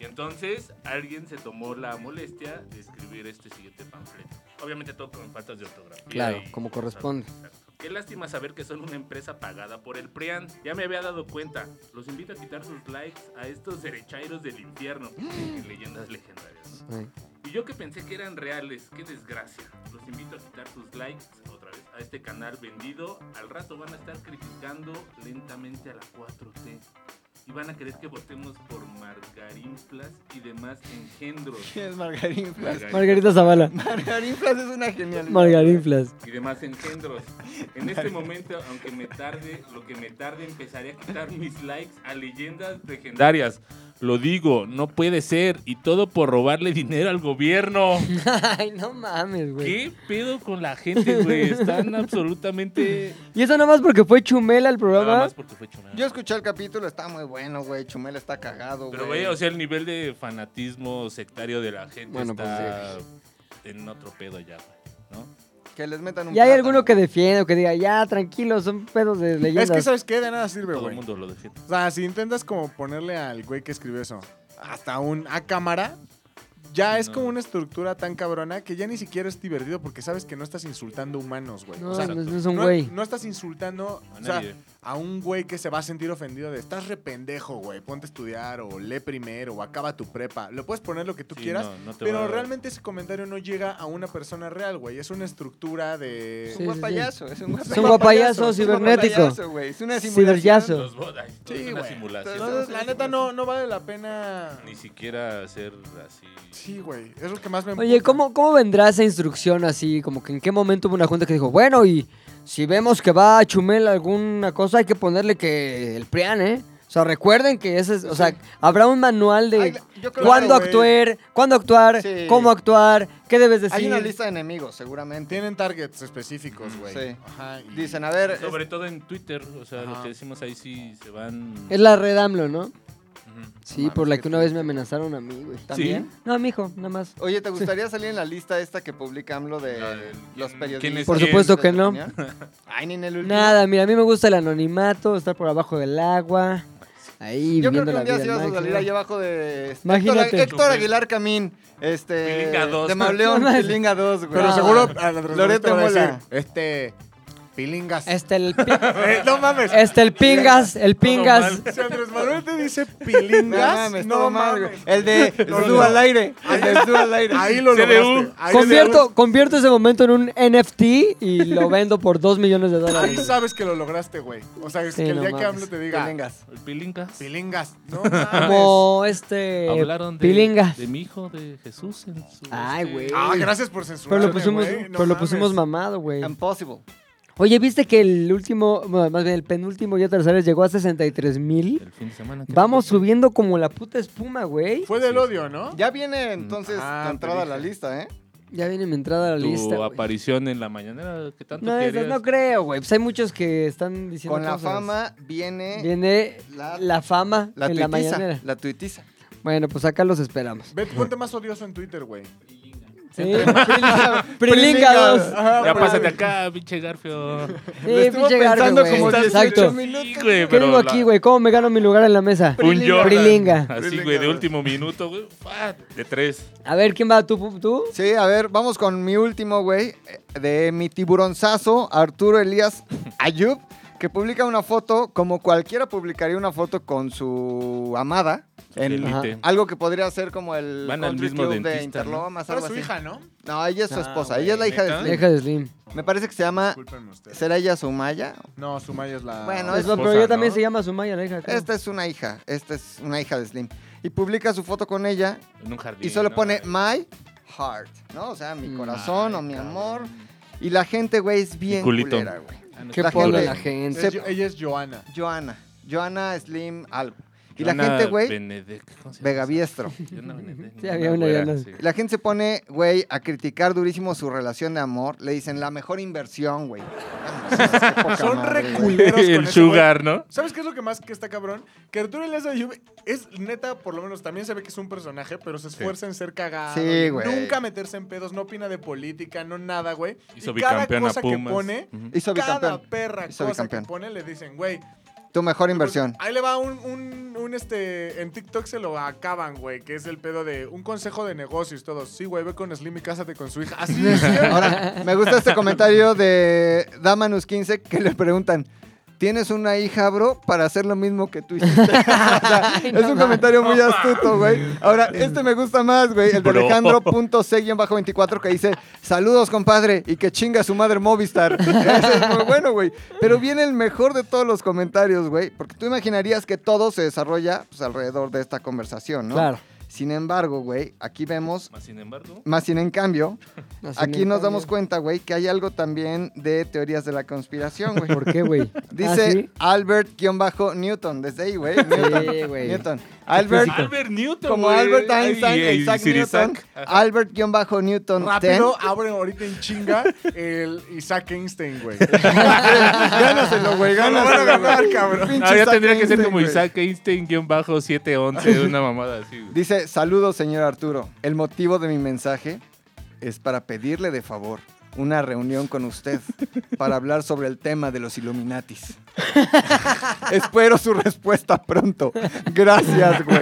Speaker 2: Y entonces alguien se tomó la molestia de escribir este siguiente panfleto. Obviamente todo con faltas de ortografía.
Speaker 1: Claro,
Speaker 2: y-
Speaker 1: como corresponde.
Speaker 2: Exacto. Qué lástima saber que son una empresa pagada por el PRIAN. Ya me había dado cuenta. Los invito a quitar sus likes a estos derechairos del infierno. En leyendas legendarias. ¿no?
Speaker 1: Sí.
Speaker 2: Y yo que pensé que eran reales. Qué desgracia. Los invito a quitar sus likes otra vez a este canal vendido. Al rato van a estar criticando lentamente a la 4T. Y van a querer que votemos por margarinflas y demás engendros.
Speaker 3: ¿Quién es Margarín Flas?
Speaker 2: Margarin-
Speaker 1: Margarita Zavala.
Speaker 3: Margarín Flas es una genialidad.
Speaker 1: Margarinflas.
Speaker 2: y demás engendros. En este momento, aunque me tarde, lo que me tarde, empezaré a quitar mis likes a leyendas legendarias. Lo digo, no puede ser. Y todo por robarle dinero al gobierno.
Speaker 1: Ay, no mames, güey.
Speaker 2: ¿Qué pedo con la gente, güey? Están absolutamente...
Speaker 1: Y eso nada más porque fue Chumel al
Speaker 2: Nada
Speaker 1: programa.
Speaker 2: más porque fue Chumel.
Speaker 3: Yo escuché el capítulo, está muy bueno, güey. Chumel está cagado, güey.
Speaker 2: Pero, güey, o sea, el nivel de fanatismo sectario de la gente
Speaker 1: Bueno, pues,
Speaker 2: está en otro pedo ya, güey, ¿no?
Speaker 3: que les metan un
Speaker 1: Y hay
Speaker 3: plátano.
Speaker 1: alguno que defiende o que diga, ya, tranquilo, son pedos de leyendas.
Speaker 5: Es que, ¿sabes qué? De nada sirve,
Speaker 2: Todo el
Speaker 5: güey.
Speaker 2: mundo lo defiende.
Speaker 5: O sea, si intentas como ponerle al güey que escribió eso hasta un a cámara, ya es
Speaker 2: No.
Speaker 5: como una estructura tan cabrona que ya ni siquiera es divertido porque sabes que no estás insultando humanos, güey.
Speaker 1: No,
Speaker 5: o sea,
Speaker 1: no, no es un
Speaker 5: no-
Speaker 1: güey.
Speaker 5: no estás insultando
Speaker 2: A
Speaker 5: o sea,
Speaker 2: nadie.
Speaker 5: a un güey que se va a sentir ofendido de estás re pendejo, güey, ponte a estudiar o lee primero o acaba tu prepa. Lo puedes poner lo que tú
Speaker 2: Sí,
Speaker 5: quieras,
Speaker 2: no, no te va
Speaker 5: pero
Speaker 2: a-
Speaker 5: realmente ese comentario no llega a una persona real, güey. Es una estructura de...
Speaker 3: Es
Speaker 1: Sí,
Speaker 3: un
Speaker 1: sí, sí.
Speaker 3: guapayazo, es un guapayazo.
Speaker 1: Es un guapayazo
Speaker 3: Es un
Speaker 1: cibernético.
Speaker 3: guapayazo, güey. Es una
Speaker 1: Ciberyazo.
Speaker 3: simulación.
Speaker 2: Los bodas. todo es
Speaker 5: Sí,
Speaker 2: una
Speaker 5: güey.
Speaker 2: simulación.
Speaker 5: Entonces, la neta no, no vale la pena...
Speaker 2: Ni siquiera hacer así.
Speaker 5: Sí, güey. Es lo que más me...
Speaker 1: Oye,
Speaker 5: emputa.
Speaker 1: ¿cómo, ¿cómo vendrá esa instrucción así? Como que en qué momento hubo una junta que dijo, bueno, y si vemos que va a Chumel alguna cosa, hay que ponerle que el PRIAN, ¿eh? O sea, recuerden que ese es, o sea, habrá un manual de
Speaker 3: Ay, yo creo-
Speaker 1: cuándo
Speaker 5: Claro, güey.
Speaker 1: actuar, cuándo actuar,
Speaker 3: Sí.
Speaker 1: cómo actuar, qué debes decir.
Speaker 3: Hay una lista de enemigos, seguramente.
Speaker 5: Tienen targets específicos, güey.
Speaker 3: Sí.
Speaker 5: Ajá. y-
Speaker 3: Dicen, a ver,
Speaker 2: Sobre todo en Twitter, o sea, lo
Speaker 5: Ajá.
Speaker 2: que decimos ahí sí se van.
Speaker 1: Es la red AMLO, ¿no?
Speaker 2: Ujú.
Speaker 1: Sí,
Speaker 3: Mames,
Speaker 1: por la
Speaker 3: qué
Speaker 1: que una vez me amenazaron a mí, güey.
Speaker 3: ¿también?
Speaker 1: No, mijo, nada más.
Speaker 3: Oye, ¿te gustaría salir en la lista esta que publica AMLO de
Speaker 2: La del-
Speaker 3: los
Speaker 2: ¿quién-
Speaker 3: periodistas?
Speaker 2: quién es
Speaker 1: Por quién? supuesto que
Speaker 3: ¿De
Speaker 1: no.
Speaker 3: opinión? Ay, ni en el último.
Speaker 1: Nada, mira, a mí me gusta el anonimato, estar por abajo del agua, ahí
Speaker 3: Yo creo
Speaker 1: viviendo
Speaker 3: que
Speaker 1: la
Speaker 3: un día
Speaker 1: vida.
Speaker 3: sí vas a
Speaker 1: al
Speaker 3: salir
Speaker 1: máximo.
Speaker 3: ahí abajo de este,
Speaker 1: Imagínate.
Speaker 3: Héctor, Héctor
Speaker 2: Chupel.
Speaker 3: Aguilar Camín, este
Speaker 2: Pilinga dos.
Speaker 3: de Mauleón,
Speaker 1: No, no.
Speaker 3: Pilinga 2, güey.
Speaker 5: Pero
Speaker 1: Ah.
Speaker 5: seguro a la
Speaker 3: Loreto
Speaker 5: Loreto va a decir,
Speaker 3: Mola.
Speaker 5: este, pilingas.
Speaker 1: Este, el, pi-
Speaker 5: Eh, no mames.
Speaker 1: este, el pingas, el pingas.
Speaker 5: Si Andrés Manuel te dice
Speaker 3: No
Speaker 5: pilingas,
Speaker 3: mames,
Speaker 5: no
Speaker 3: todo
Speaker 5: mames.
Speaker 3: mal, güey. El de Estuvo al aire, el de Estuvo al aire.
Speaker 5: Ahí lo
Speaker 2: CDU.
Speaker 5: lograste. Ahí
Speaker 1: Convierto, convierto ese momento en un NFT y lo vendo por 2 millones de
Speaker 5: Ahí
Speaker 1: dólares.
Speaker 5: sabes que lo lograste, güey. O sea, es
Speaker 1: Sí,
Speaker 5: que el
Speaker 1: no
Speaker 5: día que
Speaker 1: mames.
Speaker 5: AMLO te diga,
Speaker 3: Pilingas.
Speaker 2: El Pilingas.
Speaker 5: pilingas, no mames.
Speaker 1: Como este.
Speaker 2: Hablaron de,
Speaker 1: Pilingas.
Speaker 2: de mi hijo, de Jesús. En su,
Speaker 1: Ay,
Speaker 2: este,
Speaker 1: güey.
Speaker 5: Ah, gracias por
Speaker 1: Pero
Speaker 5: censurarme,
Speaker 1: lo pusimos,
Speaker 5: güey. No
Speaker 1: pero lo pusimos
Speaker 5: mames.
Speaker 1: mamado, güey.
Speaker 3: Impossible.
Speaker 1: Oye, ¿viste que el último, bueno, más bien el penúltimo ya terceros llegó a 63 mil?
Speaker 2: El fin de semana. que-
Speaker 1: Vamos subiendo como la puta espuma, güey.
Speaker 5: Fue del odio, ¿no?
Speaker 3: Ya viene entonces
Speaker 5: Ah,
Speaker 3: la entrada a la
Speaker 5: te dije.
Speaker 3: lista, ¿eh?
Speaker 1: Ya viene mi entrada a la
Speaker 2: Tu
Speaker 1: lista. güey.
Speaker 2: aparición en la mañanera que tanto
Speaker 1: No, esas
Speaker 2: querías.
Speaker 1: no creo, güey. Pues hay muchos que están diciendo.
Speaker 3: Con la
Speaker 1: cosas.
Speaker 3: fama viene
Speaker 1: Viene
Speaker 3: la-
Speaker 1: la, fama
Speaker 3: la
Speaker 1: en la
Speaker 3: tuitiza,
Speaker 1: mañanera.
Speaker 3: la tuitiza.
Speaker 1: Bueno, pues acá los esperamos.
Speaker 5: Vete, ponte más odioso en Twitter, güey.
Speaker 1: Sí. Prilingados.
Speaker 2: Ya pásate acá, pinche Garfio.
Speaker 1: Sí,
Speaker 3: Lo estuvo
Speaker 1: pinche garfio,
Speaker 3: pensando
Speaker 1: güey.
Speaker 3: como
Speaker 1: Exacto.
Speaker 3: 18 minutos.
Speaker 2: Sí, güey,
Speaker 1: ¿Qué
Speaker 2: pero
Speaker 1: digo
Speaker 2: la-
Speaker 1: aquí, güey? ¿Cómo me gano mi lugar en la mesa?
Speaker 2: Un Jordan.
Speaker 1: Prilinga.
Speaker 2: Así, güey, de último minuto, güey. ¡fua! De tres.
Speaker 1: A ver, ¿quién va? ¿Tú? pu- ¿Tú?
Speaker 3: Sí, a ver, vamos con mi último, güey. eh, De mi tiburonzazo, Arturo Elías Ayub. que publica una foto como cualquiera publicaría una foto con su amada. En
Speaker 2: Satélite.
Speaker 3: algo que podría ser como el
Speaker 2: Van al
Speaker 3: Country
Speaker 2: mismo
Speaker 3: Club de
Speaker 2: dentista, ¿no?
Speaker 3: Interlomas,
Speaker 5: Pero
Speaker 3: algo
Speaker 5: Ah, su
Speaker 3: así.
Speaker 5: hija, ¿no?
Speaker 3: No, ella es su
Speaker 2: Ah,
Speaker 3: esposa.
Speaker 2: güey,
Speaker 3: ella es la hija
Speaker 2: ¿neta?
Speaker 3: de Slim.
Speaker 1: Deja de Slim.
Speaker 3: Me parece que se llama
Speaker 5: Discúlpenme ustedes.
Speaker 3: ¿Será ella Sumaya?
Speaker 5: No, Sumaya es la...
Speaker 3: Bueno, No,
Speaker 1: Pues,
Speaker 3: es
Speaker 1: pero
Speaker 2: esposa,
Speaker 1: ella también
Speaker 2: ¿no?
Speaker 1: se llama Sumaya, la hija. creo.
Speaker 3: Esta es una hija, esta es una hija de Slim. Y publica su foto con ella
Speaker 2: En un jardín.
Speaker 3: y solo
Speaker 2: ¿no?
Speaker 3: pone my heart, ¿no? O sea, mi
Speaker 1: Mm.
Speaker 3: corazón o mi amor. Y la gente, güey, es bien
Speaker 2: culito.
Speaker 3: culera, güey.
Speaker 2: Ah, no,
Speaker 1: Qué
Speaker 3: la
Speaker 1: pobre
Speaker 3: gente-
Speaker 1: la gente.
Speaker 5: Es
Speaker 3: se-
Speaker 5: Jo- ella es Joana.
Speaker 3: Joana, Joana Slim algo. Y la
Speaker 2: Joana
Speaker 3: gente, güey,
Speaker 2: Benedek- ¿cómo se llama?
Speaker 3: Vegaviestro.
Speaker 2: Joana Benedek,
Speaker 1: Sí, había una
Speaker 2: güera,
Speaker 1: Joana.
Speaker 2: sí.
Speaker 3: Y La gente se pone, güey, a criticar durísimo su relación de amor. Le dicen la mejor inversión, güey. Vamos, qué poca
Speaker 5: Son
Speaker 3: madre, güey.
Speaker 5: reculeros con
Speaker 2: El
Speaker 5: ese güey.
Speaker 2: sugar, ¿no?
Speaker 5: ¿Sabes qué es lo que más que está cabrón? Que Arturo Elías Ayub es neta, por lo menos también se ve que es un personaje, pero se esfuerza en ser cagado.
Speaker 3: Sí,
Speaker 5: en
Speaker 3: güey.
Speaker 5: Nunca meterse en pedos, no opina de política, no nada, güey.
Speaker 2: Hizo
Speaker 5: y cada
Speaker 2: bicampeón a
Speaker 5: cosa que
Speaker 2: Pumas.
Speaker 5: pone,
Speaker 2: Ujú.
Speaker 3: Hizo
Speaker 5: cada
Speaker 3: bicampeón.
Speaker 5: perra
Speaker 3: Hizo
Speaker 5: cosa que
Speaker 3: bicampeón.
Speaker 5: pone le dicen, güey.
Speaker 3: Tu mejor
Speaker 5: pues,
Speaker 3: inversión.
Speaker 5: ahí le va un, un, un, este. En TikTok se lo acaban, güey, que es el pedo de un consejo de negocios, todo. Sí, güey, ve con Slim y cásate con su hija. Así es.
Speaker 3: Ahora, me gusta este comentario de Damanus15 que le preguntan. ¿Tienes una hija, bro? Para hacer lo mismo que tú hiciste. O sea, es un comentario muy astuto, güey. Ahora, este me gusta más, güey. El de
Speaker 2: Bro.
Speaker 3: Alejandro.c-24 que dice, saludos, compadre, y que chinga su madre Movistar. Ese es muy bueno, güey. Pero viene el mejor de todos los comentarios, güey. Porque tú imaginarías que todo se desarrolla pues, alrededor de esta conversación, ¿no?
Speaker 1: Claro.
Speaker 3: Sin embargo, güey, aquí vemos,
Speaker 2: Más sin embargo,
Speaker 3: más sin en cambio,
Speaker 1: Así
Speaker 3: Aquí
Speaker 1: me
Speaker 3: nos
Speaker 1: cambia.
Speaker 3: damos cuenta, güey, que hay algo también de teorías de la conspiración, güey.
Speaker 1: ¿Por qué, güey? ¿Ah,
Speaker 3: Dice
Speaker 1: sí?
Speaker 3: Albert-Newton, desde ahí, güey. Newton,
Speaker 1: Sí, güey.
Speaker 3: Newton. Albert,
Speaker 2: Albert Newton.
Speaker 3: como
Speaker 2: güey.
Speaker 3: Albert
Speaker 2: Ay,
Speaker 3: Einstein,
Speaker 2: y- y
Speaker 3: Isaac
Speaker 2: Sir
Speaker 3: Newton,
Speaker 2: Isaac. Ajá.
Speaker 3: Albert-Newton.
Speaker 5: Rápido, abren ahorita en chinga el Isaac Einstein, güey.
Speaker 3: 10. Gánaselo, güey,
Speaker 5: van a
Speaker 3: gánaselo.
Speaker 5: ganar,
Speaker 3: güey.
Speaker 5: cabrón.
Speaker 3: Pinche
Speaker 2: Ah, ya
Speaker 3: Isaac
Speaker 2: tendría que ser
Speaker 3: Einstein,
Speaker 2: como
Speaker 3: güey.
Speaker 2: Isaac Einstein-711, una mamada así. güey.
Speaker 3: Dice, saludos, señor Arturo. El motivo de mi mensaje es para pedirle de favor una reunión con usted para hablar sobre el tema de los Illuminatis. Espero su respuesta pronto. Gracias, güey.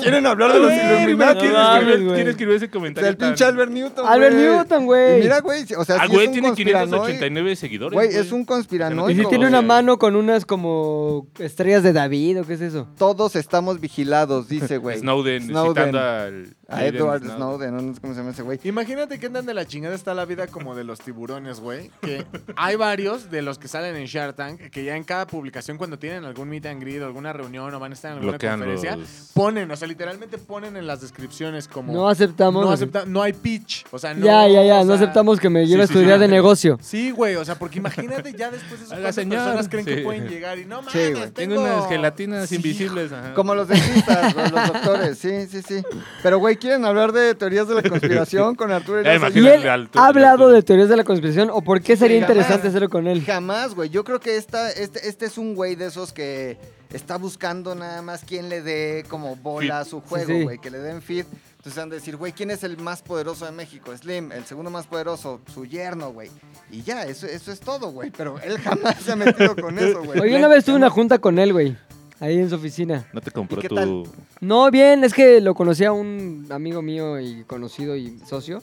Speaker 3: ¿Quieren hablar de los
Speaker 2: Illuminati,
Speaker 3: Illuminatis?
Speaker 2: ¿quién,
Speaker 1: mames,
Speaker 2: escribió,
Speaker 1: güey.
Speaker 2: quién escribió ese
Speaker 3: O sea,
Speaker 2: comentario?
Speaker 3: el pinche
Speaker 2: tan-
Speaker 3: Albert Newton,
Speaker 1: Albert
Speaker 3: güey.
Speaker 1: Newton,
Speaker 3: Y
Speaker 1: güey.
Speaker 3: mira, güey, o sea,
Speaker 2: Ah,
Speaker 3: sí
Speaker 2: güey,
Speaker 3: es un
Speaker 2: tiene
Speaker 3: conspiranoico.
Speaker 2: 589 seguidores.
Speaker 3: Güey, es un conspiranoico.
Speaker 1: Y si tiene
Speaker 2: no,
Speaker 1: una
Speaker 2: güey.
Speaker 1: mano con unas como estrellas de David o qué es eso.
Speaker 3: Todos estamos vigilados, dice, güey.
Speaker 2: Snowden, citando al...
Speaker 3: A Edward Snowden, no sé cómo se llama ese güey.
Speaker 5: Imagínate que andan de la chingada está la vida como de los tiburones, güey. Que hay varios de los que salen en Shark Tank que ya en cada publicación cuando tienen algún meet and greet, alguna reunión o van a estar en alguna
Speaker 2: Bloquean
Speaker 5: conferencia,
Speaker 2: los-
Speaker 5: ponen, o sea, literalmente ponen en las descripciones como
Speaker 1: No aceptamos.
Speaker 5: no, acepta- no hay pitch, o sea, no
Speaker 1: ya, ya, ya.
Speaker 5: o
Speaker 1: no
Speaker 5: sea,
Speaker 1: aceptamos que me lleve
Speaker 2: sí,
Speaker 1: a estudiar
Speaker 2: sí.
Speaker 1: de negocio.
Speaker 5: Sí, güey, o sea, porque imagínate ya después de esas
Speaker 2: Oiga,
Speaker 5: cuantas
Speaker 2: señor.
Speaker 5: personas creen que
Speaker 2: Sí.
Speaker 5: pueden llegar y no mames,
Speaker 3: Sí, güey.
Speaker 2: Tengo unas gelatinas invisibles. Ajá.
Speaker 3: Como los dentistas, güey, los doctores, sí, sí, sí. Pero, güey, ¿quieren hablar de teorías de la conspiración con Arturo
Speaker 2: Ya,
Speaker 3: Elías?
Speaker 1: ¿Y
Speaker 2: imagínate
Speaker 1: él
Speaker 2: al- al-
Speaker 1: ha hablado
Speaker 2: al-
Speaker 1: de teorías de la conspiración o por qué sería
Speaker 3: Sí, jamás.
Speaker 1: interesante hacerlo con él?
Speaker 3: Jamás, güey. Yo creo que esta, este, este es un güey de esos que está buscando nada más quién le dé como bola a su juego,
Speaker 1: sí.
Speaker 3: güey, que le den feed. Entonces van a decir, güey, ¿quién es el más poderoso de México? Slim, el segundo más poderoso, su yerno, güey. Y ya, eso, eso es todo, güey. Pero él jamás se ha metido con eso, güey.
Speaker 1: Oye, una vez tuve una junta con él, güey. Ahí en su oficina.
Speaker 2: No te compró
Speaker 3: ¿Y qué
Speaker 2: tu...
Speaker 3: tal?
Speaker 1: No, bien, es que lo conocía un amigo mío y conocido y socio.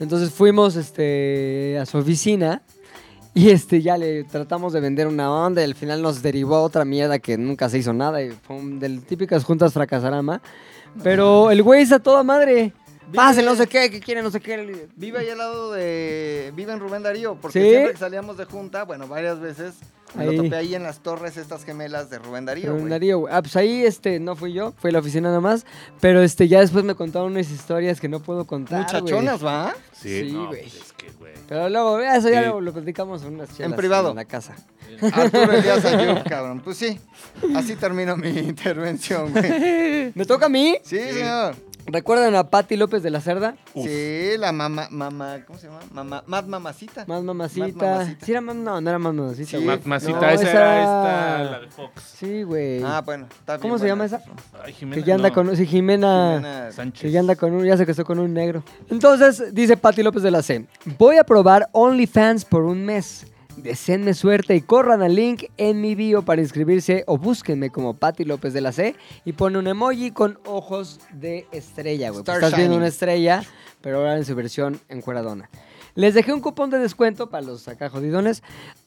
Speaker 1: Entonces fuimos este, a su oficina y este, ya le tratamos de vender una onda. y Al final nos derivó a otra mierda que nunca se hizo nada. Y fue un de típicas juntas fracasarama. Pero el güey está toda madre. Pase, no sé qué, que quiere, no sé qué.
Speaker 3: Vive ahí al lado de. Vive en Rubén Darío, porque
Speaker 1: ¿Sí?
Speaker 3: siempre que salíamos de junta, bueno, varias veces, me
Speaker 1: Ahí.
Speaker 3: lo topé ahí en las torres estas gemelas de Rubén Darío.
Speaker 1: Pero
Speaker 3: güey.
Speaker 1: Darío, güey. Ah, pues ahí este, no fui yo, fue la oficina nada más. Pero este, ya después me contaron unas historias que no puedo contar. güey.
Speaker 3: Muchachonas, ¿va?
Speaker 2: Sí,
Speaker 1: Sí,
Speaker 2: no,
Speaker 1: güey.
Speaker 2: pues es que, güey.
Speaker 1: Pero luego, vea, eso ya
Speaker 2: Sí.
Speaker 1: lo, lo platicamos en unas chelas
Speaker 3: privado.
Speaker 1: En la casa.
Speaker 3: Arturo Elías Ayub, cabrón. Pues sí, así termino mi intervención, güey.
Speaker 1: ¿Me toca a mí?
Speaker 3: Sí, señor.
Speaker 1: ¿Recuerdan a Patti López de la Cerda?
Speaker 2: Uf.
Speaker 3: Sí, la mamá, mamá, ¿cómo se llama? Mamá, más mamacita.
Speaker 1: Más
Speaker 3: Más
Speaker 1: mamacita.
Speaker 3: mamacita.
Speaker 1: Sí, era más, no, no era más mamacita.
Speaker 3: Sí.
Speaker 1: güey.
Speaker 2: Más- Más
Speaker 1: No,
Speaker 2: cita, esa
Speaker 1: esa-
Speaker 2: era esta, la de Fox.
Speaker 1: Sí, güey.
Speaker 3: Ah, bueno, está bien.
Speaker 1: ¿Cómo se llama
Speaker 3: buena.
Speaker 1: esa?
Speaker 2: Ay, Jimena,
Speaker 1: Que ya anda
Speaker 2: no.
Speaker 1: con. Sí, Jimena.
Speaker 3: Jimena-
Speaker 2: Sánchez.
Speaker 1: Que ya anda con un. Ya se casó con un negro. Entonces, dice Patti López de la C. Voy a probar OnlyFans por un mes. Deseenme suerte y corran al link en mi bio para inscribirse o búsquenme como Patti López de la C y pone un emoji con ojos de estrella, güey. Pues
Speaker 3: Star
Speaker 1: estás viendo
Speaker 3: shining.
Speaker 1: una estrella, pero ahora en su versión encueradona. Les dejé un cupón de descuento para los acá jodidones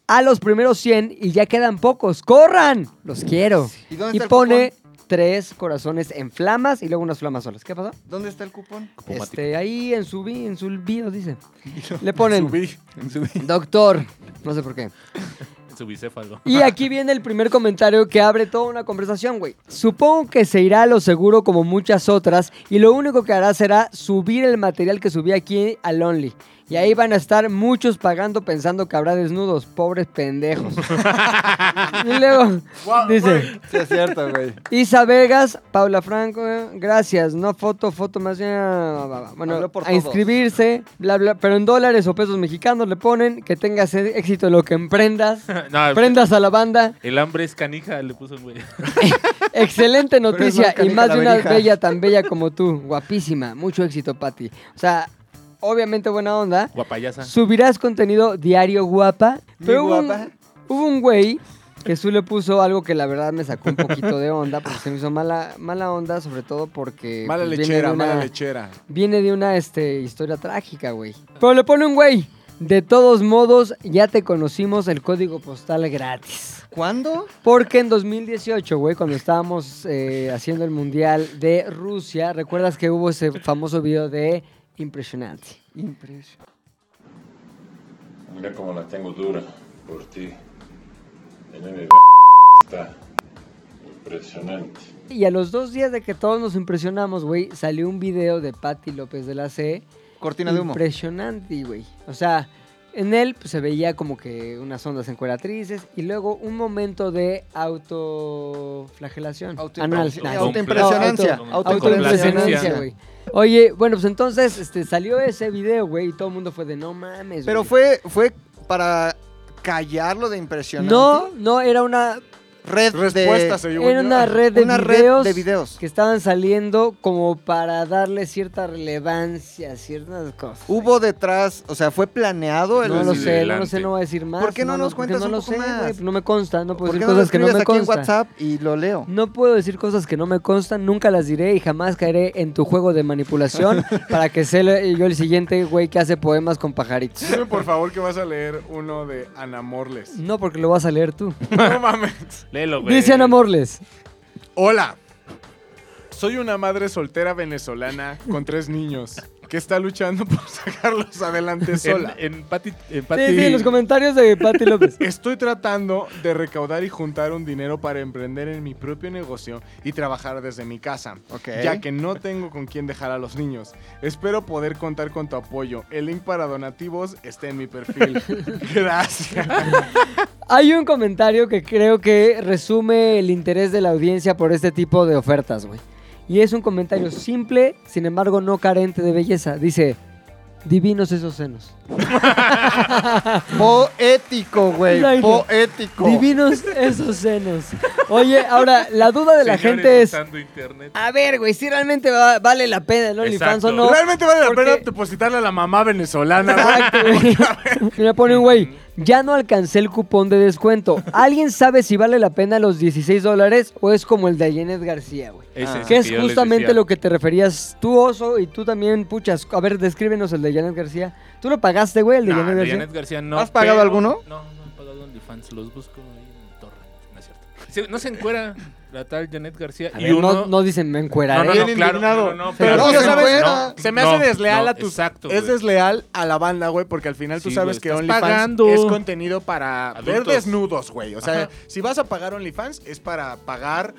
Speaker 1: a los primeros 100 y ya quedan pocos. ¡Corran! Los quiero.
Speaker 3: ¿Y dónde
Speaker 1: Y
Speaker 3: está el
Speaker 1: pone tres corazones en flamas y luego unas flamas solas. ¿Qué pasó?
Speaker 3: ¿Dónde está el cupón?
Speaker 1: Este, ahí en su, vi- en su bio dice. Le ponen,
Speaker 5: Subí.
Speaker 1: doctor, no sé por qué.
Speaker 2: Su bicéfalo.
Speaker 1: Y aquí viene el primer comentario que abre toda una conversación, güey. Supongo que se irá a lo seguro como muchas otras y lo único que hará será subir el material que subí aquí al Only. Y ahí van a estar muchos pagando pensando que habrá desnudos, pobres pendejos. y luego
Speaker 5: Guau,
Speaker 1: dice,
Speaker 5: güey.
Speaker 3: Sí, es cierto, güey.
Speaker 1: Isa Vegas, Paula Franco, eh, gracias, no foto, foto más bien, ah, ah, ah, bueno,
Speaker 3: Habló por
Speaker 1: a
Speaker 3: todos.
Speaker 1: inscribirse, bla bla, pero en dólares o pesos mexicanos le ponen que tengas eh, éxito en lo que emprendas.
Speaker 2: No,
Speaker 1: Prendas a la banda.
Speaker 2: El hambre es canija, le puso un güey.
Speaker 1: Excelente
Speaker 3: es más
Speaker 1: noticia y
Speaker 3: canija
Speaker 1: más
Speaker 3: la
Speaker 1: de una
Speaker 3: verija.
Speaker 1: bella tan bella como tú. Guapísima. Mucho éxito, Patti. O sea, obviamente buena onda.
Speaker 2: Guapayasa.
Speaker 1: Subirás contenido diario guapa.
Speaker 3: Mi
Speaker 1: Pero hubo,
Speaker 3: guapa.
Speaker 1: Un, hubo un güey que tú le puso algo que la verdad me sacó un poquito de onda porque se me hizo mala, mala onda, sobre todo porque...
Speaker 5: Mala
Speaker 1: pues, viene
Speaker 5: lechera,
Speaker 1: de una-
Speaker 5: mala lechera.
Speaker 1: Viene de una este, historia trágica, güey. Pero le pone un güey. De todos modos, ya te conocimos el código postal gratis.
Speaker 3: ¿Cuándo?
Speaker 1: Porque en 2018, güey, cuando estábamos eh, haciendo el Mundial de Rusia, ¿recuerdas que hubo ese famoso video de Impresionante?
Speaker 3: Impresionante.
Speaker 8: Mira cómo la tengo dura por ti. En el está impresionante.
Speaker 1: Y a los dos días de que todos nos impresionamos, güey, salió un video de Patti López de la C.
Speaker 3: Cortina de humo.
Speaker 1: Impresionante, güey. O sea, en él pues, se veía como que unas ondas encueratrices y luego un momento de autoflagelación. Ah, Anal.
Speaker 3: Autoimpresión-
Speaker 1: Nah, sí.
Speaker 3: Autoimpresionancia.
Speaker 2: No, auto-
Speaker 1: Autoimpresionancia,
Speaker 3: Autoimpresionancia,
Speaker 1: güey. Oye, bueno, pues entonces este, salió ese video, güey, y todo el mundo fue de no mames.
Speaker 3: Pero
Speaker 1: güey".
Speaker 3: fue, fue para callarlo de impresionante.
Speaker 1: No, no, era una,
Speaker 3: Red
Speaker 5: Respuesta,
Speaker 3: de...
Speaker 5: según
Speaker 1: era
Speaker 5: yo.
Speaker 1: una red de
Speaker 3: Una red
Speaker 1: videos.
Speaker 3: de videos.
Speaker 1: Que estaban saliendo como para darle cierta relevancia, ciertas cosas.
Speaker 3: Hubo detrás, o sea, fue planeado el
Speaker 1: No lo sé, no
Speaker 2: Sí,
Speaker 1: lo sé,
Speaker 2: delante.
Speaker 1: no voy a decir más.
Speaker 3: ¿Por qué no nos
Speaker 1: porque
Speaker 3: cuentas
Speaker 1: no
Speaker 3: un
Speaker 1: lo
Speaker 3: poco
Speaker 1: sé,
Speaker 3: más?
Speaker 1: güey, No me consta, no puedo
Speaker 3: ¿Por qué
Speaker 1: decir
Speaker 3: no lo
Speaker 1: cosas que no
Speaker 3: escribes
Speaker 1: me
Speaker 3: aquí en
Speaker 1: constan. Mm.
Speaker 3: WhatsApp y lo leo?
Speaker 1: No puedo decir cosas que no me constan, nunca las diré y jamás caeré en tu juego de manipulación para que sea le- yo el siguiente güey que hace poemas con pajaritos.
Speaker 5: Dime por favor que vas a leer uno de Ana Morles.
Speaker 1: No, porque lo vas a leer tú.
Speaker 5: No mames.
Speaker 2: Léelo, güey.
Speaker 1: Dice Ana Morles.
Speaker 5: Hola. Soy una madre soltera venezolana con tres niños que está luchando por sacarlos adelante
Speaker 2: En,
Speaker 5: sola.
Speaker 2: en Pati.
Speaker 1: Sí,
Speaker 2: En Pati
Speaker 1: sí, en los comentarios de Pati López.
Speaker 5: Estoy tratando de recaudar y juntar un dinero para emprender en mi propio negocio y trabajar desde mi casa,
Speaker 3: Ok.
Speaker 5: ya que no tengo con quién dejar a los niños. Espero poder contar con tu apoyo. El link para donativos está en mi perfil. Gracias.
Speaker 1: Hay un comentario que creo que resume el interés de la audiencia por este tipo de ofertas, güey. Y es un comentario simple, sin embargo no carente de belleza. Dice, divinos esos senos.
Speaker 3: Poético, güey.
Speaker 1: Exacto.
Speaker 3: Poético.
Speaker 1: Divinos esos senos. Oye, ahora, la duda de la gente es... Ah,
Speaker 2: Internet.
Speaker 1: A ver, güey, si realmente va- vale la pena el OnlyFans o
Speaker 2: Exacto.
Speaker 1: no.
Speaker 5: Realmente vale la
Speaker 1: Porque-
Speaker 5: pena depositarle a la mamá venezolana. güey.
Speaker 1: Exacto, güey. Mira, pone un güey. Ya no alcancé el cupón de descuento. ¿Alguien sabe si vale la pena los 16 dólares o es como el de Janet García, güey?
Speaker 2: Ese el
Speaker 1: Que es
Speaker 2: Ah, yo les
Speaker 1: justamente
Speaker 2: decía.
Speaker 1: lo que te referías tú, Oso, y tú también, puchas. A ver, descríbenos el de Janet García. ¿Tú lo pagaste, güey, el de
Speaker 2: Nah,
Speaker 1: Janet
Speaker 2: de
Speaker 1: García?
Speaker 2: Janet García no.
Speaker 3: ¿Has pagado
Speaker 2: pero-
Speaker 3: alguno?
Speaker 2: No, no he pagado OnlyFans. Los busco ahí en Torrent. No es cierto. Se- No se encuera la tal Janet García.
Speaker 1: A
Speaker 2: y
Speaker 1: ver,
Speaker 2: uno.
Speaker 1: no, no dicen, me encueraré.
Speaker 2: no, no,
Speaker 5: bien
Speaker 2: claro,
Speaker 5: indignado.
Speaker 2: no, no, no,
Speaker 5: Pero
Speaker 3: no
Speaker 2: es
Speaker 3: se
Speaker 2: que-
Speaker 3: encuera.
Speaker 2: no,
Speaker 5: Se me
Speaker 2: no,
Speaker 5: hace desleal
Speaker 2: no,
Speaker 5: a tus.
Speaker 2: exacto,
Speaker 5: es
Speaker 2: güey.
Speaker 5: desleal a la banda, güey, porque al final tú
Speaker 2: Sí,
Speaker 5: sabes
Speaker 2: güey,
Speaker 5: que
Speaker 2: estás
Speaker 5: OnlyFans
Speaker 2: pagando.
Speaker 5: es contenido para ver
Speaker 2: Adultos.
Speaker 5: desnudos, güey. O sea,
Speaker 2: Ajá.
Speaker 5: si vas a pagar OnlyFans es para pagar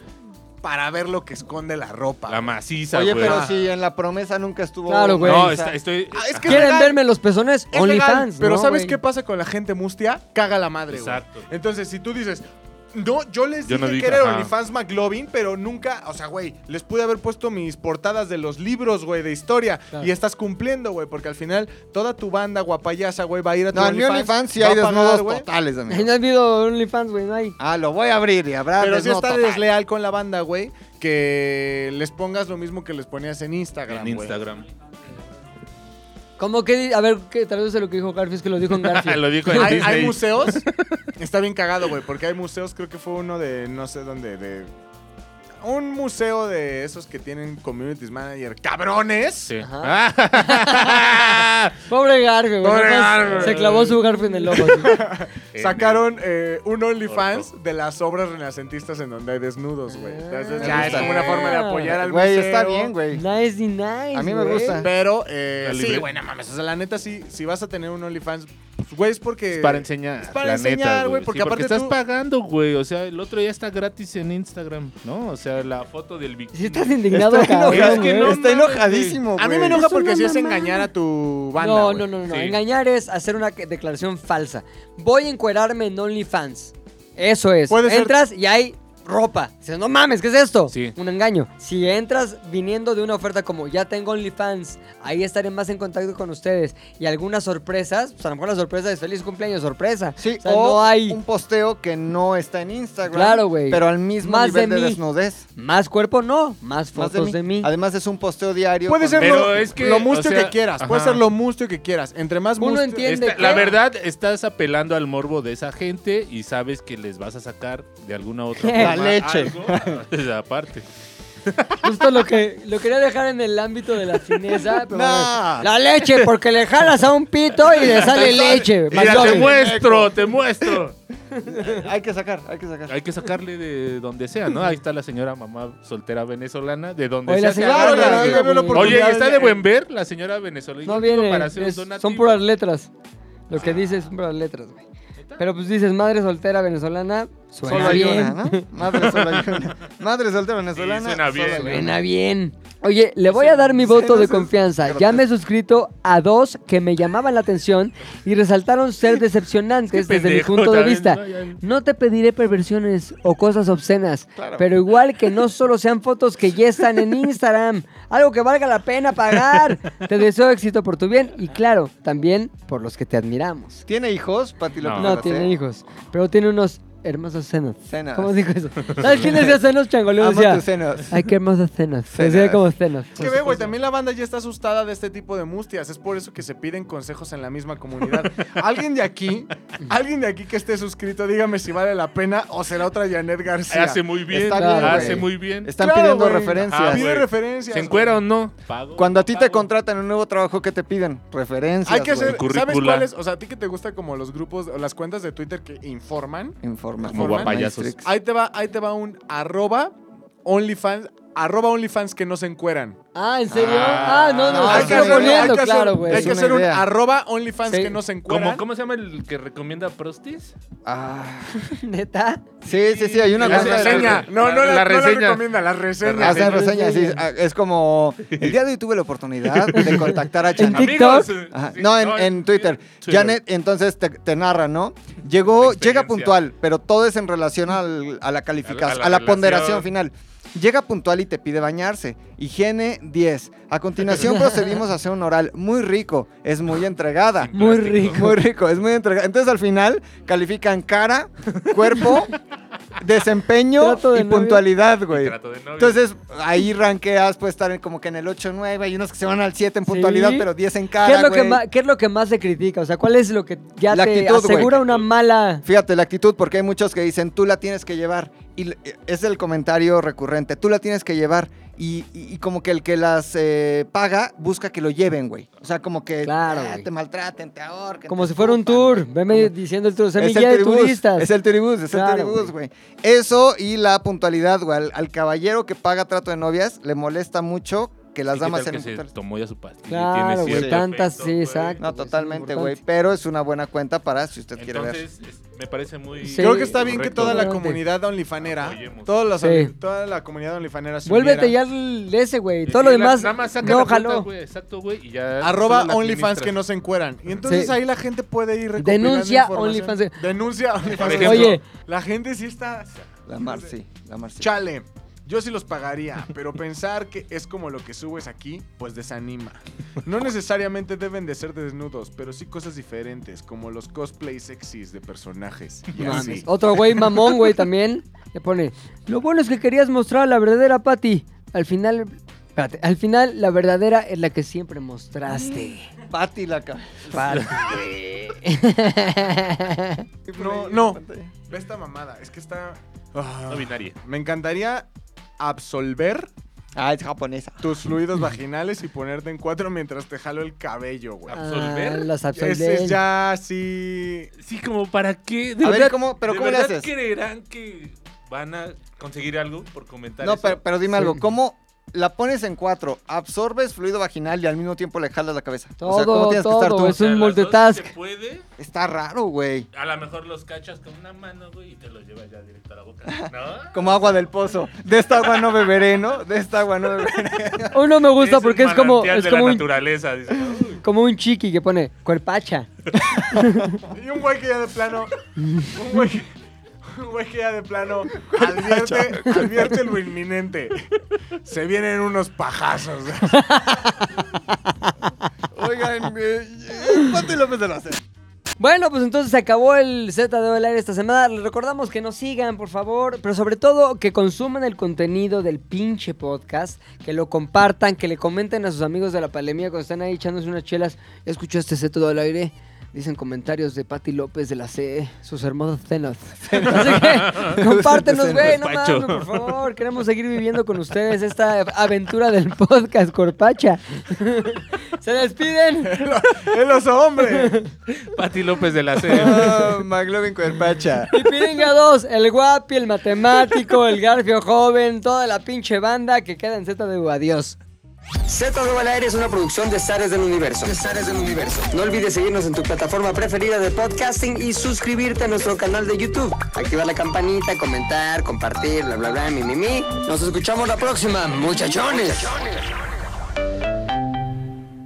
Speaker 5: para ver lo que esconde la ropa. Ah,
Speaker 2: La
Speaker 5: güey.
Speaker 2: maciza,
Speaker 3: Oye,
Speaker 2: güey.
Speaker 3: pero si en la promesa nunca estuvo.
Speaker 1: Claro, güey.
Speaker 2: No,
Speaker 1: o
Speaker 2: está- estoy.
Speaker 5: Ah, es que
Speaker 1: ¿Quieren
Speaker 5: es legal,
Speaker 1: verme los pezones?
Speaker 5: es legal,
Speaker 1: OnlyFans.
Speaker 5: Pero
Speaker 1: ¿no,
Speaker 5: ¿sabes
Speaker 1: güey?
Speaker 5: qué pasa con la gente mustia? Caga la madre, güey.
Speaker 2: Exacto.
Speaker 5: Entonces, si tú dices, no, yo les
Speaker 2: Yo
Speaker 5: dije
Speaker 2: no dije,
Speaker 5: que era
Speaker 2: ajá.
Speaker 5: OnlyFans McLovin, pero nunca, o sea, güey, les pude haber puesto mis portadas de los libros, güey, de historia.
Speaker 1: Claro.
Speaker 5: Y estás cumpliendo, güey, porque al final toda tu banda guapayasa, güey, va a ir a tu
Speaker 3: No, en mi OnlyFans sí hay
Speaker 5: va a pagar,
Speaker 3: desnudos
Speaker 5: güey.
Speaker 3: totales,
Speaker 1: No
Speaker 3: amigo.
Speaker 1: has visto OnlyFans, güey, no hay.
Speaker 3: Ah, lo voy a abrir y habrá
Speaker 5: Pero sí
Speaker 3: desnudo
Speaker 5: está
Speaker 3: total.
Speaker 5: desleal con la banda, güey, que les pongas lo mismo que les ponías en Instagram,
Speaker 2: En
Speaker 5: güey.
Speaker 2: Instagram.
Speaker 1: ¿Cómo que? di- A ver, ¿qué, traduce lo que dijo Garfield, que lo dijo en Garfield.
Speaker 2: Ah, lo dijo en
Speaker 5: Hay,
Speaker 2: Disney.
Speaker 5: hay museos. Está bien cagado, güey, porque hay museos, creo que fue uno de no sé dónde, de. Un museo
Speaker 2: Ah,
Speaker 5: de esos que tienen communities manager cabrones.
Speaker 2: Sí.
Speaker 1: Ajá. Pobre Garfield, güey.
Speaker 5: Pobre
Speaker 1: Nomás
Speaker 5: Garfield.
Speaker 1: Se clavó su Garfield en el ojo. así.
Speaker 5: Sacaron eh, un OnlyFans de las obras renacentistas en donde hay desnudos, güey. Entonces,
Speaker 3: Me
Speaker 5: ya es
Speaker 3: gusta.
Speaker 5: como una forma de apoyar al
Speaker 3: Güey,
Speaker 5: museo.
Speaker 3: está bien, güey.
Speaker 1: nice y nice.
Speaker 3: A mí me
Speaker 1: güey.
Speaker 3: gusta.
Speaker 5: Pero, eh,
Speaker 2: La
Speaker 5: sí,
Speaker 2: libre-
Speaker 5: güey, no mames. O sea, la neta, sí, si vas a tener un OnlyFans, pues, güey, es porque...
Speaker 2: Para enseñar.
Speaker 5: Es para
Speaker 2: la
Speaker 5: enseñar,
Speaker 2: neta,
Speaker 5: güey, porque
Speaker 2: Sí,
Speaker 5: aparte
Speaker 2: estás
Speaker 5: tú-
Speaker 2: pagando, güey. O sea, el otro ya está gratis en Instagram, ¿no? O sea, la foto del bikini.
Speaker 1: Si estás indignado, cabrón,
Speaker 2: enojado,
Speaker 1: güey.
Speaker 2: es que no
Speaker 3: está
Speaker 2: mames,
Speaker 3: enojadísimo, güey.
Speaker 5: A mí me enoja
Speaker 1: Es una
Speaker 5: porque si es
Speaker 1: mamá.
Speaker 5: engañar a tu banda,
Speaker 1: No,
Speaker 5: güey.
Speaker 1: no, no, no.
Speaker 2: Sí.
Speaker 1: Engañar es hacer una que- declaración falsa. Voy a encuerarme en OnlyFans. Eso es.
Speaker 5: Puede ser-
Speaker 1: entras y hay ropa. Dices, no mames, ¿qué es esto?
Speaker 2: Sí.
Speaker 1: Un engaño. Si entras viniendo de una oferta como ya tengo OnlyFans, ahí estaré más en contacto con ustedes. Y algunas sorpresas, pues a lo mejor la sorpresa es feliz cumpleaños, sorpresa.
Speaker 3: Sí,
Speaker 1: o, sea,
Speaker 3: o
Speaker 1: no hay
Speaker 3: un posteo que no está en Instagram.
Speaker 1: Claro, güey.
Speaker 3: Pero al mismo
Speaker 1: Más
Speaker 3: nivel
Speaker 1: de
Speaker 3: de,
Speaker 1: mí.
Speaker 3: desnudez.
Speaker 1: más cuerpo, no. Más
Speaker 3: Más
Speaker 1: fotos de mí.
Speaker 3: Además es un posteo diario.
Speaker 5: Puede
Speaker 3: con-
Speaker 5: ser
Speaker 2: Pero
Speaker 5: lo,
Speaker 2: es que,
Speaker 5: lo mustio
Speaker 2: o sea,
Speaker 5: que quieras. Puede
Speaker 2: ajá.
Speaker 5: ser lo mustio que quieras. Entre más
Speaker 1: Uno
Speaker 5: mustio-
Speaker 1: entiende.
Speaker 2: Esta-
Speaker 1: ¿qué?
Speaker 2: la verdad, estás apelando al morbo de esa gente y sabes que les vas a sacar de alguna otra
Speaker 1: La
Speaker 2: forma
Speaker 3: leche.
Speaker 2: algo, aparte.
Speaker 1: Justo lo que lo quería dejar en el ámbito de la fineza. pero
Speaker 3: Nah.
Speaker 1: bueno. La leche, porque le jalas a un pito y le sale leche.
Speaker 2: Mira, te
Speaker 1: McLovin.
Speaker 2: muestro, te muestro.
Speaker 3: Hay que sacar, hay que sacar.
Speaker 2: Hay que sacarle de donde sea, ¿no? Ahí está la señora mamá soltera venezolana, de donde
Speaker 1: Oye,
Speaker 2: sea.
Speaker 1: la
Speaker 2: que
Speaker 1: señora
Speaker 2: agarra,
Speaker 1: venezolana,
Speaker 2: güey.
Speaker 1: ya veo la
Speaker 2: Oye,
Speaker 5: oportunidad
Speaker 2: ¿y está
Speaker 5: de-
Speaker 2: de
Speaker 3: eh.
Speaker 2: buen ver la señora venezolana?
Speaker 1: No
Speaker 2: Yo
Speaker 1: viene.
Speaker 2: para hacer un
Speaker 1: es- son
Speaker 2: donativo.
Speaker 1: puras letras. Lo que dice son puras letras, güey. Pero pues dices, madre soltera venezolana, suena
Speaker 3: Solo hay
Speaker 1: bien.
Speaker 3: una,
Speaker 5: ¿Ah?
Speaker 3: ¿no? Madre solo hay una. Madre soltera venezolana.
Speaker 2: suena bien,
Speaker 3: solo hay
Speaker 2: güey.
Speaker 3: una.
Speaker 1: Suena bien. Oye, le voy a dar mi voto de confianza.
Speaker 2: pues
Speaker 1: Ya me he suscrito a dos que me llamaban la atención y resaltaron ser decepcionantes desde mi
Speaker 2: pendejo,
Speaker 1: punto de
Speaker 2: también,
Speaker 1: vista.
Speaker 2: ¿no? Ya-
Speaker 1: No te pediré perversiones o cosas obscenas, pero igual que no solo sean fotos que ya están en Instagram, algo que valga la pena pagar. Te deseo éxito por tu bien y claro, también por los que te admiramos.
Speaker 3: ¿Tiene hijos, Pati
Speaker 2: Ah, No.
Speaker 3: López?
Speaker 1: No
Speaker 3: Veras,
Speaker 1: tiene
Speaker 3: eh?
Speaker 1: hijos, pero tiene unos hermosos senos.
Speaker 3: Senos.
Speaker 1: ¿Cómo dijo eso? ¿Sabes quién decía senos, changoleo?
Speaker 3: Amo
Speaker 1: Decía,
Speaker 3: tus senos.
Speaker 1: ay, qué hermosos senos.
Speaker 3: Senos.
Speaker 1: Decía como senos.
Speaker 5: Es que ve, güey, también la banda ya está asustada de este tipo de mustias. Es por eso que se piden consejos en la misma comunidad. Alguien de aquí, alguien de aquí que esté suscrito, dígame si vale la pena o será otra Janet García.
Speaker 2: Hace muy bien,
Speaker 3: Está
Speaker 1: bien,
Speaker 2: hace
Speaker 3: güey.
Speaker 2: muy bien.
Speaker 3: Están
Speaker 5: Claro,
Speaker 3: pidiendo
Speaker 5: güey.
Speaker 3: referencias.
Speaker 2: Ah,
Speaker 5: Pide
Speaker 2: güey.
Speaker 5: referencias.
Speaker 2: ¿Se encuera o no? Pago,
Speaker 3: Cuando a ti te
Speaker 2: pago.
Speaker 3: contratan en un nuevo trabajo, ¿qué te piden? Referencias.
Speaker 5: Hay que
Speaker 3: güey.
Speaker 5: hacer, ¿sabes
Speaker 2: Currícula.
Speaker 5: cuáles? O sea, a ti que te gusta como los grupos o las cuentas de Twitter que informan.
Speaker 3: Información.
Speaker 5: Como
Speaker 2: guapayazos.
Speaker 3: Matrix.
Speaker 5: Ahí te va, ahí te va un arroba OnlyFans, arroba OnlyFans que no se encueran.
Speaker 1: Ah, ¿en serio?
Speaker 2: Ah,
Speaker 1: Ah, no, no,
Speaker 3: no,
Speaker 1: lo
Speaker 3: hay que
Speaker 1: estoy
Speaker 3: hacer-
Speaker 1: poniendo,
Speaker 5: hay que hacer-
Speaker 1: claro,
Speaker 5: Hay
Speaker 1: güey.
Speaker 5: que
Speaker 3: Es una
Speaker 5: hacer un
Speaker 3: idea.
Speaker 5: arroba OnlyFans
Speaker 1: Sí.
Speaker 5: que no se encueran.
Speaker 2: ¿Cómo, ¿Cómo se llama el que recomienda Prostis?
Speaker 3: Ah.
Speaker 1: ¿Neta?
Speaker 3: Sí, sí, sí, hay una
Speaker 2: La
Speaker 3: cuenta de-
Speaker 2: reseña.
Speaker 5: No, no la,
Speaker 2: La
Speaker 5: no la
Speaker 2: reseña.
Speaker 5: recomienda, la reseña.
Speaker 3: Hacen
Speaker 2: Reseña.
Speaker 3: reseñas, sí. Ah, Es como. El día de hoy tuve la oportunidad de contactar a
Speaker 1: En
Speaker 3: Janet.
Speaker 1: TikTok.
Speaker 2: eh,
Speaker 3: Ajá, No, en, en Twitter. Janet, entonces te, te narra, ¿no? Llegó,
Speaker 2: Experiencia.
Speaker 3: llega puntual, pero todo es en relación al- a la
Speaker 2: A
Speaker 3: calificación,
Speaker 2: la-
Speaker 3: a,
Speaker 2: a la
Speaker 3: la ponderación
Speaker 2: relación.
Speaker 3: final. Llega puntual y te pide bañarse. Higiene 10. A continuación procedimos a hacer un oral muy rico. Es muy entregada.
Speaker 1: Muy rico.
Speaker 3: Muy rico, es muy entregada. Entonces al final califican cara, cuerpo, desempeño
Speaker 1: Trato de
Speaker 3: y
Speaker 1: novio.
Speaker 3: puntualidad, güey.
Speaker 2: trato de novio.
Speaker 3: Entonces ahí ranqueas, puedes estar en- como que en el 8-9. Hay unos que se van al 7 en puntualidad,
Speaker 1: Sí.
Speaker 3: pero 10 en
Speaker 1: ¿Qué es,
Speaker 3: cara,
Speaker 1: lo que
Speaker 3: güey.
Speaker 1: más, ¿Qué es lo que más se critica? O sea, ¿cuál es lo que ya
Speaker 3: La
Speaker 1: te
Speaker 3: actitud, güey.
Speaker 1: asegura una mala...
Speaker 3: Fíjate la actitud, porque hay muchos que dicen, tú la tienes que llevar. Y l- eh, es el comentario recurrente, tú la tienes que llevar. Y, y- y como que el que las eh, paga busca que lo lleven, güey. O sea, como que
Speaker 1: Claro,
Speaker 3: ah,
Speaker 1: güey.
Speaker 3: te maltraten, te ahorquen.
Speaker 1: Como
Speaker 3: te
Speaker 1: si fuera un
Speaker 3: escupan,
Speaker 1: tour.
Speaker 3: güey.
Speaker 1: Veme
Speaker 3: Como-
Speaker 1: diciendo el tour. Se me
Speaker 3: Es
Speaker 1: guía
Speaker 3: el
Speaker 1: de
Speaker 3: turibús,
Speaker 1: turistas.
Speaker 3: es el turibús, es
Speaker 1: Claro,
Speaker 3: el turibús,
Speaker 1: güey.
Speaker 3: güey. Eso y la puntualidad, güey. Al, al caballero que paga trato de novias le molesta mucho que las
Speaker 2: ¿Y qué
Speaker 3: damas
Speaker 2: tal
Speaker 3: sean
Speaker 2: que se
Speaker 3: puntuales.
Speaker 2: tomó ya su pastilla. y tiene
Speaker 1: Claro, güey.
Speaker 2: cierto
Speaker 1: Tantas,
Speaker 2: efecto,
Speaker 1: sí,
Speaker 2: güey?
Speaker 1: exacto.
Speaker 3: No,
Speaker 1: güey, es
Speaker 3: totalmente, güey.
Speaker 1: importante.
Speaker 3: Pero es una buena cuenta para si usted quiere ver.
Speaker 2: Entonces, es- me parece muy.
Speaker 1: Sí.
Speaker 5: Creo que está bien que
Speaker 2: correcto.
Speaker 5: toda la
Speaker 1: Seguramente.
Speaker 5: comunidad OnlyFanera,
Speaker 2: Apoyemos.
Speaker 5: todos los-
Speaker 1: Sí.
Speaker 5: toda la comunidad OnlyFanera se
Speaker 1: Vuélvete ya
Speaker 5: uniera.
Speaker 1: al ese, güey.
Speaker 2: Y
Speaker 1: Todo lo
Speaker 2: Eh, la-
Speaker 1: demás...
Speaker 2: Nada más saca
Speaker 1: No,
Speaker 2: la cuenta,
Speaker 1: jaló.
Speaker 2: güey, Exacto, güey. Y ya.
Speaker 5: Arroba
Speaker 2: solo la
Speaker 5: OnlyFans que no
Speaker 2: administras.
Speaker 5: se encueran. Y entonces
Speaker 1: Sí.
Speaker 5: ahí la gente puede ir recopilando
Speaker 1: Denuncia
Speaker 5: información.
Speaker 1: OnlyFans.
Speaker 5: Denuncia OnlyFans.
Speaker 2: ejemplo.
Speaker 1: Oye.
Speaker 5: La gente sí está...
Speaker 3: La Marcy, la Marcy.
Speaker 5: Chale, yo sí los pagaría, pero pensar que es como lo que subes aquí, pues desanima. No necesariamente deben de ser desnudos, pero sí cosas diferentes, como los cosplay sexys de personajes. Y
Speaker 1: No
Speaker 5: así.
Speaker 1: mames. Otro güey mamón, güey, también. Le pone, lo bueno es que querías mostrar la verdadera Patty. Al final, espérate, al final la verdadera es la que siempre mostraste.
Speaker 3: Patty la cabeza.
Speaker 1: Patty.
Speaker 5: No, no. Ve esta mamada, es que está... Ah,
Speaker 2: No binaria.
Speaker 5: me encantaría absolver
Speaker 3: Ah, es japonesa.
Speaker 5: tus fluidos vaginales y ponerte en cuatro mientras te jalo el cabello, güey.
Speaker 2: ¿Absolver?
Speaker 1: Ah, las
Speaker 5: Ese
Speaker 1: absolver.
Speaker 5: es ya así.
Speaker 2: Sí, como para qué.
Speaker 3: A ver, ¿cómo, pero
Speaker 2: ¿de
Speaker 3: ¿cómo le
Speaker 2: verdad
Speaker 3: haces?
Speaker 2: creerán que van a conseguir algo por comentar
Speaker 3: No,
Speaker 2: eso?
Speaker 3: pero, pero dime
Speaker 1: Sí.
Speaker 3: algo, ¿cómo la pones en cuatro? Absorbes fluido vaginal y al mismo tiempo le jalas la cabeza. o sea, ¿cómo
Speaker 1: Todo,
Speaker 3: tienes que estar
Speaker 1: todo,
Speaker 3: tú?
Speaker 1: es- Pues un
Speaker 2: las dos
Speaker 1: multitask.
Speaker 2: se puede.
Speaker 3: Está raro, güey.
Speaker 2: A lo mejor los cachas con una mano, güey, y te los llevas ya directo a la boca. ¿No?
Speaker 3: Como agua del pozo. De esta agua no beberé, ¿no? De esta agua no beberé.
Speaker 1: Uno me gusta porque
Speaker 2: un
Speaker 1: es como,
Speaker 2: manantial
Speaker 1: es
Speaker 2: de
Speaker 1: como
Speaker 2: la
Speaker 1: un,
Speaker 2: naturaleza. dice, uy.
Speaker 1: como un chiqui que pone cuerpacha.
Speaker 5: Y un güey que ya de plano. Un güey que, un güey que ya de plano advierte, advierte lo inminente. Se vienen unos pajazos.
Speaker 3: Oigan, eh, eh, Pati López de la C.
Speaker 1: Bueno, pues entonces se acabó el Z de al aire esta semana. Les recordamos que nos sigan, por favor, pero sobre todo que consuman el contenido del pinche podcast, que lo compartan, que le comenten a sus amigos de la pandemia cuando están ahí echándose unas chelas. ¿Ya escuchaste Z de al aire? Dicen comentarios de Patti López de la CE, sus hermosos cenos. Así que compártenos, güey, no
Speaker 2: Corpacho.
Speaker 1: mames, por favor. Queremos seguir viviendo con ustedes esta aventura del podcast, Corpacha. Se despiden.
Speaker 5: ¡El oso hombre!
Speaker 2: Pati López de la C.
Speaker 3: Ah, McLovin Cuerpacha.
Speaker 1: Y Piringa 2, el guapi, el matemático, el garfio joven, toda la pinche banda que queda en ZDU. Adiós.
Speaker 9: Z2 al aire es una producción de Zares del Universo. del Universo. No olvides seguirnos en tu plataforma preferida de podcasting y suscribirte a nuestro canal de YouTube. Activar la campanita, comentar, compartir, bla, bla, bla, mi, mi, mi. Nos escuchamos la próxima, muchachones.